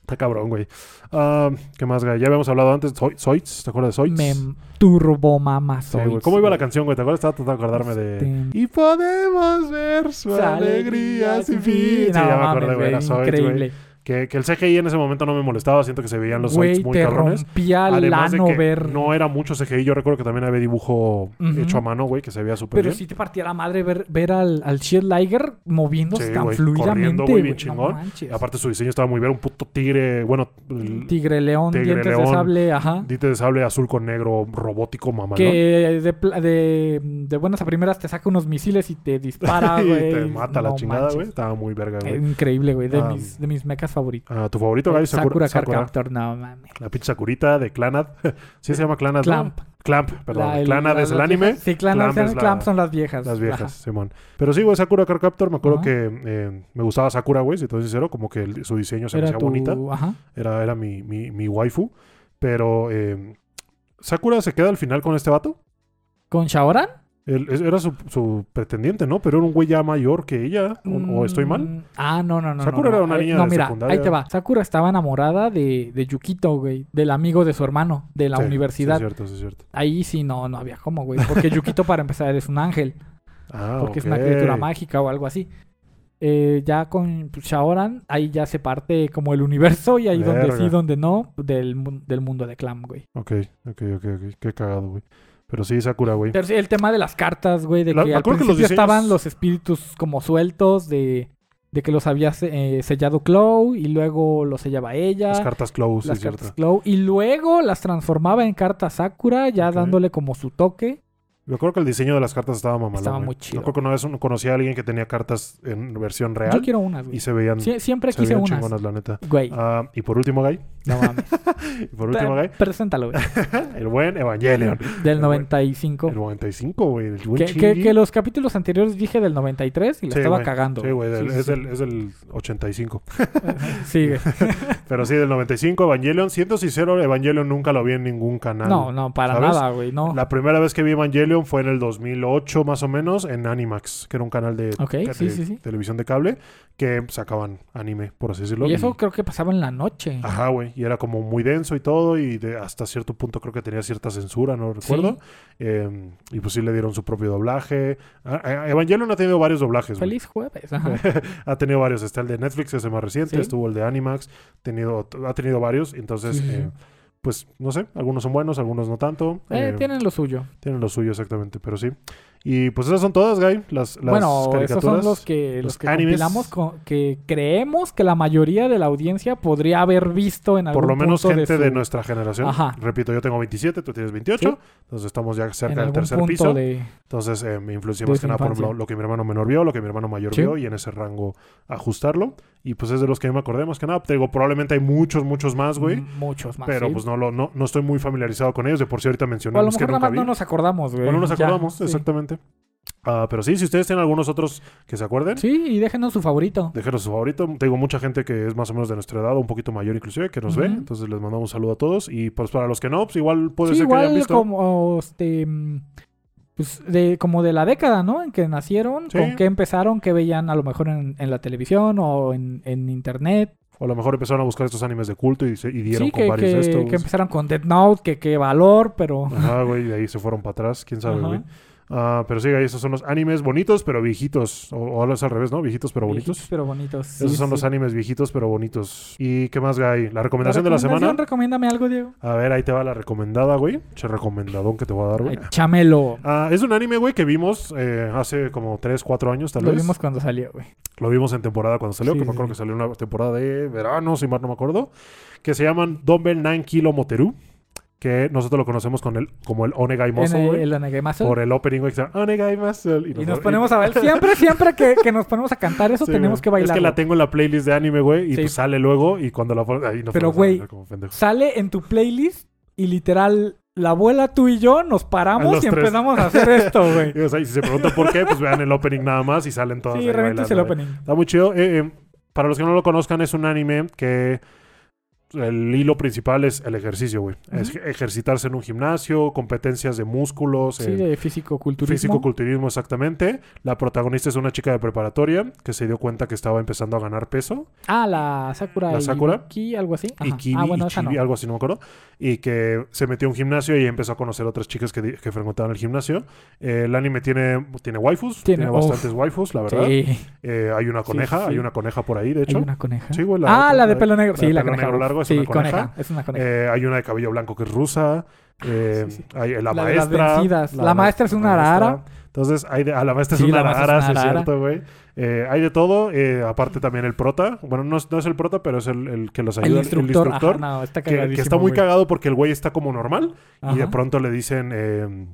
Está cabrón, güey. Ah, ¿Qué más, güey? Ya habíamos hablado antes. Zoids, Zoids, ¿te acuerdas de Zoids?
Me turbo
Sí, güey. ¿Cómo iba la canción, güey? ¿Te acuerdas? Estaba tratando de acordarme de...
Este,
Y podemos ver su alegría sin fin. Sí, ya me acordé, güey. era Zoids, güey.
Increíble.
Que, que el CGI en ese momento no me molestaba. Siento que se veían los
Güey,
Zoids muy
te
cabrones.
rompía el
Además de
ano
que
ver.
no era mucho CGI. Yo recuerdo que también había dibujo
Ujú.
hecho a mano, güey, que se veía súper
Pero
bien.
sí te partía la madre ver, ver al, al Shield Liger moviéndose
Sí,
tan
güey,
fluidamente,
corriendo,
güey.
güey, bien
no
chingón.
manches.
Aparte su diseño estaba muy bien. Un puto tigre, bueno... el-
Tigre León,
Tigre
dientes de
León,
sable, ajá.
Dite de sable azul con negro, robótico, mamá,
Que de, pla- de, de buenas a primeras te saca unos misiles y te
(laughs)
dispara,
y
Ah, güey.
te mata la
No
chingada,
manches.
güey. Estaba muy verga,
Eh,
güey.
Increíble, güey. De,
Ah,
mis, de mis mechas favoritos.
Ah, ¿Tu favorito, güey?
Sakura,
Sakura,
Card
Sakura.
Captor, no mames.
La pinche Sakurita de Clanad. (laughs) sí se llama Clanad. ¿no?
Clamp.
Clamp, perdón.
La- el-
Clanad
la-
es el
las
anime.
viejas- Sí, Clan,
Clamp
Clan-
es la-
Clamp son las viejas.
Las
Ajá.
viejas, Simón. Pero sí, güey, Sakura Card Captor, me acuerdo
Ajá.
que eh, me gustaba Sakura, güey, si te soy sincero, como que el- su diseño se me
Era
hacía
tu...
bonita.
Ajá.
Era, era mi, mi, mi waifu. Pero eh, Sakura se queda al final con este vato.
¿Con Shaoran?
Él- es- era su, su pretendiente, ¿no? Pero era un güey ya mayor que ella. ¿O, o estoy mal?
Mm, Ah, no, no, no. no,
Sakura
no,
era una
Ay,
niña
No,
de
mira,
secundaria.
ahí te va. Sakura estaba enamorada de, de Yukito, güey. Del amigo de su hermano, de la
Sí, sí,
universidad.
es cierto, sí, es cierto.
ahí sí, no, no había cómo, güey. Porque Yukito, para empezar, es un ángel.
Ah,
porque es una
ok.
criatura mágica o algo así. Eh, ya con Shaoran, ahí ya se parte como el universo y ahí donde
Verga.
sí, donde no, del, mu- del mundo de Clam, güey.
Ok, ok, ok, ok. Qué cagado, güey. Pero sí, Sakura, güey.
Pero sí, el tema de las cartas, güey, de
La-
que
me
al
acuerdo que
principio
los diseños-
estaban los espíritus como sueltos de, de que los había se- eh, sellado Chloe y luego los sellaba ella.
Las cartas close, sí,
las
es
cartas
cierto.
Chloe, y luego las transformaba en cartas Sakura, ya
Ok.
dándole como su toque.
Me acuerdo que el diseño de las cartas estaba mamalón.
Estaba
güey.
muy chido.
Me acuerdo que una vez uno conocía a alguien que tenía cartas en versión
Yo
real
quiero unas, güey.
y se veían,
Sie- siempre
se
quise
veían
unas.
chingonas, la neta.
Güey,
Ah, y por último, Guy. (laughs)
no mames.
y por último, Guy. (laughs)
Preséntalo, güey.
El buen Evangelion.
Del
El
95.
El 95, güey. El buen
Que, que,
Shinji.
que los capítulos anteriores dije del 93 y la
Sí,
estaba
güey.
cagando.
Sí, güey, del-
sí,
es,
sí.
del- es del 85.
(laughs) Sí, güey.
Pero sí, del 95, Evangelion. Siendo sincero, Evangelion nunca lo vi en ningún canal.
No, no, para
¿Sabes?
nada, güey. No.
La primera vez que vi Evangelion fue en el 2008, más o menos, en Animax, que era un canal de,
Ok,
de
sí, sí, sí.
televisión de cable que sacaban anime, por así decirlo.
Y eso creo que pasaba en la noche.
Ajá, güey. Y era como muy denso y todo. Y de- hasta cierto punto creo que tenía cierta censura, no recuerdo. Eh, y pues sí le dieron su propio doblaje. Ah, ah, Evangelion ha tenido varios doblajes, güey.
Feliz jueves. Ajá.
(laughs)
Eh,
Ha tenido varios. Está el de Netflix, ese más reciente.
Sí.
Estuvo el de Animax. Tenido, ha tenido varios. Entonces,
Sí, sí, sí.
eh, pues no sé. Algunos son buenos, algunos no tanto.
Eh,
Eh,
tienen lo suyo.
tienen lo suyo, exactamente. Pero sí. Y pues esas son todas, Guy. Las, las
bueno,
caricaturas.
esos son los que, los
los
que
animes.
compilamos con- que creemos que la mayoría de la audiencia podría haber visto en algún
Por lo menos
punto
gente de,
su-
nuestra generación.
Ajá.
Repito, yo tengo 27, tú tienes 28.
Sí.
Entonces estamos ya
en
cerca del
algún
tercer
punto
piso.
de-
Entonces eh, me influencia
de
más
su
que nada por
infancia.
lo, lo que mi hermano menor vio, lo que mi hermano mayor
Sí.
vio y en ese rango ajustarlo. Y pues es de los que yo me acordé más que nada. Te digo, probablemente hay muchos, muchos más, güey.
m- muchos Mm, más.
Pero
sí.
pues no, lo, no, no estoy muy familiarizado con ellos. De por sí ahorita
o a lo
mencionamos que
mejor nada
nunca
más
vi.
no nos acordamos, güey.
O no nos
Ya,
acordamos,
sí.
exactamente. Ah, pero sí, si ustedes tienen algunos otros que se acuerden,
Sí, y déjenos su favorito.
Déjenos su favorito. Te digo, mucha gente que es más o menos de nuestra edad, o un poquito mayor inclusive, que nos ve.
Ujú.
Entonces les mandamos un saludo a todos. Y pues para los que no, pues igual puede
Sí,
ser que hayan
igual
visto.
como este mm, pues de como de la década, ¿no? En que nacieron,
Sí.
con qué empezaron, qué veían a lo mejor en, en la televisión o en, en internet.
O a lo mejor empezaron a buscar estos animes de culto y, se- y dieron
Sí,
con
que,
varios
que-
de estos.
que empezaron con Death Note, que qué valor, pero
Ajá, güey, y de ahí se fueron para atrás, quién sabe,
Ajá.
güey. Ah, pero sí, ahí esos son los animes bonitos, pero viejitos. O, o es al revés, ¿no? Viejitos, pero bonitos.
Viejitos, pero bonitos. Sí,
esos son
sí.
los animes viejitos, pero bonitos. ¿Y qué más, Guy? La
¿La
recomendación de la semana.
recomendación? Recomiéndame algo, Diego.
A ver, ahí te va la recomendada, güey. Che, recomendadón que te voy a dar, güey.
Ay, Chamelo.
Ah, es un anime, güey, que vimos eh, hace como 3, 4 años, tal
Lo
vez.
vimos cuando salió, güey.
Lo vimos en temporada cuando salió,
Sí,
que me
sí,
acuerdo
sí.
que salió una temporada de verano, si mal no me acuerdo, que se llaman Dumbbell 9 Kilo Moteru, que nosotros lo conocemos con el, como el Onegai
En
Muscle,
el,
güey,
el Anagemazo.
por el opening, güey, que se llama Onegai Muscle.
Y nos ponemos a ver. Siempre, siempre que, que nos ponemos a cantar eso,
Sí,
tenemos
güey.
que bailar.
Es que la tengo en la playlist de anime, güey, y
Sí.
pues sale luego y cuando la pon- ahí nos
Pero,
ponemos a
güey,
bailar como pendejos. (laughs)
sale en tu playlist y literal, la abuela, tú y yo nos
A
paramos y
los tres.
empezamos a hacer esto, güey.
(laughs) Y, o sea, y si se preguntan por qué, pues vean el opening nada más y salen todas
sí,
ahí
realmente es el
bailando, güey.
opening.
Está muy chido. Eh, eh, para los que no lo conozcan, es un anime que el hilo principal es el ejercicio, güey. Es ejercitarse en un gimnasio, competencias de músculos,
Sí,
eh,
de físico-culturismo.
físico-culturismo exactamente. La protagonista es una chica de preparatoria que se dio cuenta que estaba empezando a ganar peso.
ah, la Sakura.
La
y
Sakura.
Miki, algo así.
Y
Ajá.
Kimi,
ah, bueno,
y
esa
Chibi,
no.
algo así, no me acuerdo. Y que se metió a un gimnasio y empezó a conocer otras chicas que, di- que frecuentaban el gimnasio. Eh, el anime tiene, tiene waifus,
Tiene-
tiene,
uf.
bastantes waifus, la verdad.
Sí,
Eh, hay una coneja,
sí, sí.
hay una coneja por ahí, de
hay
hecho.
una coneja.
Sí, güey, la-
ah, la de
la-
pelo negro.
la
Sí,
de
la
pelo
coneja.
negro
güey.
largo es
sí,
una coneja.
Es una coneja.
Eh, hay una de cabello blanco que es rusa. eh,
sí, sí.
hay la,
La de las
maestra.
vencidas. La maestra es
la
una
maestra.
arara.
Entonces, hay de- a la maestra
Sí,
es una
la maestra es
arara,
una
sí es
arara.
cierto, güey. Eh, hay de todo. eh, aparte también el prota. Bueno, no es, no es el prota, pero es el, el que los ayuda.
el instructor. ajá,
instructor,
no, está
que, que
cagadísimo,
está muy
güey.
cagado porque el güey está como normal. Y de
Ajá. Este,
pronto le dicen... eh,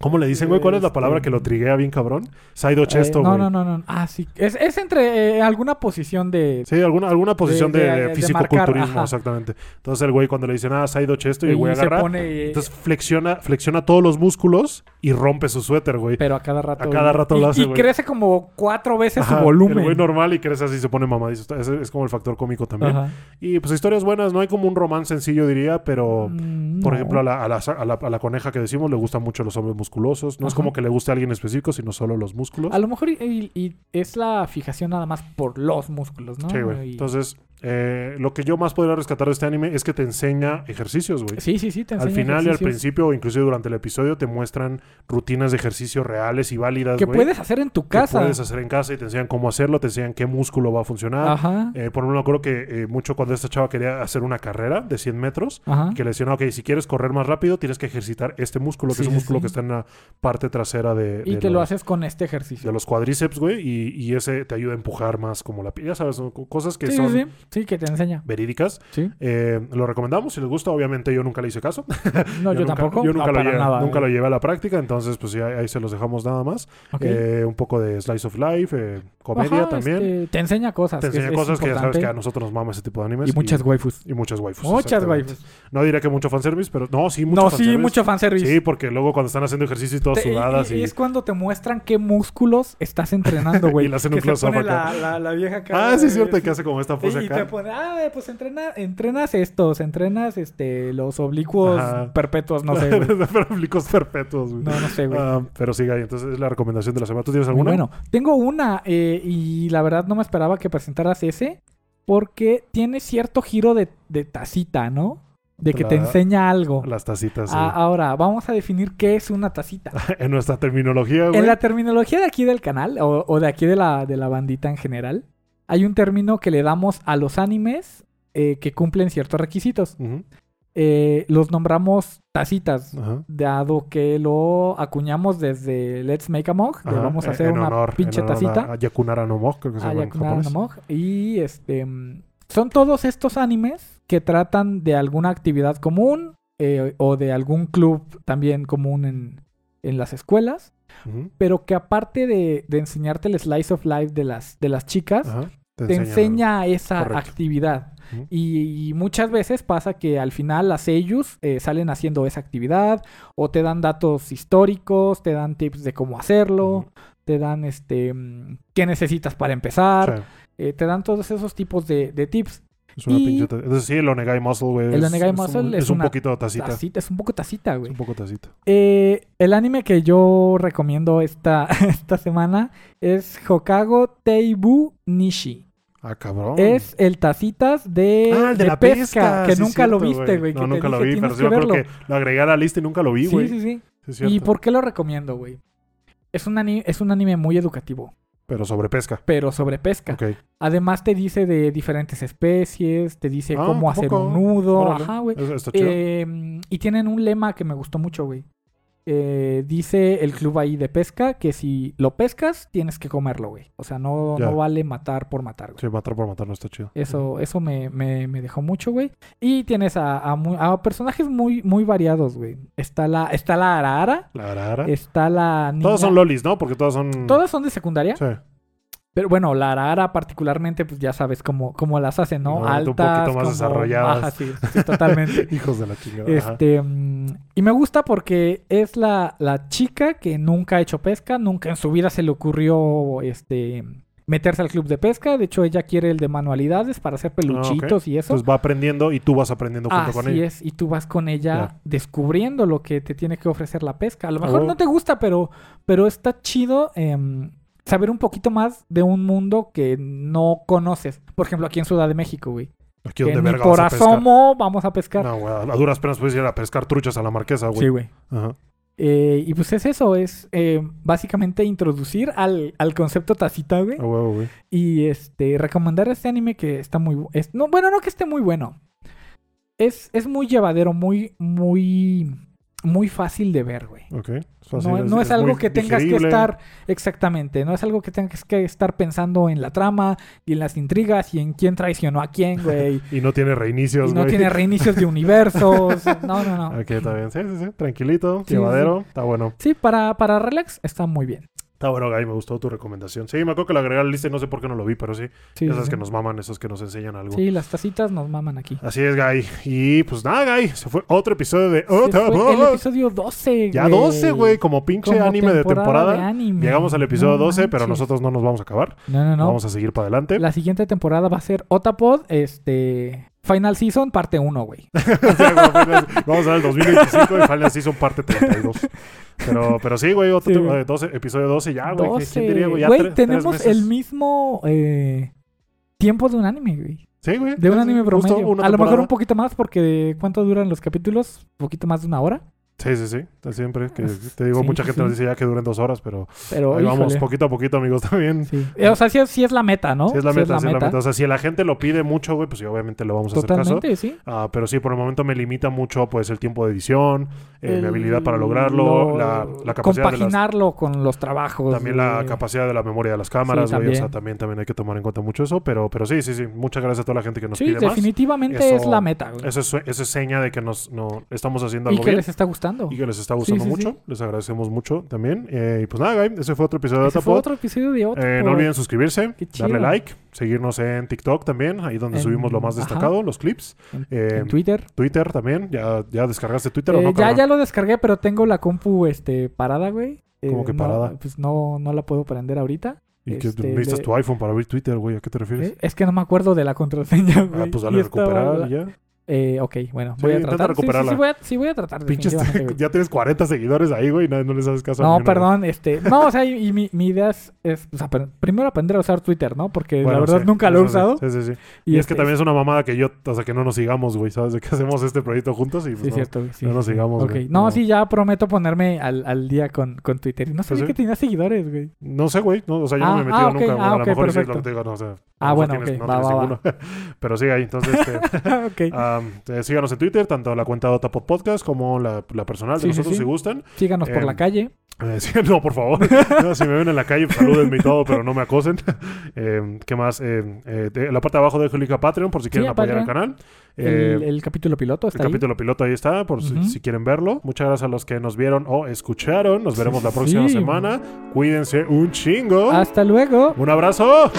¿Cómo le dicen, güey? ¿Cuál es la palabra que lo triguea bien cabrón? Saido Chesto,
Eh, no,
güey.
no, no, no. Ah, sí. Es, es entre eh, alguna posición de.
Sí, alguna, alguna posición de,
de- de marcar,
físico-culturismo,
ajá.
exactamente. Entonces el güey cuando le dicen, ah, Saido Chesto, y el
y
güey
se
agarra...
pone. eh,
Entonces flexiona, flexiona todos los músculos y rompe su suéter, güey.
Pero a cada rato.
A cada rato
y,
lo hace,
Y
güey.
crece como cuatro veces
Ajá,
su volumen.
El güey normal y crece así, se pone mamadizo. Está- Es, es como el factor cómico también.
Ajá.
Y pues historias buenas, no hay como un romance sencillo, diría, pero...
Mm,
Por
no.
ejemplo, a la, a la sa- a la- a la coneja que decimos le gustan mucho los hombres musculosos. No es
Ajá.
como que le guste a alguien específico, sino solo los músculos.
A lo mejor y, y- y es la fijación nada más por los músculos, ¿no?
Sí, güey.
Y-
Entonces, eh, lo que yo más podría rescatar de este anime es que te enseña ejercicios, güey.
sí, sí, sí. te
Al
enseña
final y al
ejercicios
principio, o inclusive durante el episodio, te muestran rutinas de ejercicio reales y válidas,
Que
güey,
puedes hacer en tu
que
casa.
puedes hacer en casa y te enseñan cómo hacerlo, te enseñan qué músculo va a funcionar.
Ajá.
Eh, por ejemplo, me acuerdo que eh, mucho cuando esta chava quería hacer una carrera de 100 metros,
Ajá.
que le decían, ok, si quieres correr más rápido, tienes que ejercitar este músculo, que
Sí,
es un
sí,
músculo
sí.
que está en la parte trasera de,
Y
de
te lo
los-
haces con este
de
ejercicio.
los cuadríceps, güey, y, y ese te ayuda a empujar más como la piel. Ya sabes, son co- cosas que
Sí,
son
sí, sí. Sí, que te enseña.
verídicas.
Sí.
Eh, lo recomendamos si les gusta. Obviamente yo nunca le hice caso.
No, yo,
nunca-
tampoco.
Yo nunca,
No,
lo,
para
llevé,
nada. eh.
nunca lo llevé a la práctica, entonces pues sí, ahí, ahí se los dejamos nada más.
Ok.
Eh, un poco de slice of life, eh, comedia
Ajá,
también.
este, te enseña cosas.
te
que es-
enseña
es
cosas que ya sabes que a
importante.
nosotros nos mama ese tipo de animes.
Y muchas waifus.
y Pues, muchas waifus.
Muchas
exactamente.
waifus.
No diría que mucho fanservice, pero no, sí, mucho
No, sí,
fanservice.
mucho fanservice.
Sí, porque luego cuando están haciendo ejercicio y todas
Te- y-
sudadas
y,
y,
y es cuando te muestran qué músculos estás
(laughs)
entrenando, güey.
Y le hacen un
que se
close-up
pone
acá.
la, la, la vieja cara.
Ah, sí,
de-
es cierto, que hace como esta pose
y
acá. (laughs)
te pone, ah, eh, pues entrena, entrenas estos, entrenas este, los oblicuos
Ajá.
perpetuos, no sé,
(laughs)
güey.
Pero flicos perpetuos, güey.
No, no sé, güey.
Ah, pero sí, Gay, entonces es la recomendación de la semana. ¿Tú tienes
Muy
alguna?
Bueno, tengo una eh, y la verdad no me esperaba que presentaras ese porque tiene cierto giro de, de tacita, ¿no? De que te
La-
enseña algo.
Las tacitas.
A-
güey.
ahora, vamos a definir qué es una tacita.
En nuestra terminología, Ah, güey.
En la terminología de aquí del canal, o, o de aquí de la, de la bandita en general, hay un término que le damos a los animes eh, que cumplen ciertos requisitos.
Ujú,
Eh, los nombramos tacitas,
ajá.
dado que lo acuñamos desde Let's Make a Mog, de
Ajá,
vamos a
en-
hacer
en
una
honor-
pinche
en honor a-
tacita,
A Yakunara no Mo, creo que se
a
llama en
Yakunara
japonés.
no Mog. Y este, mm, son todos estos animes que tratan de alguna actividad común eh, o de algún club también común en, en las escuelas
Ujú,
pero que aparte de, de enseñarte el slice of life de las, de las chicas,
ajá.
te
Ah, enseñan-
enseña esa
Correcto.
actividad.
Ujú.
Y, y muchas veces pasa que al final las ellos eh, salen haciendo esa actividad o te dan datos históricos, te dan tips de cómo hacerlo,
Ujú.
te dan este mm, qué necesitas para empezar,
Sí,
eh, te dan todos esos tipos de, de tips.
es una
Y-
pinche ta- Entonces sí, el Onegai Muscle, güey.
El
es-
Onegai
es un-
Muscle
es,
es
un
una
poquito tacita.
Tacita, es un poco tacita,
Es
güey.
un poco tacita.
Eh, el anime que yo recomiendo esta, (laughs) esta semana es Hokago Teibu Nishi.
Ah, cabrón.
Es el tacitas de,
Ah, el de,
de
la
pesca,
pesca.
que
sí,
nunca lo
cierto,
viste, güey.
No,
que te
nunca lo
dije,
vi, pero
"Tienes
sí me acuerdo
verlo".
que lo agregué a la lista y nunca lo vi,
Sí,
güey.
sí, sí.
Sí, es
¿Y
cierto.
por qué lo recomiendo, güey? Es un, ani- es un anime muy educativo,
Pero sobre pesca.
pero sobre pesca.
Ok.
Además te dice de diferentes especies, te dice
Ah,
cómo
un
hacer
poco.
un nudo,
Órale.
ajá, güey.
Eso Está chido.
Eh, y tienen un lema que me gustó mucho, güey. Eh, dice el club ahí de pesca que si lo pescas, tienes que comerlo, güey. O sea, no,
Ya.
no vale matar por matar, güey.
Sí, matar por matar no está chido.
Eso, eso me, me- me dejó mucho, güey. Y tienes a, a mu- a personajes muy, muy variados, güey. Está la, está la Arara,
La arara.
está la
¿Eh?
niña.
Todos son lolis, ¿no? Porque todos son.
Todas son de secundaria,
Sí. (laughs)
pero bueno, la Arara particularmente, pues ya sabes cómo, cómo las hacen, ¿no?
No, un
Altas,
poquito más
como
desarrolladas.
bajas, sí,
(laughs)
sí, totalmente.
Hijos de la chingada. ajá.
Este, mm, y me gusta porque es la, la chica que nunca ha hecho pesca, nunca en su vida se le ocurrió este meterse al club de pesca. De hecho, ella quiere el de manualidades para
Ah,
hacer peluchitos y eso.
Entonces va aprendiendo y tú vas aprendiendo Pues, junto
Así
con ella.
es, y tú vas con ella
Ya.
descubriendo lo que te tiene que ofrecer la pesca. A lo
Ah,
mejor
bueno.
no te gusta, pero, pero está chido em, saber un poquito más de un mundo que no conoces. Por ejemplo, aquí en Ciudad de México, güey.
Aquí
Que
donde
ni
verga
por
vas a pescar.
asomo vamos a pescar.
No, güey. A a duras penas puedes ir a pescar truchas a la marquesa, güey.
sí, güey.
Ajá.
Eh, y pues es eso, es eh, básicamente introducir al, al concepto tacita, güey.
A huevo, güey.
Y este, recomendar este anime que está muy... bu- es- no, bueno, no que esté muy bueno. Es, es muy llevadero, muy, muy, muy fácil de ver, güey.
Ok. Pues Es
No,
fácil,
no es, algo
muy
que tengas que
digerible.
estar, exactamente, no es algo que tengas que estar pensando en la trama y en las intrigas y en quién traicionó a
(laughs)
quién, güey.
Y no tiene
y
reinicios,
no
Pues, güey. (laughs)
tiene reinicios de universos. No, no, no.
Ok, está bien. Sí, sí, sí. Tranquilito,
Sí,
llevadero. Está bueno.
Sí, para, para relax está muy bien.
Está bueno, Guy, me gustó tu recomendación. Sí, me acuerdo que lo agregué a la lista y no sé por qué no lo vi, pero sí.
Sí,
esas
sí,
que
sí.
nos maman, esas que nos enseñan algo.
Sí, las tacitas nos maman aquí.
Así es, Guy. Y pues nada, Guy. Se fue otro episodio de
Se
Otra
fue el
Voz.
episodio 12,
Ya 12, güey. Como pinche
Como
anime de temporada.
de anime.
Llegamos al
No
episodio 12, pero
manches.
nosotros no nos vamos a acabar.
No, no, no.
Vamos a seguir para adelante.
La siguiente temporada va a ser Otapod, este... Final Season, parte 1, güey.
(laughs) O sea, como apenas- vamos a ver el 2025 y Final Season parte 32. Pero, pero sí, güey, otro
Sí,
tema
güey.
de 12, episodio 12 ya, güey. ¿Quién-
12.
¿Quién diría, güey? Ya
Güey,
tres- tres
tenemos
meses.
el mismo eh, tiempo de un anime, güey.
Sí, güey.
De un
sí,
anime
sí, justo
promedio.
una
A lo mejor
temporada.
un poquito más porque ¿cuánto duran los capítulos? Un poquito más de una hora.
Sí, sí, sí. Está Siempre. Que,
Es-
te digo,
Ah, sí,
mucha
sí,
gente nos
sí.
dice ya que duren dos horas, pero
Pero
ahí vamos
híjole.
poquito a poquito, amigos, (laughs) también.
Sí. Eh, O sea, sí es, sí es la meta, ¿no?
Sí es la
Sí
meta, sí es la meta. O sea, si la gente lo pide mucho, güey, pues sí, obviamente lo vamos a hacer caso.
Totalmente, sí.
Ah, pero sí, por el momento me limita mucho pues el tiempo de edición, eh, mi
El-
habilidad para lograrlo,
Mm, lo-
la, la capacidad de las
Compaginarlo con los trabajos.
También la
de-
capacidad de la memoria de las cámaras, güey. O sea,
Pues también.
también, también hay que tomar en cuenta mucho eso. Pero, pero sí, sí, sí. Muchas gracias a toda la gente que nos
Sí,
pide más.
definitivamente
Eso-
es la meta, güey.
Eso es, eso es seña de que nos no, estamos haciendo
Y
algo
que
bien
les está gustando.
y que les está gustando
sí,
mucho.
sí.
Les agradecemos mucho también. Eh, y pues nada, Gaby, ese fue otro episodio de
Ese fue
Otapod.
otro episodio de otro.
Eh, no olviden suscribirse,
Qué chido.
darle like, seguirnos en TikTok también, ahí donde
En-
subimos lo más
ajá.
destacado, los clips.
En-
Eh,
en Twitter.
Twitter también, ¿ya, ya descargaste Twitter o
Eh,
no?
ya,
carnal?
ya lo descargué, pero tengo la compu este, parada, güey. Eh,
¿Cómo que
no,
parada?
pues no, no la puedo prender ahorita.
¿Y que
este,
necesitas
le-
tu iPhone para abrir Twitter, güey? ¿A qué te refieres?
Eh, es que no me acuerdo de la contraseña, güey.
ah, pues
Y
dale a
estaba-
recuperar y ya.
Eh, ok, bueno,
Sí,
voy a
intenta
tratar. Sí, sí, Sí,
recuperarla.
voy a, sí voy a tratar.
Pinches,
definitivamente, güey.
este, ya tienes 40 seguidores ahí, güey, y no, no les haces caso. a
No,
ninguno, güey.
perdón, este, no, o sea, y, y mi, mi idea es, es, o sea, pr- primero aprender a usar Twitter, ¿no? Porque la
Bueno,
verdad
sí,
nunca lo he
eso sí,
usado.
Sí, sí, sí. Y, es
este,
que también es una mamada que yo, o sea, que no nos sigamos, güey, ¿sabes? De que (laughs) hacemos este proyecto juntos y pues
Sí, es
no.
cierto, güey, sí,
no nos
sí.
sigamos,
Ok,
güey,
No,
no. Pues
sí, ya prometo ponerme al, al día con, con Twitter. Y no sabía
sí.
que tenía seguidores, güey. (laughs)
No sé, güey, no, o sea, yo
Ah,
no me he metido
ah, ok,
nunca, güey,
ah,
a lo
ok,
mejor sí es lo que
perfecto.
te digo, no, o sea,
Ah,
no
bueno,
tienes-
ok,
no
va,
tienes
va, va.
ninguno. (laughs) Pero sí, ahí, entonces, este,
(laughs) ok,
am, eh, síganos en Twitter, tanto la cuenta de Otapod Podcast como la, la personal de
Sí, sí,
nosotros
sí.
si gustan.
síganos por
em,
la calle.
Eh, sí, (laughs) no, por favor. No, si me ven en la calle, pues, salúdenme y todo, pero no me acosen. (laughs) Eh, ¿Qué más? Eh, eh, de- en la parte de abajo dejo el link a Patreon por si quieren
a
apoyar al
Patreon.
canal. Eh,
el, el capítulo piloto
El
está ahí.
capítulo piloto ahí está, por si-
Ujú.
si, quieren verlo. Muchas gracias a los que nos vieron o escucharon. Nos veremos la
Sí. Ah.
próxima semana. Cuídense un chingo.
Hasta luego.
Un abrazo.